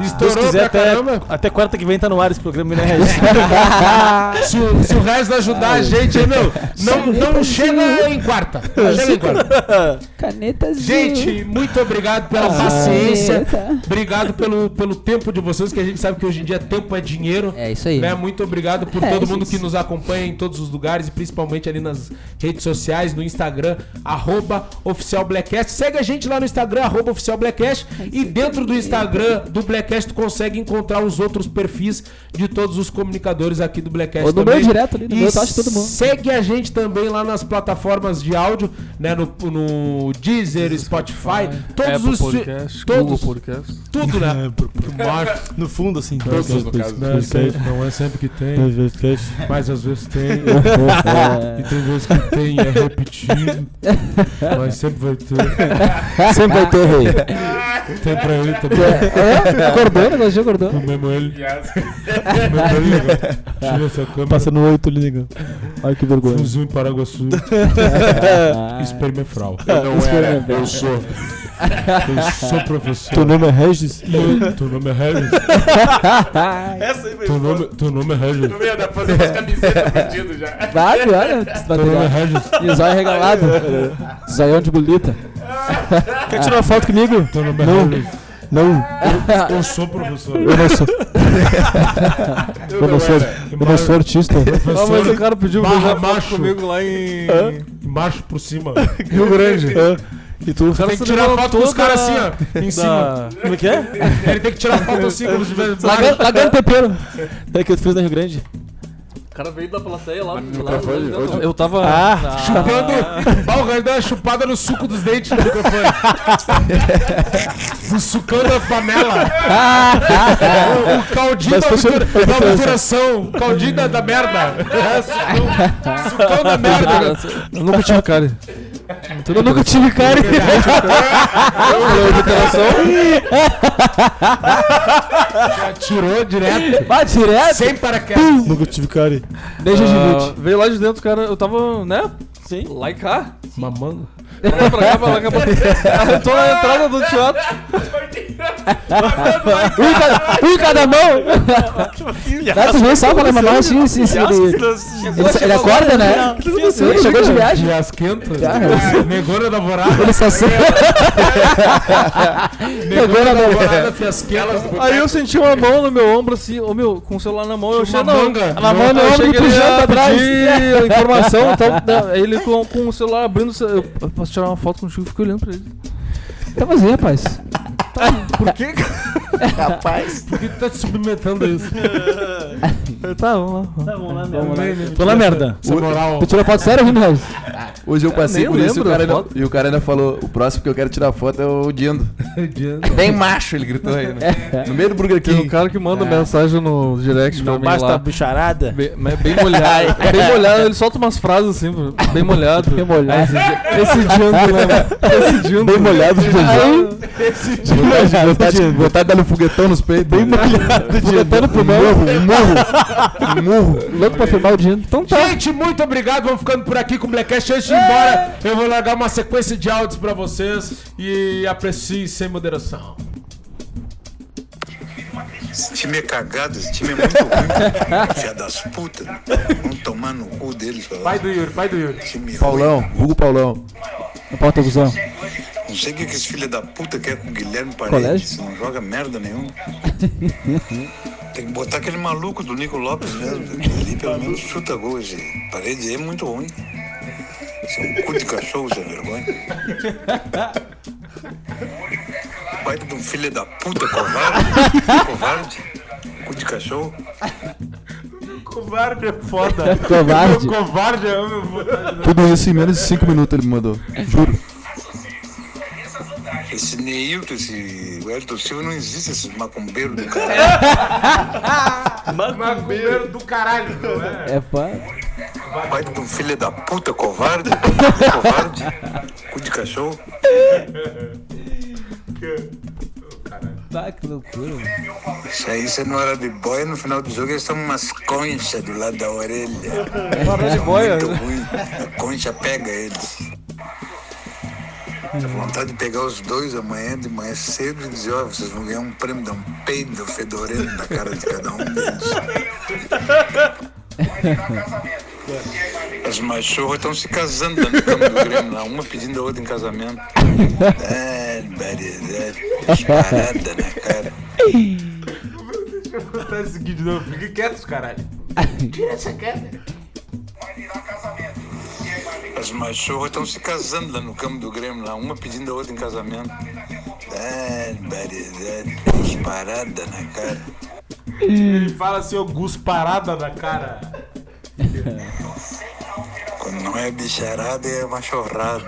S6: Deus
S3: estourou
S6: quiser,
S3: pra
S6: até,
S3: caramba.
S6: até quarta que vem tá no ar esse programa,
S7: É,
S6: né, Raiz?
S3: Se o, se o resto ajudar a gente, hein, meu, não, não chega em quarta. Não chega em quarta.
S4: Canetas
S3: Gente, muito obrigado pela
S5: Ah, é,
S3: paciência.
S5: tá.
S3: Obrigado pelo, pelo tempo de vocês, que a gente sabe que hoje em dia tempo é dinheiro.
S4: É isso aí.
S3: Né? Muito obrigado por
S4: É,
S3: todo mundo
S4: gente.
S3: que nos acompanha em todos os lugares e principalmente ali nas redes sociais, no Instagram, arroba oficial Blackcast. Segue a gente lá no Instagram, arroba oficial Blackcast.
S5: É
S3: E dentro do Instagram do Blackcast tu consegue encontrar os outros perfis de todos os comunicadores aqui do Blackcast
S5: Ou no
S3: também.
S5: meu direto ali, no
S3: E
S5: meu, tu acha todo mundo.
S3: Segue a gente também lá nas plataformas de áudio, né? No, no Deezer, Spotify, todos
S1: Apple
S3: os.
S1: Podcast, Google
S3: todos,
S1: Podcast.
S3: tudo, né?
S7: é,
S6: no fundo, assim.
S2: Todos, no caso.
S3: Não é sempre que tem, mas às vezes tem. E tem vezes que tem é repetido, mas sempre vai ter.
S5: Sempre vai ter rei.
S3: Tem pra ele
S5: É? Acordou, o negócio já acordou.
S3: Mesmo ele,
S2: Yes.
S3: mesmo ele, legal. Tira essa câmera,
S7: Passando oito ali, negão. Olha que vergonha.
S3: zoom em Paraguaçu, espermefral.
S2: Eu não era,
S5: Experimentar.
S2: eu sou.
S3: Eu sou professor.
S7: Teu nome é Regis?
S3: E Teu nome é Regis? Teu nome, teu nome é Regis?
S2: No meio da fazer umas camisetas fudido já.
S5: Vai, olha.
S3: Teu nome é Regis?
S5: E o zóio regalado. Zóião de bolita.
S7: Quer tirar uma foto comigo?
S3: Teu nome é
S7: Não.
S3: Regis?
S7: Não,
S5: Um
S3: Eu sou professor.
S7: eu não sou.
S2: Eu
S7: Eu
S2: não
S7: não sou,
S2: era.
S7: eu não sou artista.
S1: Ah, mas o cara pediu pra
S3: Barra
S1: beijar foto
S3: macho.
S1: comigo lá em...
S3: E Marcho por cima.
S7: Rio Grande.
S6: É.
S7: E tu?
S1: cara
S3: Tem que
S1: se
S3: tirar
S1: levou
S3: foto com os
S1: toda
S3: caras assim, ó. Em cima.
S1: da-
S6: Como é que é?
S3: Ele tem que tirar foto assim, como se tivesse.
S5: né? Lagando, lagando tempero.
S7: É que eu fiz na Rio Grande.
S1: O cara veio da plateia lá.
S2: Mas no
S1: lá
S2: microfone,
S1: lá-
S2: hoje-
S1: Eu tava.
S2: Ah,
S3: Chupando. Pau, o cara deu uma chupada no suco dos dentes do microfone. Sucando a panela. o, o caldinho
S7: Mas
S3: da,
S7: tô
S3: obtura-
S7: sendo-
S3: da obturação. O caldinho da, da merda. Sucão- Sucão da merda. né?
S1: Eu nunca tive cárie.
S5: Eu nunca tive cara.
S3: Já tirou direto.
S5: Vai direto?
S3: Sem paraquedas.
S7: Nunca tive cara.
S5: Deixa de
S1: Ah,
S5: mute.
S1: veio lá de dentro, cara. Eu tava, né?
S6: Sim.
S1: Lá e cá.
S3: Mamando.
S1: Pra lá, pra cá, pra lá, pra cá. Eu tô na entrada do teatro.
S5: Um em cada- um em cada mão. Dá tu ver só pra mamar assim, assim, assim. Ele, ele, ele acorda, né? Ele chegou de viagem.
S3: As quentas. Ah, Negona da vorada.
S5: Ele só sente.
S3: Negona da vorada, fiasquelas.
S2: Tipo,
S1: Aí
S2: né?
S1: eu senti uma mão no meu ombro, assim, ô meu, com o celular na Tipo, mão, eu achei
S3: Uma
S1: não.
S3: manga.
S5: Ela manda no ombro do janta atrás.
S1: pedir informação e tal. Não, Ele com, com o celular abrindo, eu eu posso tirar uma foto contigo, eu fiquei olhando pra ele.
S5: Tá vazio, rapaz.
S1: Por quê? cara?
S7: Rapaz.
S3: Por que tu tá te submetendo a isso?
S1: Eu, Tá, vamos lá.
S6: Tá bom, né, meu?
S5: Tô na merda.
S3: Essa moral.
S5: Tu tirou foto sério, Rino Reis?
S8: Hoje eu passei
S1: nem
S8: por isso e o,
S1: lembro
S8: cara ainda,
S1: da foto.
S8: e o cara ainda falou: o próximo que eu quero tirar foto é o Dindo. Bem macho, ele gritou aí, né? No meio do Burger
S1: Tem um
S8: King.
S1: cara que manda mensagem no direct pra
S7: É. Não
S1: mim
S7: basta a
S1: lá.
S7: bicharada.
S1: Bem, mas bem molhado. bem molhado, ele solta umas frases assim, bem molhado.
S5: Bem molhado.
S1: Decidindo, né? mano? Decidindo.
S8: Bem molhado de
S1: Aí,
S8: Vontade de- vontade de dar um foguetão nos peitos. Bem molhado de
S5: Foguetando pro
S8: morro. Um morro. Um morro.
S5: Louco pra filmar o Dino. Então tá.
S3: Gente, muito obrigado. Vamos ficando por aqui com o Blackcast. Antes de ir embora, eu vou largar uma sequência de áudios pra vocês e apreciem sem moderação.
S12: Esse time é cagado, esse time é muito ruim. Filha das putas. Vamos tomar no cu deles. ó.
S3: Pai do Yuri, pai do Yuri.
S12: Time ruim.
S8: Paulão, vulgo Paulão.
S5: Na pauta, Guzão.
S12: Não sei o que que esse filho da puta quer com o Guilherme
S5: Colégio?
S12: Paredes. Não joga merda nenhuma. Tem que botar aquele maluco do Nico Lopes mesmo. Aquele ali pelo menos chuta gol. Esse parede é muito ruim. Esse é um cu de cachorro, sem vergonha. Pai de um filho da puta, covarde. Covarde. Cu de cachorro.
S3: Covarde é foda.
S5: Covarde.
S3: Covarde é meu.
S8: Tudo isso em assim, menos de 5 minutos ele me mandou. Juro.
S12: Esse Neilton, esse Wellington Silva, não existe esses macumbeiros do caralho.
S3: Macumbeiro do caralho, não é?
S5: É fã.
S12: Pai de um filho da puta, covarde. covarde. Cu de cachorro.
S5: Tá, que loucura.
S12: Isso aí, você não era de boia, no final do jogo eles tomam umas conchas do lado da orelha.
S1: para de
S12: São
S1: boia.
S12: muito ruim. A concha pega eles. Dá vontade de pegar os dois amanhã de manhã cedo e dizer, ó, vocês vão ganhar um prêmio, dar um peido fedorento na cara de cada um deles. As machorras estão se casando lá no campo do Grêmio, lá, uma pedindo a outra em casamento. É, barbaridade, descarada na cara.
S3: Tá esse aqui de novo. Fiquem quietos, caralho.
S12: As machorras estão se casando lá no campo do Grêmio, lá, uma pedindo a outra em casamento. Barbaridade, disparada na cara.
S3: Ele fala assim, ô Gus, parada na cara.
S12: Quando não é bicharada, é machorrada.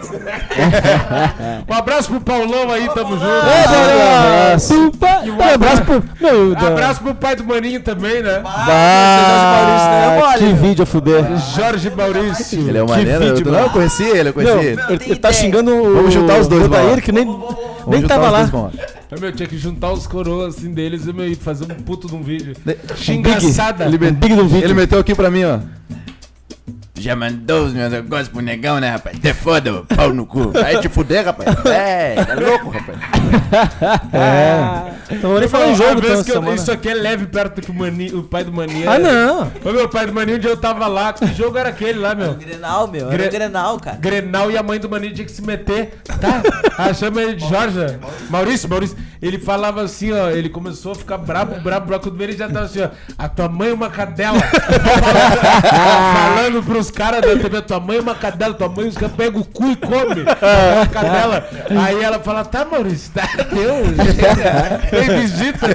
S3: Um abraço pro Paulão aí, tamo junto.
S5: Um abraço pro. Meu
S3: Um
S5: Deus.
S3: abraço pro pai do Maninho também, né?
S8: Tá.
S6: é
S5: Ah, que vídeo a fuder.
S3: Jorge Maurício.
S8: Ele é o maneiro. eu- Não, eu conheci ele, eu conheci
S6: Não,
S8: ele.
S6: ele, ele tá xingando o.
S8: Vamos juntar os dois,
S6: o Odair,
S8: vai lá.
S6: que nem,
S8: Vamos
S6: nem
S8: juntar
S6: tava
S8: os
S6: lá.
S8: dois, vamos lá.
S3: Ô, meu, tinha que juntar os coroas assim deles e meu, e fazer um puto de um vídeo.
S8: De-
S3: Xingaçada.
S8: Ele, me-
S5: Big do vídeo.
S8: ele meteu aqui pra mim, ó.
S11: Já mandou os meus negócios pro negão, né, rapaz? Te foda, ô, pau no cu.
S8: Aí te fuder, rapaz. É, tá louco, rapaz. É.
S6: Não vou nem falar em
S3: A
S6: jogo,
S3: vez
S6: É. então,
S3: que eu-
S6: semana.
S3: Isso aqui é leve perto do que o, Maninho, o pai do Maninho.
S9: É.
S3: é
S6: Ah, não.
S3: Ô, meu pai do Maninho, um dia eu tava lá. Que jogo era aquele lá, meu?
S9: Grenal, meu. Era
S3: Gre-
S9: o Grenal, cara.
S3: Grenal e a mãe do Maninho tinha que se meter, tá? A chama ele de Jorge. né? Maurício, Maurício. Ele falava assim, ó. Ele começou a ficar brabo, brabo, brabo. Quando ele já tava assim, ó. A tua mãe é uma cadela. falando, falando pros caras da TV, tua mãe é uma cadela, tua mãe, os caras pegam o cu e comem
S9: É.
S3: a cadela. Aí ela fala, tá, Maurício, tá, Deus. Tem visita, né?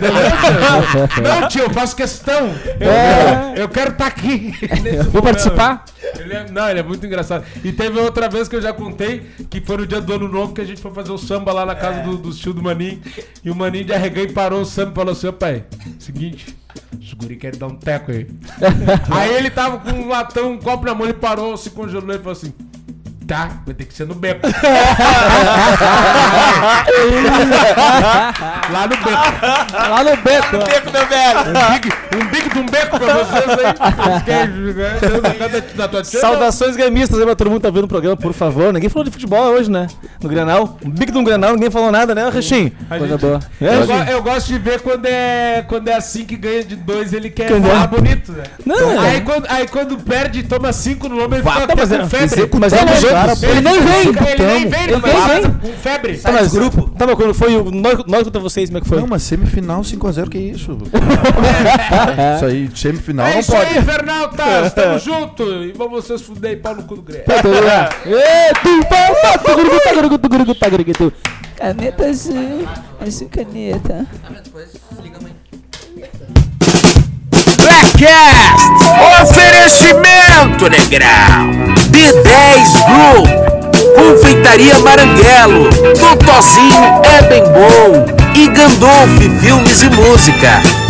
S3: Não, tio, eu faço questão. Eu, eu quero estar aqui.
S9: É. Vou participar?
S3: Ele é- não, ele é muito engraçado. E teve outra vez que eu já contei, que foi no dia do ano novo, que a gente foi fazer o samba lá na casa do, do tio do Maninho. E o Maninho de arreganho e parou o samba e falou assim, "Ô, pai, seguinte, os guri querem dar um teco aí. aí ele tava com um latão, um copo na mão, ele parou, se congelou e falou assim... Tá, vai ter que ser no Bepo. Lá no Bepo.
S9: Lá no beco.
S3: Um big, um big de um beco pra vocês aí. Os queijos, né? Deus na casa da tua tia, não.
S6: Saudações gremistas aí pra todo mundo que tá vendo o programa, por favor. Ninguém falou de futebol hoje, né? No Granal. Um bico de um Granal, ninguém falou nada, né, Rechim?
S3: A
S6: Coisa
S3: gente-
S6: boa. É,
S3: eu, go-
S6: Rechim?
S3: eu gosto de ver quando é, quando é assim que ganha de dois, ele quer
S6: Quem
S3: falar
S6: ganha?
S3: bonito, né?
S6: é- Não,
S3: aí,
S6: é.
S3: quando, aí quando perde e toma cinco no lombo, ele
S6: Fato,
S3: fica
S6: mas
S3: até
S6: é-
S3: com febre.
S6: mas é dos outros. Ele nem vem.
S3: Ele nem vem,
S6: Ele
S3: ele
S6: nem
S3: vai
S6: vem.
S3: com febre.
S6: Tá, mas grupo. Tá, mas quando foi o nós, nós contra vocês, como é que foi?
S13: Não, mas semifinal 5x0, que isso? isso aí, semifinal
S3: é
S13: não
S3: isso
S13: pode.
S3: aí, Infernautas, tamo junto. E vamos vocês fuder e pau no cu do Grêmio.
S9: Caneta azul, azul caneta.
S2: Blackcast! Oferecimento, negrão! B10 Group, Confeitaria Maranguelo, Totozinho é bem bom e Gandolf Filmes e Música.